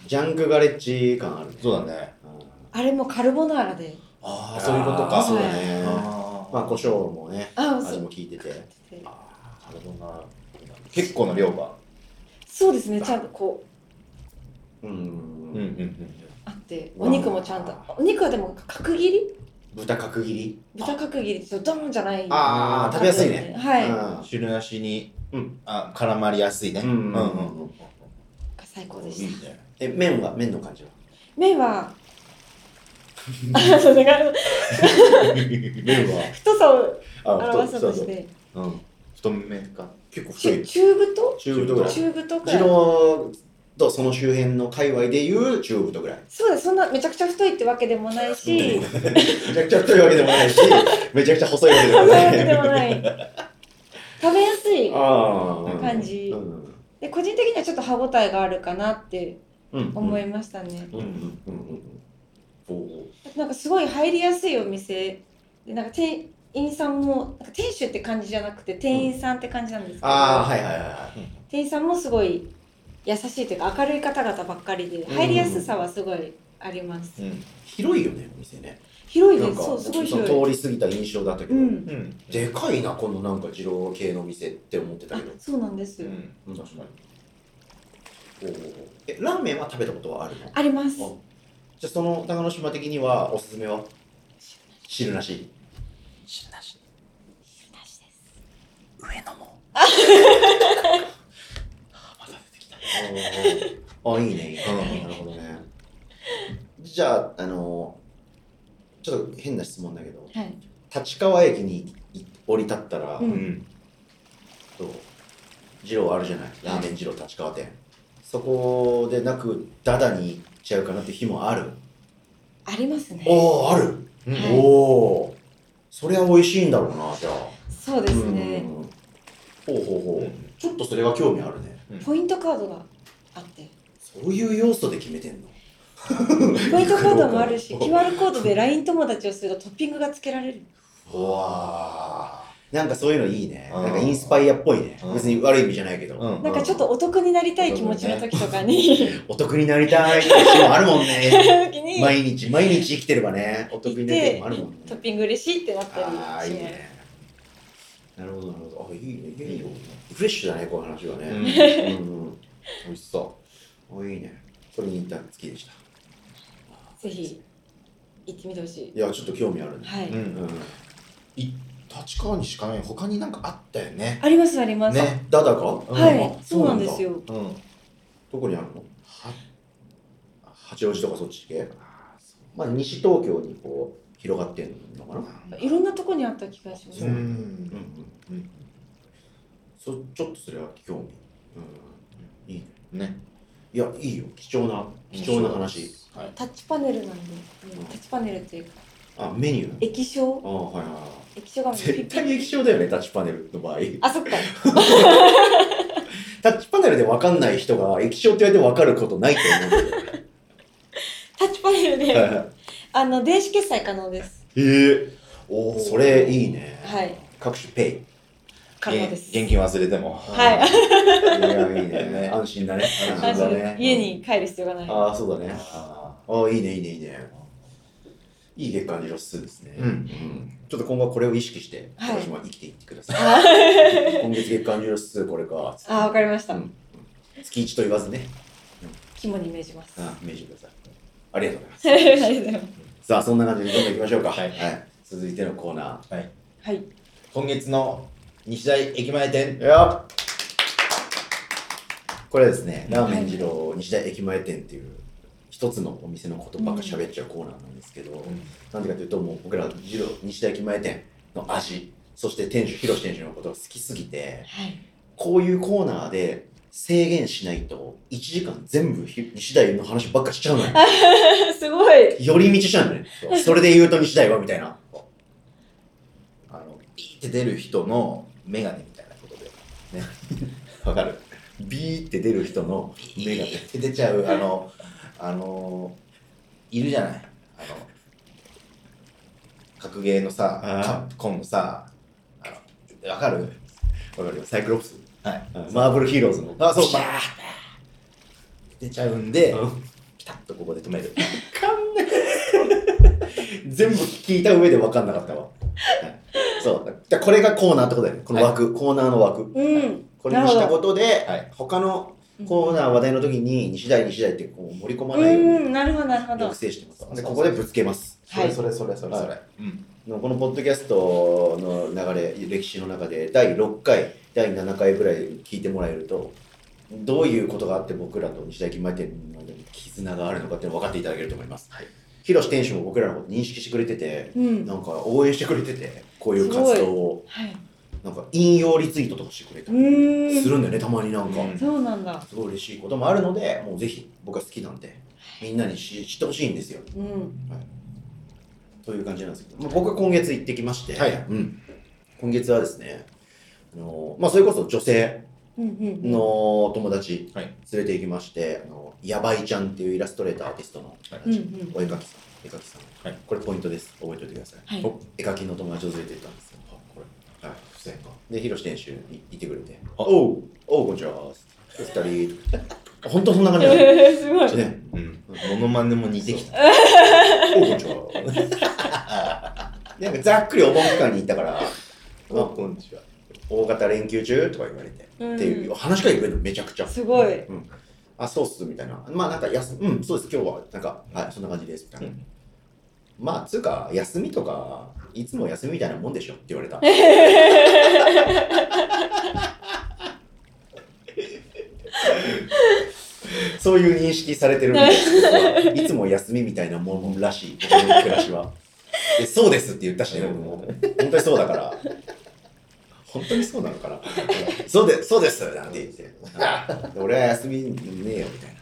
S1: ジャンクガレッジ感あるね。
S2: そうだね
S1: うん
S3: あれもカルボナーラで。
S1: あ
S2: ー
S1: あ、そういうことか。
S3: そうだ
S1: ねまあ、胡椒もね、
S3: あ、
S1: 味
S3: そう
S1: も効いてて。
S2: あーなるほどな結構な量が
S3: そうですね。ちゃんとこう
S1: うん
S2: うんうん
S3: あって、
S1: うわ
S3: お肉もちゃんと。お肉はでも角切り？
S1: 豚角切り。
S3: 豚角切りですよ。ドーンじゃない。
S1: あー食べやすいね
S3: はい。
S2: 汁なしに
S1: うん
S2: あ絡まりやすいね
S1: うんうんうんうん
S3: 最高
S2: い
S3: で
S2: い
S3: した。
S2: ね。
S1: え、麺は、麺の感じは。
S3: 麺は、あそうだから
S2: 麺は、
S3: 太さを
S2: あ
S3: 表
S2: 太
S3: す
S2: そう
S3: と
S2: そ
S3: し
S2: う
S3: て、
S2: うん、太めか。
S1: 結構太
S3: 中
S1: い。
S3: 中太
S1: 中太ぐらい。
S3: 中太く
S1: ジ
S3: らい。
S1: ローとその周辺の界隈でいう中太ぐらい。
S3: そうです、そんなめちゃくちゃ太いってわけでもないし、
S1: めちゃくちゃ太いわけでも ないし、めちゃくちゃ細いわけで
S3: そ
S1: も
S3: んな
S1: な
S3: わけ
S1: い。
S3: でも ない。食べやすい
S1: ああ、
S3: 感じ
S1: う。ん。
S3: で個人的にはちょっと歯ごたえがあるかなって
S1: うん。
S3: 思いましたね。
S1: うんうんうんうん。おお。
S3: なんかすごい入りやすいお店でなんか店員さんもなんか店主って感じじゃなくて店員さんって感じなんですけど、
S1: ああ、はいはいはいはい。
S3: 店員さんもすごい優しいというか明るい方々ばっかりで
S1: うん
S3: 入りやすさはすごいあります、
S2: うん。
S1: 広いよね、お店ね。
S3: 広い
S1: な
S3: で
S1: ん
S3: す
S1: か、
S3: そうすごい
S1: その
S3: 広い
S1: 通り過ぎた印象だったけ
S3: う
S1: ど、
S3: ん
S2: うん。
S1: でかいな、このなんか二郎系の店って思ってた
S3: あ
S1: けど。
S3: そうなんです、
S2: うん。
S1: うん
S2: 確かに。
S1: おお。え、ラーメンは食べたことはあるの
S3: あります
S1: あじゃあその高之島的にはおすすめは汁なし。
S2: 汁なし。
S3: なしです
S2: 上野も。また出てきた。
S1: あ、いいね、いいね
S2: うん
S1: なるほどね。じゃあ、あのー、ちょっと変な質問だけど、
S3: はい
S1: 立川駅にい降り立ったら、
S3: う
S2: うんん。
S1: と、二郎あるじゃない、ラーメン二郎立川店。そこでなく、ダダに行っちゃうかなって日もある。
S3: ありますね
S1: おー、ある、
S2: う
S3: はい
S2: お
S1: おおそりゃ美味しいんだろうな、じゃあ。
S3: そうですね
S1: うんほうほうほう、
S2: うん
S1: ちょっとそれは興味あるね
S3: ポイントカードがあって
S1: そういう要素で決めてんの
S3: ポイントカードもあるし
S1: なるほ
S3: QR コードで LINE 友達をするとトッピングがつけられる
S1: うわーなんかそういうのいいね
S2: うん
S1: なんかインスパイアっぽいね
S2: うん
S1: 別に悪い意味じゃないけど、
S2: うん
S3: なんかちょっとお得になりたい気持ちの時とかに、
S1: お得になりたいっていう日もあるもん ね
S3: 時に
S1: 毎日毎日生きてればねお得
S3: 行
S1: に
S3: っ
S1: なりたい日
S3: て
S1: もあるもんね
S3: トッピング嬉しいってなったりし
S1: あ
S3: な
S1: あ
S3: い
S1: いいねなるほどなるほどあいいねいいよフレッシュだねこの話は
S2: うん。
S1: ね、
S2: 美
S1: うんうん
S2: 味しそ
S1: おいいねこれに行った好きでした
S3: ぜひ行ってみてほしい
S1: いやちょっと興味あるね、
S3: はい、
S2: う。
S1: う。ん
S2: 立川にしかない。他になんかあったよね。
S3: ありますあります、
S2: ね。
S1: ダダか、
S2: うん
S3: は
S1: あ
S3: いそうなんで
S1: だ
S3: すよ
S2: うん。は。。
S1: どこにあるの八王子とかそっち系まあ西東京にこう広がってんのかな
S3: いろんなとこにあった気がします、
S1: そううんうんうんそちょっとそれは興味うんいいね
S2: ね。
S1: いやいいよ貴重な貴重な話。
S2: はい。
S3: タッチパネルなんで、
S1: うん
S3: タッチパネルっていうか
S1: あメニュー
S3: 液晶
S1: あはいはいは
S3: 液晶が
S1: い絶対に液晶だよねタッチパネルの場合
S3: あそっか
S1: タッチパネルで分かんない人が液晶って言われて分かることないと思うんだ よ
S3: タッチパネルで、
S1: はいはい
S3: あの電子決済可能です
S1: ええ
S2: お
S1: それいいね
S3: はい
S1: 各種ペイ
S3: 可能です
S2: 現金忘れても。
S3: はい
S1: いやいいね 安心だね安心
S3: あ
S1: だ
S3: そう
S1: ね
S3: 家に帰る必要がない
S1: ああそうだね
S2: あ
S1: ああいいねいいねいいねいい月間ロスですね
S2: うん
S1: ちょっと今後これを意識して
S3: はい
S1: 私も生きていってください、今月月間ロスこれか
S3: あわかりました、
S1: うん月一と言わずね
S3: 肝に銘じます、
S1: あ明示くださいありがとうございま
S3: ありがとうございます
S1: すさあそんな感じでどんどんいきましょうか
S2: はい
S1: 続いてのコーナ
S2: あ。はい。
S3: はい
S2: 今月の西大駅前
S1: ー
S2: 店。
S1: いやこれはですねラーメン二郎西大駅前店っていう一つのお店のことばっか喋っちゃうコーナーなんですけど、なんでかというと、もう僕ら二郎西田駅前店の味、そして店主、広志店主のことが好きすぎて、
S3: はい
S1: こういうコーナーで制限しないと、1時間全部ひ西田の話ばっかしちゃうのよ。
S3: すごい。
S1: 寄り道しちゃうのね。それで言うと西田はみたいな。
S2: あの、ビーって出る人のメガネみたいなことで。ね。 わかる
S1: ビーって出る人の目
S2: 目
S1: が
S2: が。出てちゃうあのあのいるじゃないあの格ゲーのさ
S1: あー
S2: カップコンのさあのわかる
S1: わかるよ。サイクロプス。
S2: はい
S1: マーブルヒーローズの。
S2: あそう
S1: ピシャ
S2: 出ちゃうんで
S1: ー
S2: ピタッとここで止める
S1: 全部聞いた上で分かんなかったわ。はいそう。じゃあこれがコーナーってことだよね。この枠、コーナーの枠。
S3: うん。
S1: これにしたことで、
S2: はい
S1: 他のコーナー話題の時に西大西大ってこう盛り込まないよ
S3: う
S1: うに
S3: ん、なるほど、なるほど
S1: 抑。制してます
S2: そうそう
S1: で
S2: そう
S1: ここでぶつけます
S3: はい
S2: それそれそれ
S1: はい
S2: それうん
S1: のこのポッドキャストの流れ歴史の中で第6回第7回ぐらい聞いてもらえるとどういうことがあって僕らと西大金前店の間に絆があるのかっていうのを分かっていただけると思います。
S2: はい
S1: ヒロシ店主も僕らのこと認識してくれてて、
S3: うん
S1: なんか応援してくれてて、こういう活動を、
S3: はい
S1: なんか引用リツイートとかしてくれた
S3: う
S1: りす
S3: ーん
S1: るんだよね、たまになんか。
S2: うん
S3: そうなんだ
S1: すごい嬉しいこともあるので、もうぜひ僕は好きなんで、みんなに知知ってほしいんですよ。
S3: うん
S1: という感じなんですけど、まあ、僕は今月行ってきまして、
S2: はい
S1: うん、今月はですね、あのまあ、それこそ女性
S3: うんうんうん
S1: の友達
S2: はい
S1: 連れて行きまして、あのやばいちゃんっていうイラストレーターアーティストの
S2: はい
S3: うんうん
S1: お絵描きさん、絵描きさん、
S2: はい
S1: これポイントです、覚えておいてください。
S3: はい
S1: お絵描きの友達を連れて行ったんですよ。これはい、付箋が。で、ヒロシ店主に行ってくれて、おう、おう、こんにちは、二人、本当そんな感じなんで
S3: えーすご
S1: す
S3: い
S1: ね。
S2: うん。モノマネも似てきた。
S1: おう、こんにちは。 なんかざっくりお盆期間に行ったから、
S2: あ、こんにちは。
S1: 大型連休中とか言われて、
S3: うん
S1: っていう話しか言われるのめちゃくちゃ
S3: すごい
S1: うん、あそうっすみたいなまあなんか休みうんそうです今日はなんかはいそんな感じですみたいな、
S2: うん
S1: まあつうか休みとかいつも休みみたいなもんでしょって言われたそういう認識されてるんですいつも休みみたいなもんらしい僕の暮らしはでそうですって言ったしね僕も本当にそうだから本当にそうなのかなそうでそうですなんて言ってで俺は休みねえよみたい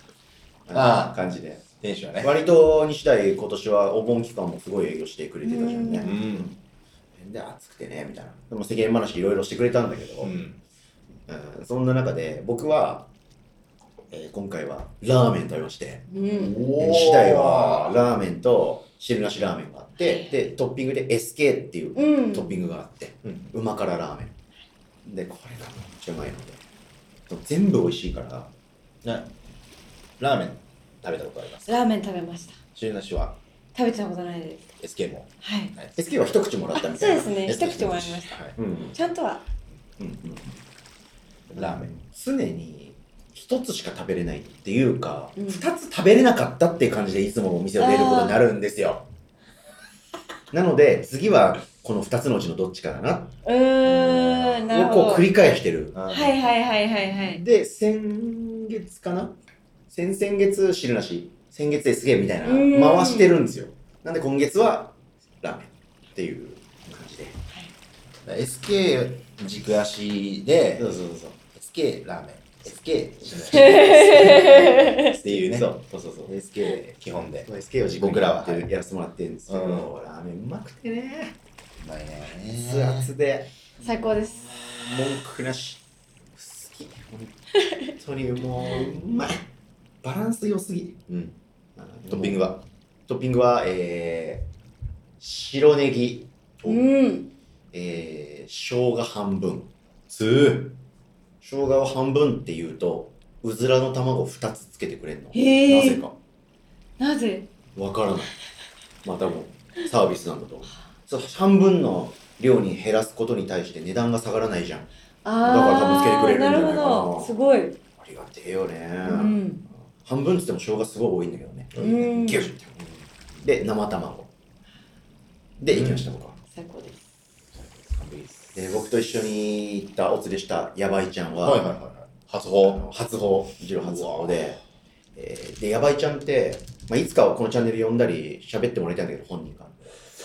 S1: な
S2: ああ
S1: 感じで
S2: テンションね。
S1: 割と西大今年はお盆期間もすごい営業してくれてたじゃん
S2: う
S1: ね
S2: ん。
S1: で暑くてねみたいなでも世間話いろいろしてくれたんだけど、
S2: うん。
S1: うんそんな中で僕は、えー今回はラーメン食べまして
S3: うん
S1: で西大はラーメンと汁なしラーメンがあってでトッピングで SK っていう
S3: うん
S1: トッピングがあって、
S2: うん。
S1: うま辛ラーメンでこれがめっちゃうまいのででも全部美味しいから
S2: なラーメン食べたことあります。
S3: ラーメン食べました
S2: 汁なしは
S3: 食べたことないです
S2: SK も。
S3: はい
S1: SK は一口もらった
S3: あ
S1: み
S3: そ
S1: たい
S3: うで
S1: な
S3: すね一口もらいました
S2: た。はい。
S1: うんうん
S3: ちゃんとは
S1: うんラーメン常に一つしか食べれないっていうか、
S3: う
S1: 二
S3: ん
S1: つ食べれなかったっていう感じでいつもお店を出ることになるんです よなので次はこの二つのうちのどっちかだな
S3: うーんなる
S1: を
S3: ほど
S1: こう繰り返してる
S2: は
S3: はいはいはいはいはい
S1: で先月かな先々月汁なし先月ですげえみたいな
S3: うん
S1: 回してるんですよなんで今月はラーメンっていう感じで
S2: SK 軸足で、
S1: うそうそう
S2: SK ラーメン、SK 汁なし。
S3: はい
S2: っていうね。
S1: そうそうそうそう
S2: SK 基本で。
S1: SK を軸に
S2: 僕らは
S1: やってやらせてもらってるんですけど、
S2: う
S1: ラーメンうまくてね
S2: うまいね。
S1: 熱々で
S3: 最高です
S1: 文句なし好き本当にもううまいバランス良すぎ
S2: うん。
S1: うん
S2: トッピングは
S1: トッピングはえー、白ネギ
S3: うん
S1: えー、生姜半分
S2: つ
S1: 生姜を半分っていうとうずらの卵2つつけてくれるのなぜ
S3: へー
S1: か
S3: なぜ
S1: わからないまあ多分サービスなんだと思うそう半分の量に減らすことに対して値段が下がらないじゃん
S3: ああ
S1: だから多分つけてくれるんじゃないかな
S3: るほどすごい
S1: ありがてえよね、
S3: うん
S1: 半分っつっても生姜すごい多いんだけどね、
S3: うん
S1: ギュッてで生卵で行きました僕は、
S3: 最高です
S1: で僕と一緒に行ったお連れしたヤバイちゃんは、
S2: はいはいはいはい。発
S1: あの
S2: 砲。
S1: 初訪二郎初訪
S2: う
S1: で
S2: わ
S1: えーでヤバイちゃんって、まあ、いつかはこのチャンネル呼んだり喋ってもらいたいんだけど本人が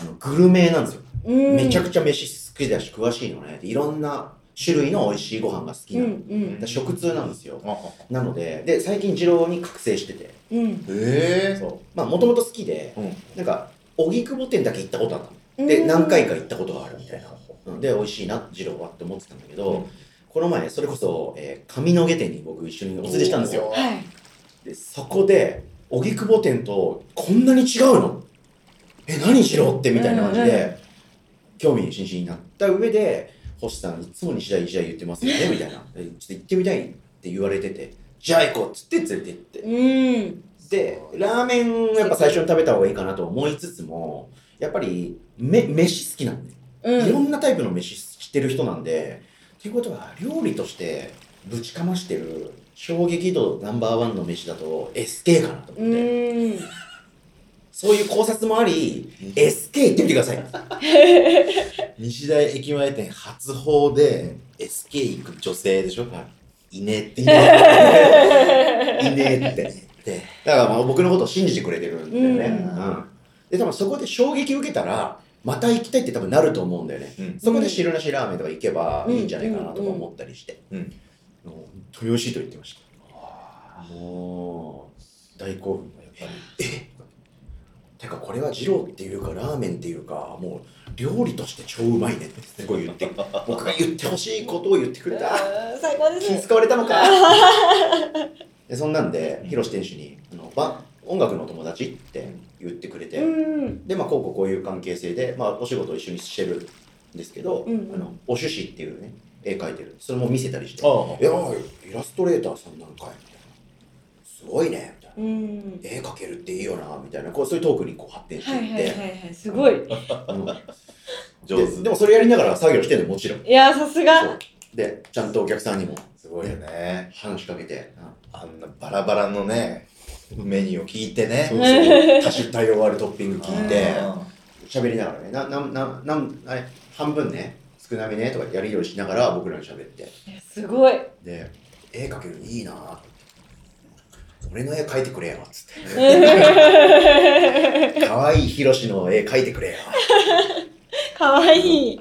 S1: あのグルメなんですよ
S3: うん
S1: めちゃくちゃ飯好きだし詳しいのねでいろんな種類の美味しいご飯が好き
S3: う
S1: なの、
S3: ん
S1: で食通なんですよ
S2: ああ
S1: なのでで最近二郎に覚醒してて
S3: うんうん
S2: え
S1: そうまあもともと好きで
S2: え。うん。
S1: なんか荻窪店だけ行ったことあった
S3: うん
S1: ので何回か行ったことがあるみたいな、うんで美味しいな二郎はって思ってたんだけど、
S2: うん
S1: この前それこそ、えー、上野毛店に僕一緒にお連れしたんですよ
S3: はい
S1: でそこで荻窪店とこんなに違うのえ何しろってみたいな感じで、
S3: うん
S1: 興味津々になった上で星さんいつも西大西大言ってますよねみたいなえちょっと行ってみたいって言われててじゃあ行こうっつって連れて行って
S3: うん
S1: でラーメンやっぱ最初に食べた方がいいかなと思いつつもやっぱりめ飯好きなんで、
S3: う
S1: いろ
S3: ん
S1: んなタイプの飯知ってる人なんでっていうことは料理としてぶちかましてる衝撃度ナンバーワンの飯だと SK かなと思
S3: う
S1: って、
S3: ん
S1: そういう考察もあり SK 行ってみてくださ い
S2: 西大駅前店初砲で SK 行く女性でしょ、、
S1: はい
S2: いねえって。
S1: いねえい
S3: ね
S1: ねえって。だからまあ僕のことを信じてくれてるんだよね。
S2: う
S1: うんんで、多分そこで衝撃受けたら、また行きたいって多分なると思うんだよね。
S2: うん
S1: そこで汁なしラーメンとか行けばいいんじゃないかなとか思ったりして。
S2: うん
S1: もう本当美味しいと言ってました。もう、大興奮だ、やっぱり。えてかこれは二郎っていうかラーメンっていうかもう料理として超うまいねってすごい言って僕が言ってほしいことを言ってくれた
S3: 最高で
S1: 気
S3: す
S1: 使われたのか でそんなんで広ロシ店主にあのば「音楽の友達?」って言ってくれて、
S3: うん
S1: でまあこうこうこういう関係性で、まあ、お仕事を一緒にしてるんですけど、
S3: うんうん
S1: あのお趣旨っていうね絵描いてるそれも見せたりして「
S2: あ
S1: いやイラストレーターさんなんかい」みたいな「すごいね」みたいな
S3: うん
S1: 「絵描けるっていいよな」みたいなこうそういうトークにこう発展して
S3: はい
S1: い
S3: は
S1: っ
S3: い
S1: て、
S3: はいはいすごい
S1: うん
S2: 上
S1: で
S2: 手。
S1: でもそれやりながら作業してるのもちろん
S3: いやさす
S1: そう
S3: が
S1: でちゃんとお客さんにも
S2: すごいよね。
S1: 話しかけて、
S2: あんなバラバラのね、メニューを聞いてね
S1: そう。そう多種多様あるトッピング聞いて
S2: うん
S1: 喋りながらねななななんあれ半分ね少なめねとかやり取りしながら僕らに喋って
S3: いやすご い
S1: で絵描けるのいいなぁ俺の絵描いてくれよっつっ
S3: うん
S1: て可愛いヒロシの絵描いてくれよ
S3: かわいい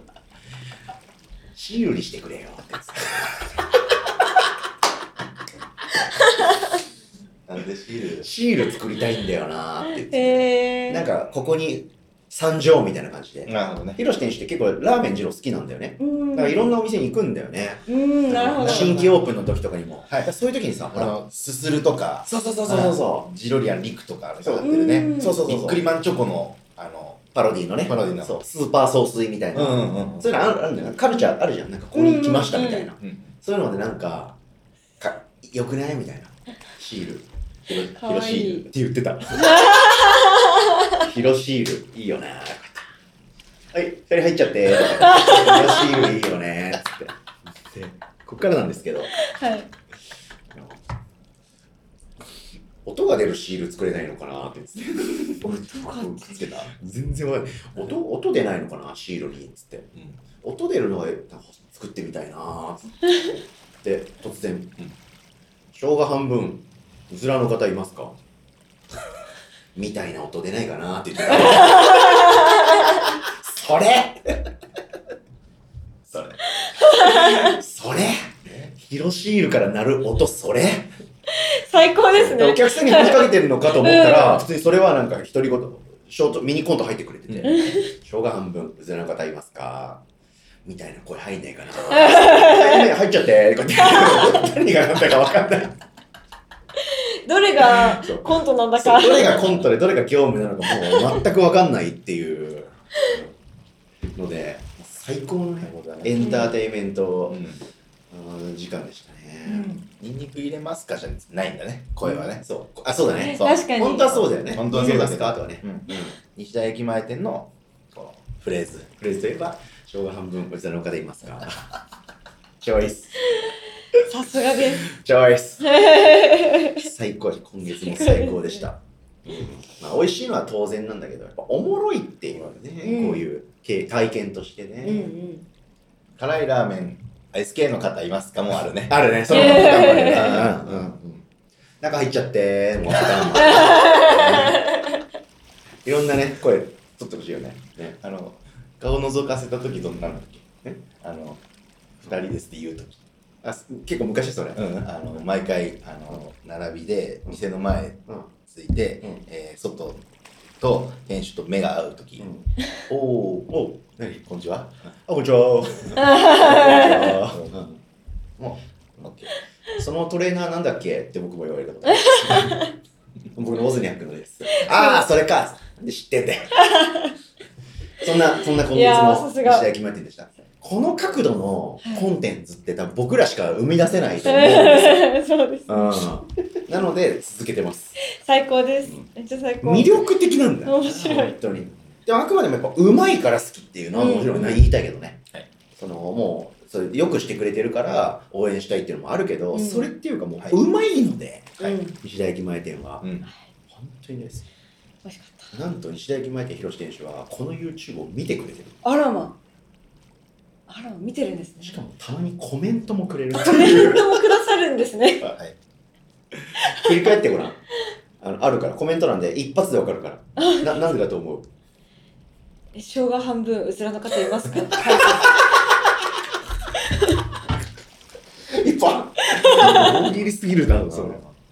S1: シールにしてくれよって
S2: なんでシール
S1: シール作りたいんだよなぁって言って
S3: へえ
S1: なんかここに参上みたいな感じで
S2: なるほどね。
S1: ヒロシ店主って結構ラーメン二郎好きなんだよね
S3: うん
S1: だからいろんなお店に行くんだよね
S3: うんなるほど
S1: 新規オープンの時とかにも、
S2: は
S1: だ
S2: い
S1: からそういう時にさほ
S2: あ
S1: ら
S2: の、すするとか、
S1: そうそうそう
S2: そうそう
S1: そ
S2: ジロリアンリクとか、
S1: そう
S2: やってるね。
S3: うん
S1: そうそうそう
S2: びっくりマンチョコの、あの、
S1: パロディのね
S2: パロディの
S1: そうスーパー総帥みたいな、
S2: んうん
S1: そういうのあるあるんだよカルチャーあるじゃんなんかここに来ましたみたいな、
S2: うん
S1: そういうのでなんかかよくないみたいなシール
S3: かわいい
S1: って言ってた広シールいいよねはい2人入っちゃって広シールいいよねつってでこっからなんですけど
S3: はい
S1: 音が出るシール作れないのかなって言って
S3: 音が
S1: つけた全然わかんない音音出ないのかなシールにっつって
S2: うん
S1: 音出るのがなんか作ってみたいなーっつってで突然、生姜半分うずらの方いますか?」みたいな音出ないかなーって言ってたそれ
S2: それ。
S1: それ広シールから鳴る音それ
S3: 最高です
S1: お
S3: ね
S1: 客さんに話しかけてるのかと思った
S3: う
S1: ら
S3: ん
S1: 普通にそれはなんか独り言ショートミニコント入ってくれてて「生姜半分うずらの方いますか?」みたいな声入んないかな入んない入っちゃってこうやって何が何だか分 かんない
S3: どれが
S1: そう
S3: コントなんだ
S1: そ
S3: か
S1: うどれがコントでどれが業務なのかもう全く分かんないっていうので最高のねエンターテインメント
S2: うん
S1: うん時間でしたね、
S3: うん
S2: ニンニク入れますかじゃないんだね、声はね。
S1: そうあそうだね
S2: そう
S3: 確かに
S1: 本当はそうだよね
S2: 本当はそう
S1: 見え
S2: だけど
S1: ますかあとはね、
S2: うん
S1: うん
S2: 西田駅前店のこのフレーズ。
S1: フレーズといえば生姜半分こちらの方います かチョイス
S3: さすがです
S1: チョイ ス最高今月も最高でした、うんまあ、美味しいのは当然なんだけどやっぱおもろいっていうのはね、
S3: うん
S1: こういう経体験としてね、
S3: うんうん
S2: 辛いラーメン、アイス系の方いますかもあるね。
S1: あるねそのパターンもあるねうんうんうん中入っちゃって もうパターンもあるねいろんなね声取ってほしいよねね
S2: あの、顔覗かせた時どんなのだっけ
S1: え
S2: あの、二人ですって言う時。
S1: あす結構昔それ、
S2: うん、あの毎回あの並びで店の前
S1: うん
S2: ついて、
S1: うん
S2: えー外と店主と目が合う
S1: う
S2: 時、
S1: ん
S2: おお
S1: おう何
S2: こんにちは
S1: あこんにちはも
S2: オッケー
S1: うそのトレーナーなんだっけって僕も言われた ことある僕のオズニャックのですああそれかなんで知ってんだよそんなそんな今
S3: いや
S1: 月
S3: ーさ
S1: の
S3: す
S1: 西
S3: が
S1: 田焼き店でしたこの角度のコンテンツって多分僕らしか生み出せないと思うんですよ、
S3: そうです
S1: うん、なので続けてます
S3: 最高ですめっちゃ最高
S1: 魅力的なんだよ
S3: 面白い
S1: 本当にでもあくまでもやっぱうまいから好きっていうのはもちろん言いたいけどね、
S2: はい
S1: そのもうそれよくしてくれてるから応援したいっていうのもあるけど、
S3: うん
S1: それっていうかもう、
S2: はいう
S1: まいので
S3: うん美
S1: 西田駅前店は、
S2: うん、
S1: 本当に大好
S3: 味しかっ
S1: きなんと西田駅前店広志店主はこの YouTube を見てくれてる
S3: たあらまあら、見てるんですね。
S1: しかもたまにコメントもく れる
S3: コメントもくださるんですね。
S2: はい。
S1: 振り返ってごらんあのあるからコメント欄で一発でわかるからななんでだと思う
S3: え生姜半分、うずらの方いますか
S2: 一本
S1: 大喜利すぎるだろそれ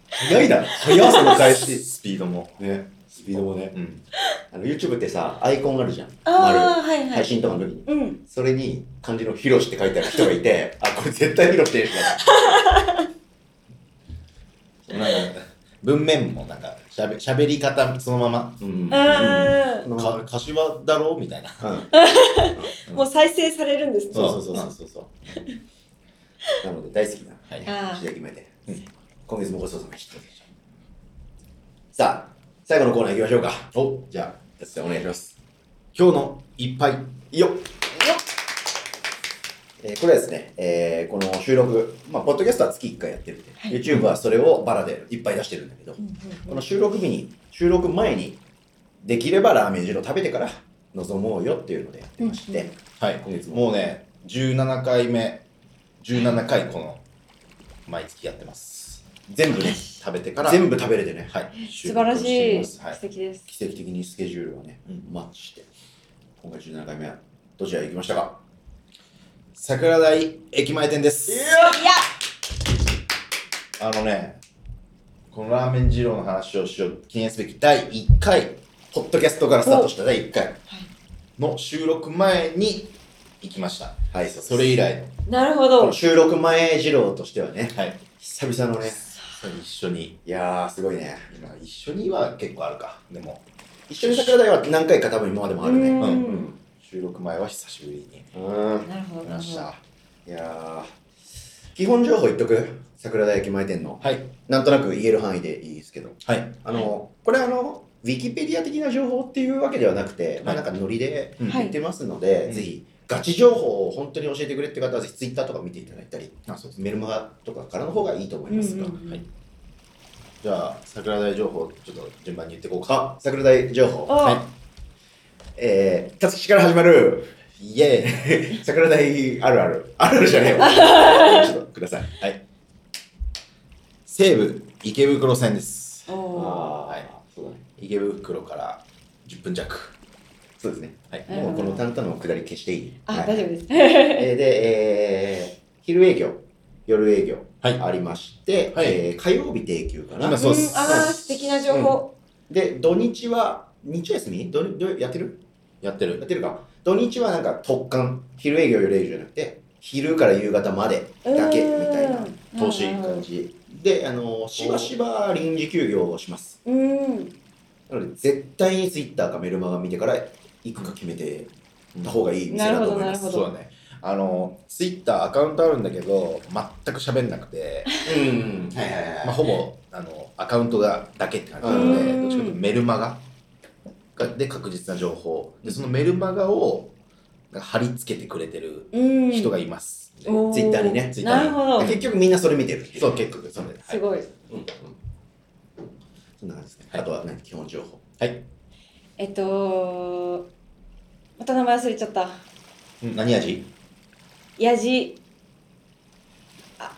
S1: 早いだろ早っその返し
S2: スピードも。
S1: ねスピードもね
S2: うん。
S1: あの YouTube ってさアイコンあるじゃん
S3: ああ、はい
S1: 丸
S3: は
S1: 配
S3: い。
S1: 信とかの時に
S3: うん。
S1: それに漢字の「ひろし」って書いてある人がいてあこれ絶対ひろしでし
S2: なんか、文面もなんか、しゃべ喋り方そのまま、
S1: ょうん
S3: あ
S1: うん
S2: か柏だろみたいな。
S1: うん
S3: あ、もう再生されるんですね。
S1: そうそうそうそうそうそうなので大好きな
S2: はい。
S3: あ
S1: 石田決めて今月もごちそうさまでしたさあ最後のコーナー行きましょうか
S2: おじゃあ、
S1: やつさんお願いします
S2: 今日の一杯。
S1: よっえーこれはですね、えーこの収録、まあ、ポッドキャストは月1回やってるんで、
S3: はい
S1: YouTube はそれをバラでいっぱい出してるんだけど、
S3: うんうん
S1: この収録日に、収録前に、できればラーメン二郎食べてから臨もうよっていうのでやってまして、
S3: うん
S2: はい。
S1: 今月も
S2: もうね、17回目、17回この、毎月やってます。
S1: 全部ね、
S2: 食べてから、
S1: 全部食べれてね、
S2: はい。
S3: 素晴らしい。
S2: 収録してますはい
S3: 素。敵です。
S1: 奇跡的にスケジュールがね、
S2: うん
S1: マッチして、今回17回目はどちらへ行きましたか
S2: 桜台駅前店です。
S3: いや、
S2: あのね、このラーメン二郎の話をしよう記念すべき第1回、ポッドキャストからスタートした第1回の収録前に行きました。
S1: はい、そう
S2: それ以来の。
S3: なるほ
S1: こ
S3: ど
S1: の。収録前二郎としてはね、
S2: はい。
S1: 久々のね、
S2: 一緒に。
S1: いやー、すごいね。
S2: まあ一緒には結構あるか。でも、
S1: 一緒に桜台は何回か多分今までもあるね。
S3: うん
S1: うん。
S2: 収録前は久しぶりに
S1: うん。
S3: なるほど。
S2: 行き
S3: な
S2: ま
S3: る
S2: し
S3: ほど
S2: た。
S1: いやー基本情報言っとく桜田駅前店の
S2: はい。
S1: なんとなく言える範囲でいいですけど
S2: はい。
S1: あのこれあのウィキペディア的な情報っていうわけではなくて、まあ、
S2: は
S1: ないんかノリで
S2: うん
S3: はい
S1: 言ってますので、
S2: うん
S1: ぜひガチ情報を本当に教えてくれって方はぜひツイッターとか見ていただいたり
S2: あ、そうですね。
S1: メルマガとかからの方がいいと思いますが、
S3: うんうんうん
S1: はい
S2: じゃあ、桜台情報、ちょっと順番に言っていこうか。
S1: あ桜台情報
S3: あ
S2: は
S1: えー、たつきから始まる
S2: い。イエー イ。
S1: 桜台あるあるあるあるじゃねえよちょっとください
S2: 西武池袋線です。
S3: おー
S2: ーはい
S1: そうだね
S2: 池袋から10分弱。
S1: そうですね
S2: はい。
S3: なる
S1: も
S3: ほ
S1: う
S3: ど
S1: この担々の下り消していい
S3: あ、
S1: はい
S3: 大丈夫で
S1: え
S3: す。
S1: ーで、えー昼営業、夜営業
S2: はい
S1: ありまして、
S2: はい
S1: えー火曜日定休かな
S2: 今。そうっす
S3: んああ、素敵な情報。
S1: で、土日は、日曜休みどどやってる
S2: やって
S1: やっ
S2: る。
S1: てるか。土日はなんか特貫、昼営業、夜営業じゃなくて、昼から夕方までだけみたいな
S3: 投
S1: 投資感。じ。で、あのーしばしば臨時休業をします。
S3: うん。
S1: なので、絶対にツイッターかメルマガ見てから行くか決めてた方がいい店だと思います。
S3: なるほ
S2: そ
S3: ど
S2: うだね。あの、ツイッターアカウントあるんだけど、全く喋んなくて、
S1: うん。はいはいはい。
S2: まあ、ほぼあのアカウントがだけって感じなの
S3: う
S2: で、
S3: ん
S2: どっちかというとメルマガがで確実な情報。で、そのメルマガをなんか貼り付けてくれてる
S3: うん。
S2: 人がいます。で
S3: おー
S1: ツイッターにねツイッター
S3: な
S1: に
S3: るほど。
S1: 結局みんなそれ見てるってい
S2: そう、結構それ。は
S3: す
S2: い。
S3: ごい。
S1: そんな感じですね。
S2: はい
S1: あとは何基本情報。
S3: えっと、また名前忘れちゃった。
S2: うん何味
S3: やじ、あ、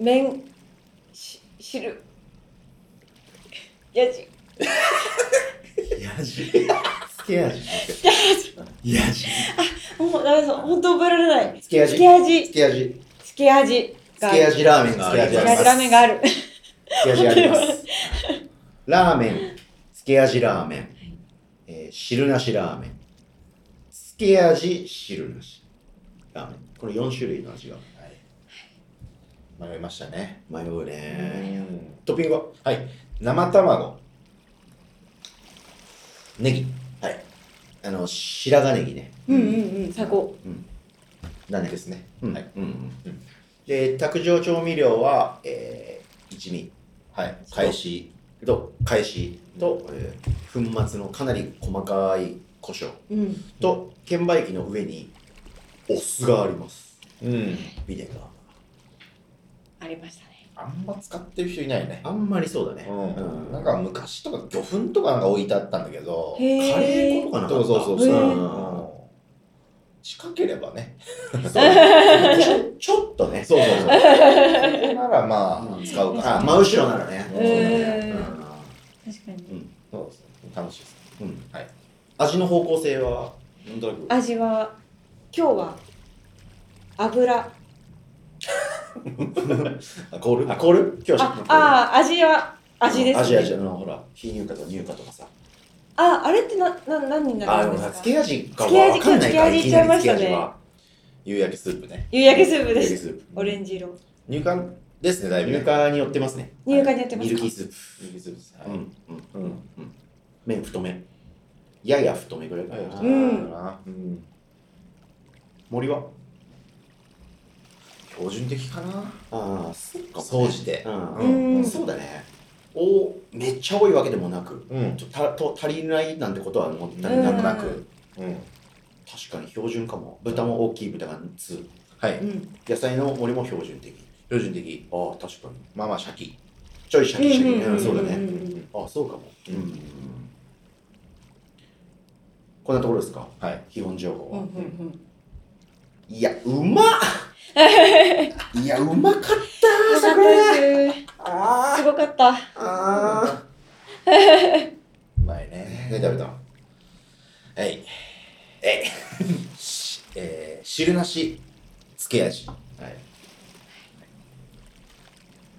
S3: 麺、し、汁、やじ、
S1: やじ。つけ味。やじ。
S3: もうダメです。本当覚えられない。
S1: つけ味。
S3: つけ味
S1: つ、け味。
S3: つけ味
S1: つ
S3: があ
S1: け
S3: る。
S1: 味ラーメンがあり
S3: つ
S1: ま
S3: け
S1: す。
S3: 味ラーメンがある。
S1: つけ味あります。ラーメン、つけ味ラーメン、えー汁なしラーメン、つけ味汁なしラーメン。この4種類の味が
S2: はい迷いましたね。
S1: 迷うね。
S2: うん
S1: トッピングは
S2: はい。生卵。ネギ。
S1: はい。あの、白髪ネギね。
S3: うんうんうん、最高。
S1: うん。だね
S2: で。すね。
S1: うん
S2: はい。
S1: うんうん
S2: うん
S1: で卓上調味料は、えー一味
S2: はい。返し。
S1: と返しと、えー粉末のかなり細かい胡椒
S3: うん。
S1: と券売機の上にお酢があります
S2: うん。
S1: ビネガー
S3: ありましたね。
S2: あんま使ってる人いないね。
S1: あんまりそうだね、
S2: うん、
S1: な
S2: なんん
S1: か
S2: か昔とか魚粉とかなんか置いてあったんだけど、
S1: カレー粉とかなかった
S2: そうそうそうそう、
S3: へ
S2: う
S3: ー
S2: ん近ければね。
S1: ちょちょっとね。
S2: そうそうそう。ここならま
S1: う
S2: あ、
S1: ん
S2: 使うか
S1: あ
S2: な。
S1: 真後ろならね。
S2: うん
S1: そうだね
S3: うん確かに。
S2: そうですね。楽しいです。
S1: うんうん
S2: はい
S1: 味の方向性は、なんとなく。
S3: 味は、今日は、油。
S1: あ、コールあ、コール今日は
S3: あ、あー、味は、味です、ね。
S1: 味味、あの、ほら、非乳化と乳化とかさ。
S3: あ、あれってな、な、何にな
S1: あ、で
S3: るん
S1: も
S3: で
S1: さ、つ
S3: すか
S1: け味かはわかんないから、
S3: つけ味つけ味いっちゃいましたね
S1: きなりつけ味は
S2: 夕焼けスープね。
S3: 夕焼けスープで
S1: つけ
S3: す。
S1: ス ープ
S3: オレンジ色。
S2: 入管ですね、だいぶね。
S1: 乳化によってますね。
S3: 入荷にやってます
S1: ミ
S3: か
S1: ルキースープ。
S2: 夕焼けスープです。
S1: う
S2: は
S1: ん、
S2: い
S1: うん、うん、うん。麺太め。やや太めぐらいかな。
S3: うん
S2: うん。
S1: 森は
S2: 標準的かな。
S1: ああ、そっか。
S2: 総じて。
S1: う。
S3: うんん。
S1: そうだね。おめっちゃ多いわけでもなく、
S2: うん。
S1: ちょたと足りないなんてことはもうな
S3: うん
S1: なんとなく、
S2: うん。
S1: 確かに標準かも。豚も大きい豚が2。
S2: はい。
S3: うん。
S1: 野菜の森も標準的。標準的。ああ、確かに。
S2: まあまあ、シャキ。
S1: ちょいシャキシャキね。
S3: うんう
S1: う
S3: んうんうん
S1: んそうだね。
S2: うん
S1: ああ、そうかも。
S2: うん
S1: こんなところですか
S2: はい。
S1: 基本情報
S3: うん
S1: は。
S3: うん
S1: いや、う まっいや、うまかった
S3: うん。
S1: ー、桜
S3: よかったです
S1: あ
S3: すごかった。
S1: あ、あ
S2: うまいね。ね、食べたの。はい。えい。 しえー、汁なし、つけ味。
S1: あ。はい。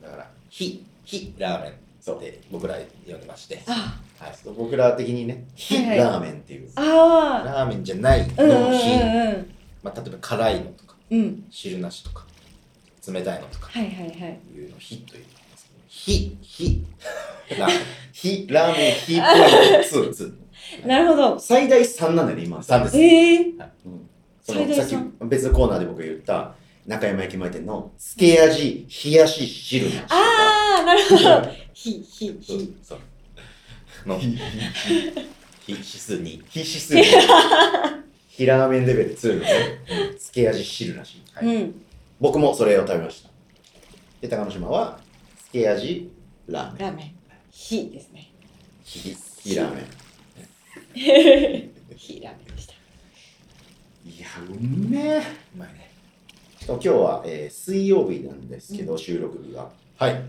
S2: だから、ひ、ひ、ラーメン。そう。で、僕ら呼んでまして。
S3: あ、
S2: はい。
S1: そう僕ら的にね、
S3: はいはい
S1: ラーメンっていう。
S3: あ
S2: ラーメンじゃない
S3: あ。うんうんう
S2: のひ。
S3: んうん。
S2: まあ、例えば、辛いのとか、
S3: うん。
S2: 汁なしとか、冷たいのとか、
S3: はいはいはい。
S2: いうのひというんですけど。ひ、 ひ、ラーメン。
S1: ひ、ラーメン、ひっぽ い。
S2: つ、つ。
S3: なるほど。
S1: 最大3なんだよね、今。
S2: 3です。
S3: ええ
S1: その
S3: 最大
S1: さ
S3: さ
S1: っ
S3: ん
S1: き別のコーナーで僕が言った中山駅前店のつけ味冷やし汁の
S3: ああ、なるほど。ひ、ひ、
S2: そう
S3: ひ。
S2: そう。の、ひ、指数に。
S1: 必死するひラーメンレベル2のねつけ味汁なし、
S2: は
S3: う
S2: い。
S3: ん。
S1: 僕もそれを食べましたで高野島はつけ味ラーメン
S3: ラーメン。ひです ね。
S1: ひひラーメ
S3: ひラーメンでした。
S1: ンいやうめえ
S2: うまいね。
S1: しかも今日は、えー水曜日なんですけど、収録日が
S2: はい。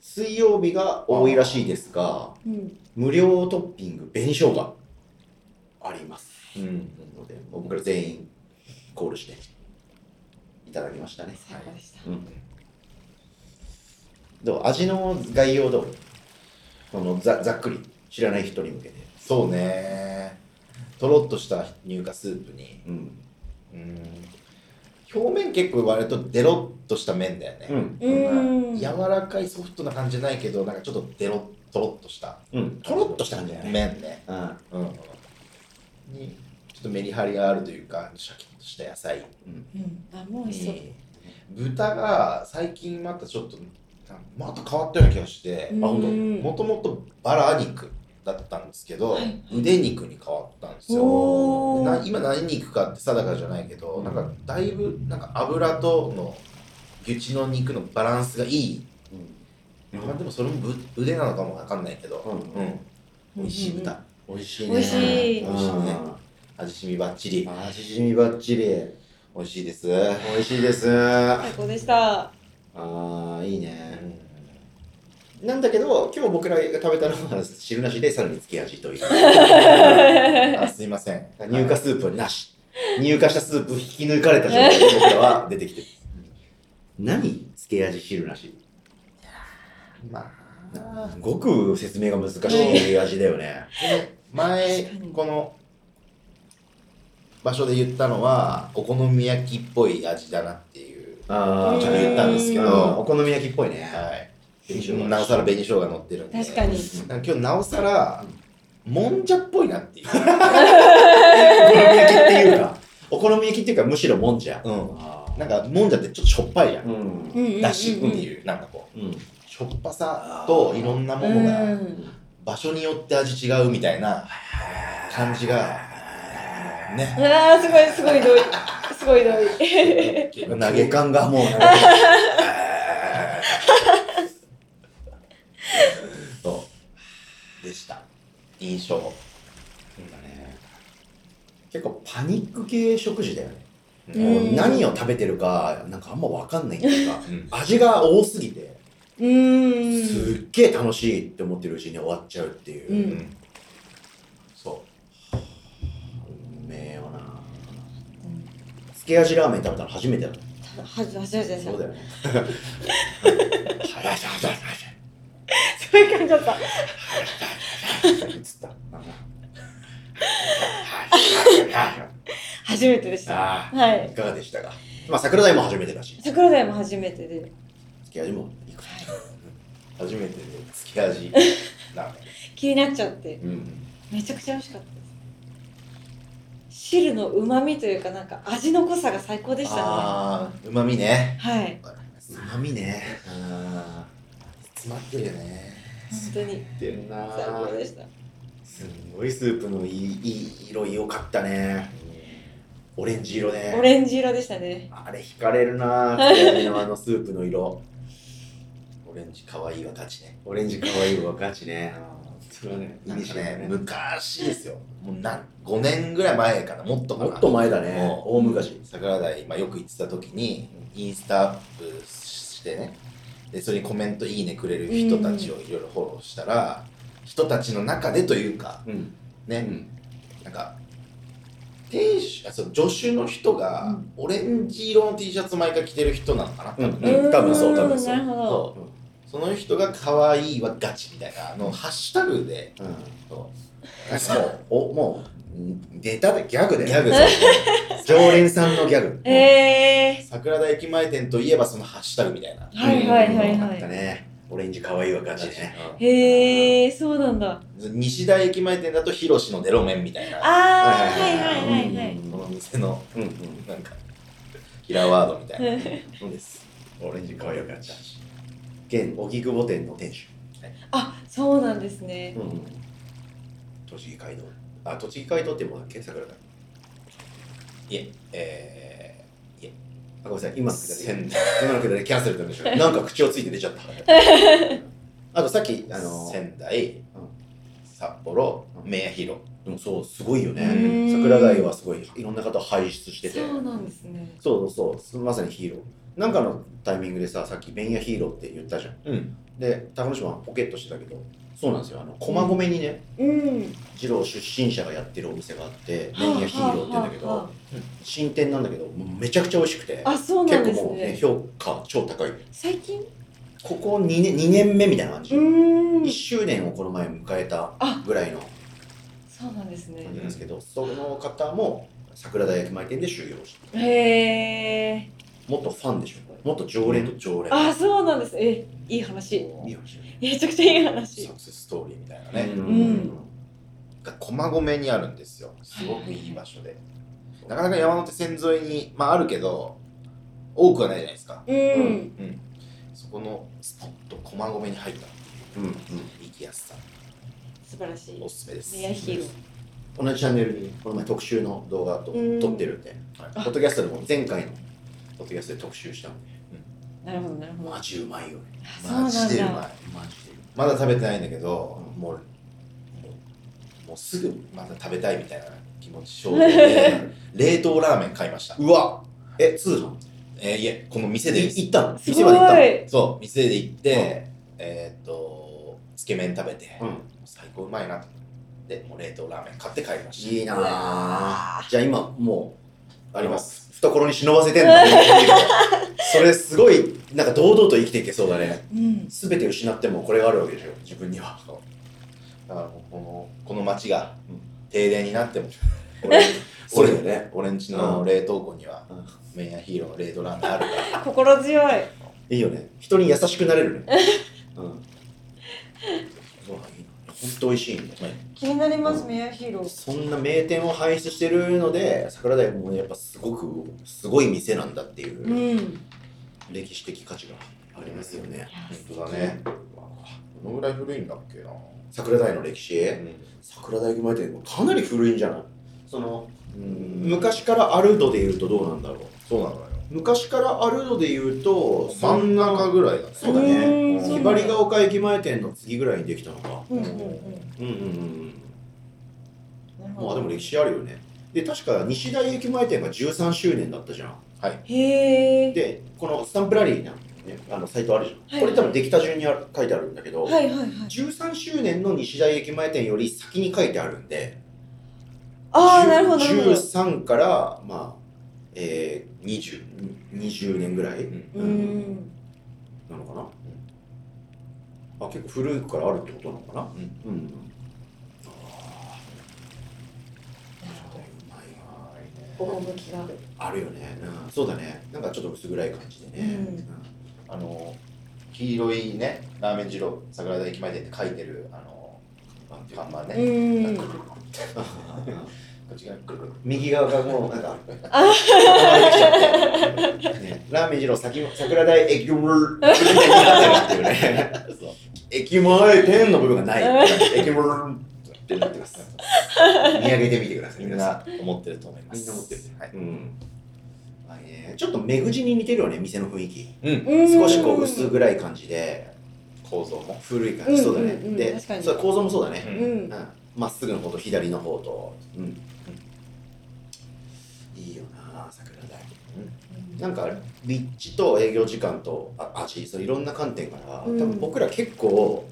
S1: 水曜日が多いらしいですが
S3: うん。
S1: 無料トッピング紅生姜あります
S2: うん。
S1: ので、僕ら全員コールしていただきましたね。
S3: 最高でした。
S1: うん、どう味の概要どうこのざざっくり知らない人に向けて。
S2: そうね。とろっとした乳化スープに、
S1: うん。
S2: うん。表面結構割とデロッとした麺だよね。
S1: ん。
S3: うん。
S2: 柔らかいソフトな感じじゃないけど、なんかちょっとデロッ、とろっとした。
S1: うん。
S2: とろっとした感じだよね。麺ね。
S1: あ
S2: うん。に、ちょっとメリハリがあるというか、シャキッとした野菜。
S3: うん。あ、もう美味しそう。
S2: に豚が最近またちょっとなんかまた変わったような気がして
S3: うん
S1: あ本当
S2: もともとバラ肉だったんですけど、
S3: はい
S2: 腕肉に変わったんですよ
S3: おー
S2: でな今何肉かって定かじゃないけど、なんかだいぶなんか油との牛チの肉のバランスがいい、
S1: うん。
S2: まあ、でもそれもぶ腕なのかもわかんないけど、
S1: うん
S2: うん美味しい豚、
S1: 美
S3: う
S1: 味しいね。
S3: 美味しい
S1: 美味しいね。
S2: 味しみばっちり
S1: 味しみばっちり。
S2: 美味しいです、
S1: 美味しいです。あ
S3: 最高でした。
S1: あ、いいうね。
S2: ん
S1: なんだけど、今日僕らが食べたのは汁なしで、さらにつけ味 という。
S2: あすいません
S1: 入荷スープなし。入荷したスープ引き抜かれた状態で僕らは出てきてる。何つけ味汁なし。
S2: まあ
S1: ごく説明が難しい味だよね。
S2: で前
S3: 確かに
S2: この場所で言ったのはお好み焼きっぽい味だなっていう、
S1: あ
S3: ー
S1: ちょっと言ったんですけ
S2: うん
S1: ど、お好み焼きっぽいね。
S2: はい、なおさら紅生姜乗ってるんで
S3: 確かに。
S2: なんか今日なおさらもんじゃっぽいなっていう、
S1: お好み焼きっていう か、お好み焼きっていうかむしろもんじゃ。
S2: うん、
S1: あ
S2: なんかもんじゃってちょっとしょっぱいや、
S1: ーうんん。
S3: うんうんうん
S2: だしっていうなんかこう
S1: うん。
S2: しょっぱさといろんなもの
S3: う
S2: が
S3: ん
S2: 場所によって味違うみたいな感じが ね
S3: うわあ、すごい、すごい、どい。すごい、ど い。
S1: 投げ感が もう。
S2: そうでした印象
S1: そうだね。結構パニック系食事だよね。
S2: う
S3: うん
S1: もう何を食べてるか、なんかあんまわかんないっていうか、
S2: うん
S1: 味が多すぎて、
S3: うーん。
S1: すっげえ楽しいって思ってるうちに終わっちゃうっていう。
S3: うん
S2: うん
S1: そう。うめえよな。つけ味ラーメン食べたの初めてだった。
S3: はじはじはじはじ。
S1: そうだよね。
S3: そういう感じだった。
S1: 映った。あ
S3: 初めてでした。
S1: あ
S3: は
S1: ー、
S3: い
S1: い。かがでしたか。まあ、桜台も初めてだし、
S3: 桜台も初めてで。
S1: つけ味もいくつか
S2: 初めてでつけ味ラーメ
S3: 気になっちゃって。
S1: うん。
S3: めちゃくちゃ美味しかったです。汁の旨味というか、なんか味の濃さが最高でしたね。は
S2: ああうまみね
S3: い。
S1: うまみね。あ
S2: 詰まってるよね
S3: 本当に
S1: あ。ってんな
S3: 最高でした。
S1: すんごいスープのいいいい色良かったね。オレンジ色ね。
S3: オレンジ色でしたね。
S1: あれ惹かれるなぁ、つけ味のあのスープの色。
S2: オレンジ可愛いは勝ちね
S1: オレンジ可愛いわ、ガチね。それはね、意
S2: なん
S1: 味
S2: か
S1: しない
S2: ね
S1: ね。
S2: 昔ですよもうなん5年ぐらい前かなもっとか
S1: も
S2: な
S1: っと前だね。
S2: も
S1: 大昔
S2: う。桜台、まあ、よく行ってた時にインスタアップしてねでそれにコメント「いいね」くれる人たちをいろいろフォローしたら、人たちの中でというか
S1: うん。
S2: ね、
S1: うん。
S2: なんか店主あそう助手の人
S3: う
S2: が
S3: ん
S2: オレンジ色の T シャツ毎回着てる人なのかな、
S1: うん
S2: 多分ね
S1: うん多分そう多分そう
S3: ーんなるほど。
S2: そうその人が可愛いはガチみたいなあのハッシュタグでそう
S1: そう。お、もう、んネタでギャグで。
S2: ギャグそう
S1: 常連さんのギャグ。
S3: え
S2: 桜田駅前店といえばそのハッシュタグみたいな
S3: ー。はいはいはい
S1: あ
S3: は
S1: った
S3: い。
S1: ね。オレンジ可愛いわ、ガチね。
S3: へえ、そうなんだ。
S2: 西大駅前店だと広しのデロ麺みたいな
S3: ああー、
S1: は
S3: はいい
S1: はい
S3: はいはいは
S1: う
S3: い
S1: ん。
S2: この店の
S1: うんうん。
S2: なんかキラーワードみたいな
S1: そうです。オレンジ可愛いわ、ガチ。現、荻窪店の店主。
S3: あ、そうなんですね。
S1: うん。栃木街道。あ、栃木街道ってもうだっけ桜だ。
S2: いええ
S1: あ、ごめんなさい。今
S2: ー、
S1: のくだり
S2: 仙台
S1: 今のくだりキャンセルだったでしょ。 なんか口をついて出ちゃった。あとさっき、あの、
S2: 仙台、札幌、
S1: うん
S2: 明広
S1: でもそう、すごいよ
S3: う
S1: ね。
S3: ーん
S1: 桜台はすごい、いろんな方を輩出してて。
S3: そうなんですね。
S1: そうそうそう、まさにヒーロー。なんかのタイミングでさ、さっき、ベンヤヒーローって言ったじゃん。
S2: うん
S1: で、高野島はポケットしてたけど、そうなんですよ、あの、駒込にね、
S3: うん。
S1: 二郎出身者がやってるお店があって、ベンヤヒーローって言うんだけ
S3: はあはあ
S1: ど
S3: は、
S1: 新店なんだけど、もうめちゃくちゃ美味しくて、
S3: あ、そうなん
S1: 結構
S3: です
S1: もうね、
S3: ね。
S1: 評価超高い。
S3: 最近。
S1: ここ2年 ,2 年目みたいな感
S3: う
S1: じ。
S3: ー
S1: 1
S3: ん。
S1: 周年をこの前迎えたぐらいの
S3: そうなんですね
S1: 感じ。なんですけど、その方も桜田駅前店で修行して
S3: へえ。
S1: もっとファンでしょもっと常連と常連
S3: あ、そうなんです。え、いい話。
S1: いい話よね
S3: めちゃくちゃいい話。
S2: サクセスストーリーみたいなね、
S1: うん
S3: うん
S2: が駒込にあるんですよすごくいい場所で、なかなか山手線沿いに、まあ、あるけど多くはないじゃないですか、
S3: う。
S1: うん
S2: うん、そこのスポット駒込に入った
S1: うんうん
S2: 行きやすさ
S3: 素晴らしい
S2: お。すすめです
S3: メアヒーロー。
S1: 同じチャンネルにこの前特集の動画と
S3: うん
S1: 撮ってるんで、
S2: はい
S1: ポッドキャストでも前回のポッドキャストで特集したんで
S3: なるほど、なるほど。
S1: マ
S3: あ
S1: ジうまいよね
S3: そうなん
S2: マジでうま
S3: だ。
S2: い
S1: マジで
S2: まだ食べてないんだけど、
S1: うん
S2: もうもうもうすぐまた食べたいみたいな気持ち衝動 で冷凍ラーメン買いました、
S1: うわえ通販
S2: えーいえこの店
S1: で
S2: で
S1: 行ったの
S3: す
S1: 店まで行っ
S3: ご
S1: たの
S3: い。
S2: そう店で行って、
S1: うん
S2: えーっとつけ麺食べて、
S1: うん
S2: 最高うまいなと思ってでもう冷凍ラーメン買って帰りました
S1: いいな
S3: う
S1: あじゃあ今もうあります
S2: す
S1: 懐に忍ばせてんだ それすごいなんか堂々と生きていけそうだね
S3: うん。
S1: 全て失ってもこれがあるわけでしょ自分には
S2: だからもうこのこの街が
S1: うん
S2: 停電になっても俺
S1: そうだよね
S2: 俺んちの冷凍庫には、
S1: うん
S2: 麺屋ヒーローの冷凍ラーメンある から
S3: 心強い。
S1: いいよね人に優しくなれ るねうんそうだいいな本当美味しいんだよね
S3: 気になります、メアヒーロー。
S1: そんな名店を輩出してるので桜台もやっぱすごくすごい店なんだっていう、
S3: うん。
S1: 歴史的価値がありますよね、
S2: 本当だねどのぐらい古いんだっけな
S1: 桜台の歴史
S2: うん
S1: 桜台駅前店もかなり古いんじゃないその昔からあるので言うとどうなんだろう
S2: そうなのよ
S1: 昔からあるので言うと
S2: 真ん中ぐらいだね
S1: そうだね
S3: う
S2: うん
S3: んそう
S1: ひ
S3: な
S1: ば
S3: んだ
S1: りが丘駅前店の次ぐらいにできたのか
S3: うんうんうん。
S1: うんうんうん
S3: なるほど
S1: まあでも歴史あるよねで、確か西大駅前店が13周年だったじゃん。
S3: へえ。
S1: で、このスタンプラリーな、ね、あのサイトあるじゃん。
S3: はい
S1: これ多分できた順にある書いてあるんだけど、
S3: はいはいはい。
S1: 13周年の西大駅前店より先に書いてあるんで、
S3: あ
S1: 10
S3: あ、なるほど、なるほど。
S1: 13から、まあ、えー、20、20年ぐらい
S3: うんうん。
S1: なのかな、あ、結構古いからあるってことなのかなうん。
S3: 趣が。
S1: あるよね、うん、そうだねなんかちょっと薄暗い感じでね、
S3: うん
S2: あの黄色いねラーメン二郎桜田駅前店って書いてるあの
S1: なんていう
S2: 看
S1: か
S2: 板
S3: う
S2: ね、
S3: ん。
S2: こっちがくるくる
S1: 右側がもう なんか
S3: あ
S1: ね、ラーメン二郎先桜台駅前っていうねそう駅前店の部分がない
S3: うん
S1: 駅前ってなってます見上げてみてください
S2: みん
S1: 皆さん
S2: な思ってると思います
S1: みんな思ってる
S2: はい、
S1: うんまあねちょっと目口に似てるよね店の雰囲気
S2: うん、
S3: うん
S1: 少しこう薄暗い感じで
S2: 構造も
S1: 古い感じそうだね、
S3: うんうんうん
S1: で
S3: 確かに
S1: そう構造もそうだね、
S3: う
S2: うん
S3: ん。
S1: まっすぐの方と左の方と、うんいいよな桜台、なんか立地と営業時間とあ味そういろんな観点から、
S3: うん
S1: 多分僕ら結構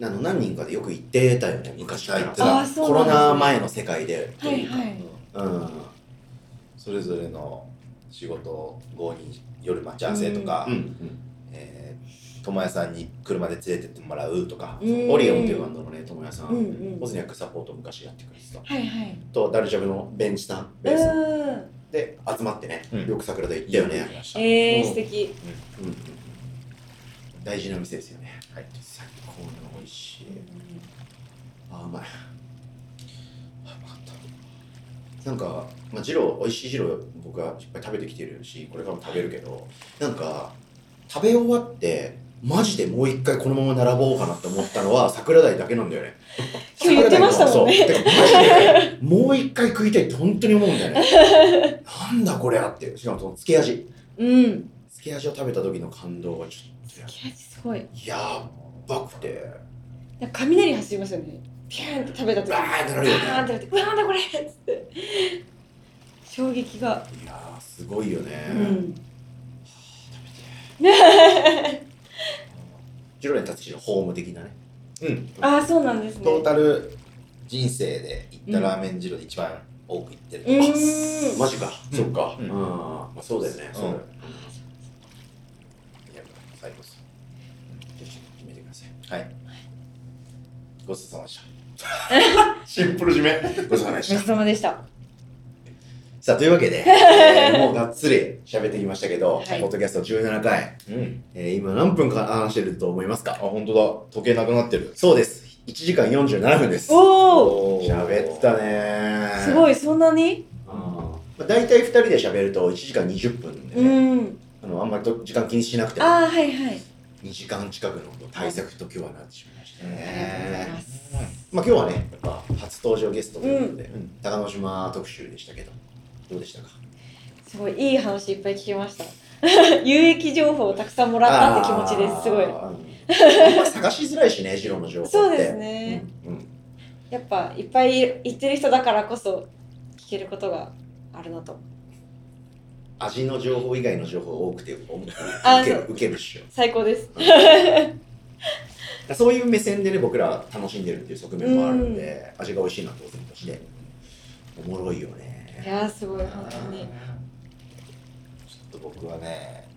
S1: あの何人かでよく行ってたよね昔から
S2: 行ってた
S3: あそう
S1: コロ
S3: なんですね
S1: ナ前の世界で、
S3: はいはい。
S1: うん、
S2: それぞれの仕事後に夜待ち合わせとか、
S1: うん
S2: えー友也さんに車で連れてってもらうとか、
S3: うん
S1: オリオンっていうバンドのね友也さん、
S3: うんうん
S1: オズニャックサポート昔やってくれてた
S3: はいはい。
S1: とダルジャブのベンチさんベースの
S3: うん。
S1: で集まってね、
S2: うん
S1: よく桜で行ったよね、
S2: いいした
S3: ええ、素敵。
S1: うんうんうん大事な店ですよね。はい、最高に美味しい。あ、うまい。
S2: あよかった
S1: なんか、まあ、ジロー、美味しいジロー、僕はいっぱい食べてきてるし、これからも食べるけど、なんか、食べ終わって、マジでもう一回このまま並ぼうかなって思ったのは、桜台だけなんだよね。
S3: 今日言ってましたもんね
S1: 桜台のそうてかマジで、もう一回食いたいって本当に思うんだよね。なんだこれはって。しかもその漬け味。
S3: うん。
S1: 漬け味を食べた時の感動がちょっ
S3: キャッチすごい。
S1: と、やばくて。
S3: なんか雷走りますよね。ピューンって食べた時。
S1: バーンってなるよね
S3: バーンってなって、うわなんだこれっつって。衝撃が。
S1: いやーすごいよね、
S3: うん。
S1: ジロレン達氏のホーム的なね
S2: うん
S3: ああ、そうなんですね。
S2: トータル人生で行ったラーメン二郎で一番多く行ってる、
S3: う
S2: あ
S3: ーん。
S1: マジか、
S2: うん
S1: そっか
S2: うん
S1: まあ、そうだよね、そうだよね
S2: いや最高です
S1: じゃあ決めてください
S2: はいごちそうさまでした
S1: シンプル締めごちそうさまで
S3: ごちそうさまでした。
S1: さあというわけで、えーもうがっつり喋ってきましたけど、
S3: はい
S1: ポッドキャスト17回、
S2: うん
S1: えー今何分か話してると思いますか
S2: あ本当だ時計なくなってる
S1: そうです1時間47分です
S3: おお。
S1: 喋ってたねー
S3: すご
S1: い
S3: い、そんなに。
S1: まあ、大体2人で喋ると1時間20分で
S3: う
S1: ね、
S3: ん。
S1: あのあんまりと時間気にしなくても
S3: ああ、はいはい。
S1: 2時間近くの対策と今日はなってしまいました
S3: ありがとうござい
S1: ね
S3: ま。す。
S1: まあ今日はね、やっぱ初登場ゲストということで、
S2: うん
S1: 高野島特集でしたけど、どうでしたか
S3: すごい、いい話いっぱい聞けました。 有益情報をたくさんもらったって気持ちです。すごい。
S1: い。今探しづらいしね、ジローの情報って。
S3: そうですね。
S1: うん。うん
S3: やっぱ、いっぱい言ってる人だからこそ。聞けることが。あるのと。
S1: 味の情報以外の情報多くて、お受
S3: あ
S1: け
S3: そう
S1: る受けるっしょ。
S3: 最高です。
S1: そういう目線でね、僕らは楽しんでるっていう側面もあるんで、味が美味しいな当然として。おもろいよ
S3: い
S1: ね。
S3: やー、すごい、本当に。
S2: ちょっと僕はね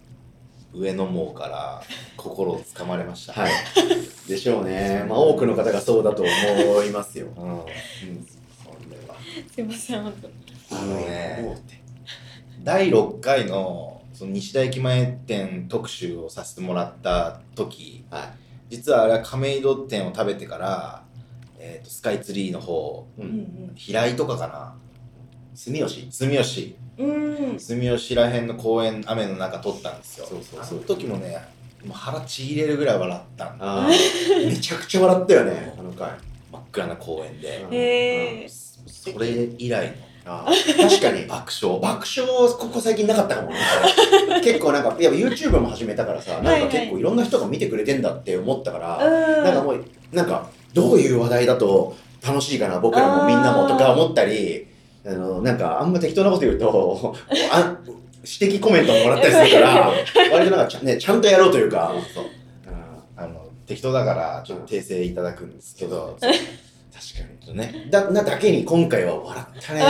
S2: 上の毛から心をつかまれました
S1: はい。でしょうね。まあ多くの方がそうだと思いますよ。
S2: うん、こ
S1: うん
S2: れは
S3: すいません、本当。
S1: あのね、もうって。
S2: 第6回のその西田駅前店特集をさせてもらった時
S1: は
S2: 実はあれは亀戸店を食べてから、えー、とスカイツリーの方
S1: い。う。
S3: うんん
S2: 平井とかかな
S1: 住吉
S2: 住吉
S3: うん。うん。
S2: 住吉らへんの公園雨の中撮ったんですよ
S1: そうそうそう
S2: あの時もねもう腹ちぎれるぐらい笑ったん
S1: あーめちゃくちゃ笑ったよね、あの回。
S2: 真っ暗な公園で
S1: うん
S3: へえ。
S2: それ以来
S1: あー確かに
S2: の。爆笑
S1: 爆笑、ここ最近なかったかも ね。結構なんか、いや YouTube も始めたからさ、なんか結構いろんな人が見てくれてんだって思ったから、
S3: うん。
S1: なんかもう、なんか、どういう話題だと楽しいかな、僕らもみんなもとか思ったり、あの、なんか、あんま適当なこと言う と、あ指摘コメントもらったりするから、割となんかちゃ,、ね、ちゃんとやろうというか、
S2: そうそう
S1: うん
S2: あの適当だからちょっと訂正いただくんですけど、ちょ
S1: 確かに。
S2: っとね
S1: だなだけに今回は笑った ね。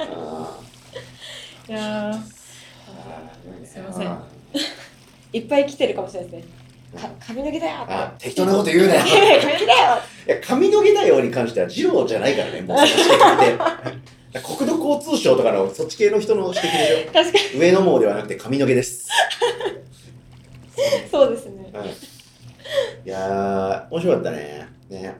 S1: あ
S3: いやー
S1: ー
S3: すいません
S1: あ
S3: いっぱい来てるかもしれないですね。か髪の毛だよ と
S1: あ
S3: か。
S1: 適当なこと言うなよ。
S3: 髪の毛だよ
S1: いや、髪の毛だよに関しては、二郎じゃないからね、 もう、その指摘って。国土交通省とかのそっち系の人の指摘で
S3: 確か
S1: しょ。上の毛ではなくて髪の毛です。
S3: にそうですね。
S1: うんいやー、面白かったね。ね。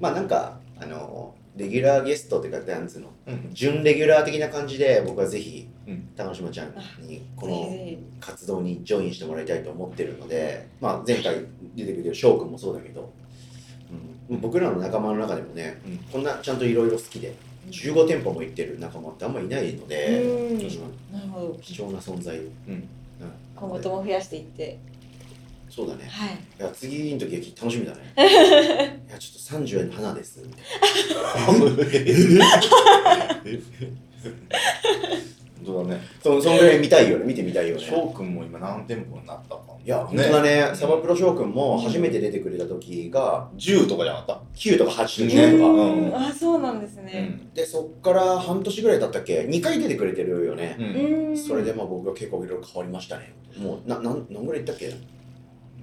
S1: まあなんか、あの、レギュラーゲストっていうか、なんつうの、
S2: うん
S1: 準レギュラー的な感じで、僕はぜひ
S2: うん、
S1: 高島ちゃんに、こ
S3: ぜひ
S1: の
S3: ぜ
S1: 活動にジョインしてもらいたいと思ってるので、まあ前回出てくれてる翔くんもそうだけど、うん、僕らの仲間の中でもね、
S2: うん
S1: こんなちゃんといろいろ好きで、
S3: ひ。
S1: 15店舗も行ってる仲間ってあんまいないので、う
S3: うん
S1: ん
S3: なるほど。
S1: 貴重な存在を。
S2: うん
S1: うん
S3: 今後とも増やしていって。
S1: そうだね。
S3: はい。
S1: いや次の時は楽しみだ ね。いやちょっと30円の花です。みたい
S2: 本当だね
S1: なそそんぐらい見たいよね。見てみたいよね。
S2: 翔くんも今何店舗になったか
S1: いや、本当だね。サバプ
S2: ロ
S1: ロ翔くんも初めて出てくれた時が
S2: 10とかじゃなかっ
S1: 9とか8とか
S2: ね
S1: 9
S2: う
S1: とか。
S2: ん
S3: あ、そうなんです
S2: たう
S3: ね。
S2: ん
S1: で、そっから半年ぐらい経ったっけ ?2 回出てくれてるよね。
S2: うん
S3: うん
S1: それでまあ僕が結構いろいろ変わりましたね。もう、な、なん、何ぐらい行ったっけ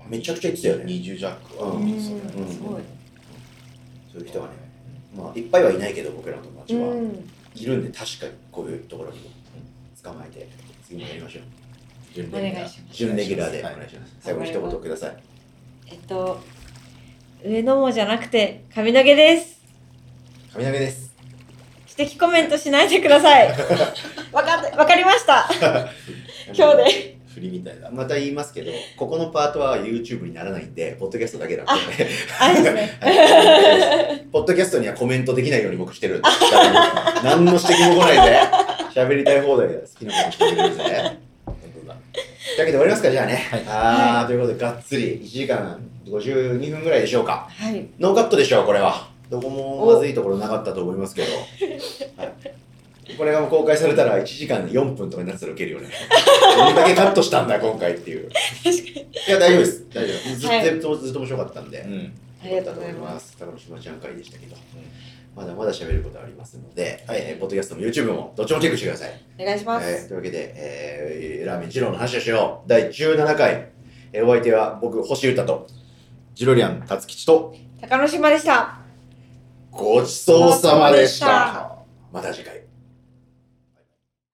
S1: めちゃくちゃ言ってたよね
S2: 20ジャックは
S1: う
S3: うん
S2: そ
S3: す
S2: うだね
S3: ごい。
S1: そういう人がね。まあ、いっぱいはいないけど、僕らの友達は。
S3: うん。
S1: いるんで、確かにこういうところにも捕まえて、次もやりましょう。
S2: 準
S3: お願いします。
S1: 準レギュラーでお願いし
S2: ま
S1: ます。最後に一言ください。
S3: えっと、上のもじゃなくて髪の毛です。
S1: 髪の毛です。
S3: 指摘コメントしないでください。わかっわかりました。今日で。
S2: す振りみたいだ
S1: また言いますけど、ここのパートは YouTube にならないんで、ポッドキャストだけなんで、
S3: あれですね。
S1: はいポッドキャストにはコメントできないように僕 してるんで、何の指摘も来ないで、喋りたい放題で好きなことしてくれるぜ。
S2: 本当だ
S1: だけで終わりますか、じゃあね。
S2: はい
S1: あーということで、がっつり1時間52分ぐらいでしょうか。
S3: はい。
S1: ノーカットでしょう、これは。どこもまずいところなかったと思いますけど。はいこれがもう公開されたら1時間4分とかになってたらウケるよね。どんだけカットしたんだ、今回っていう。いや、大丈夫です。大丈夫です。ず
S3: はい
S1: ずっと、ずっと面白かったんで。
S2: うん
S3: ありがとうございます。
S1: す。高島ちゃん会でしたけど。まだまだ喋ることありますので、はい、えーポッドキャストも YouTube もどっちもチェックしてください。
S3: お願いしま
S1: えー
S3: す。
S1: というわけで、えーラーメン二郎の話をしよう。第17回。えーお相手は僕、星歌と、
S2: ジロリアン辰吉と
S3: 高野島でした。
S1: ごちそうさまでした。また次回。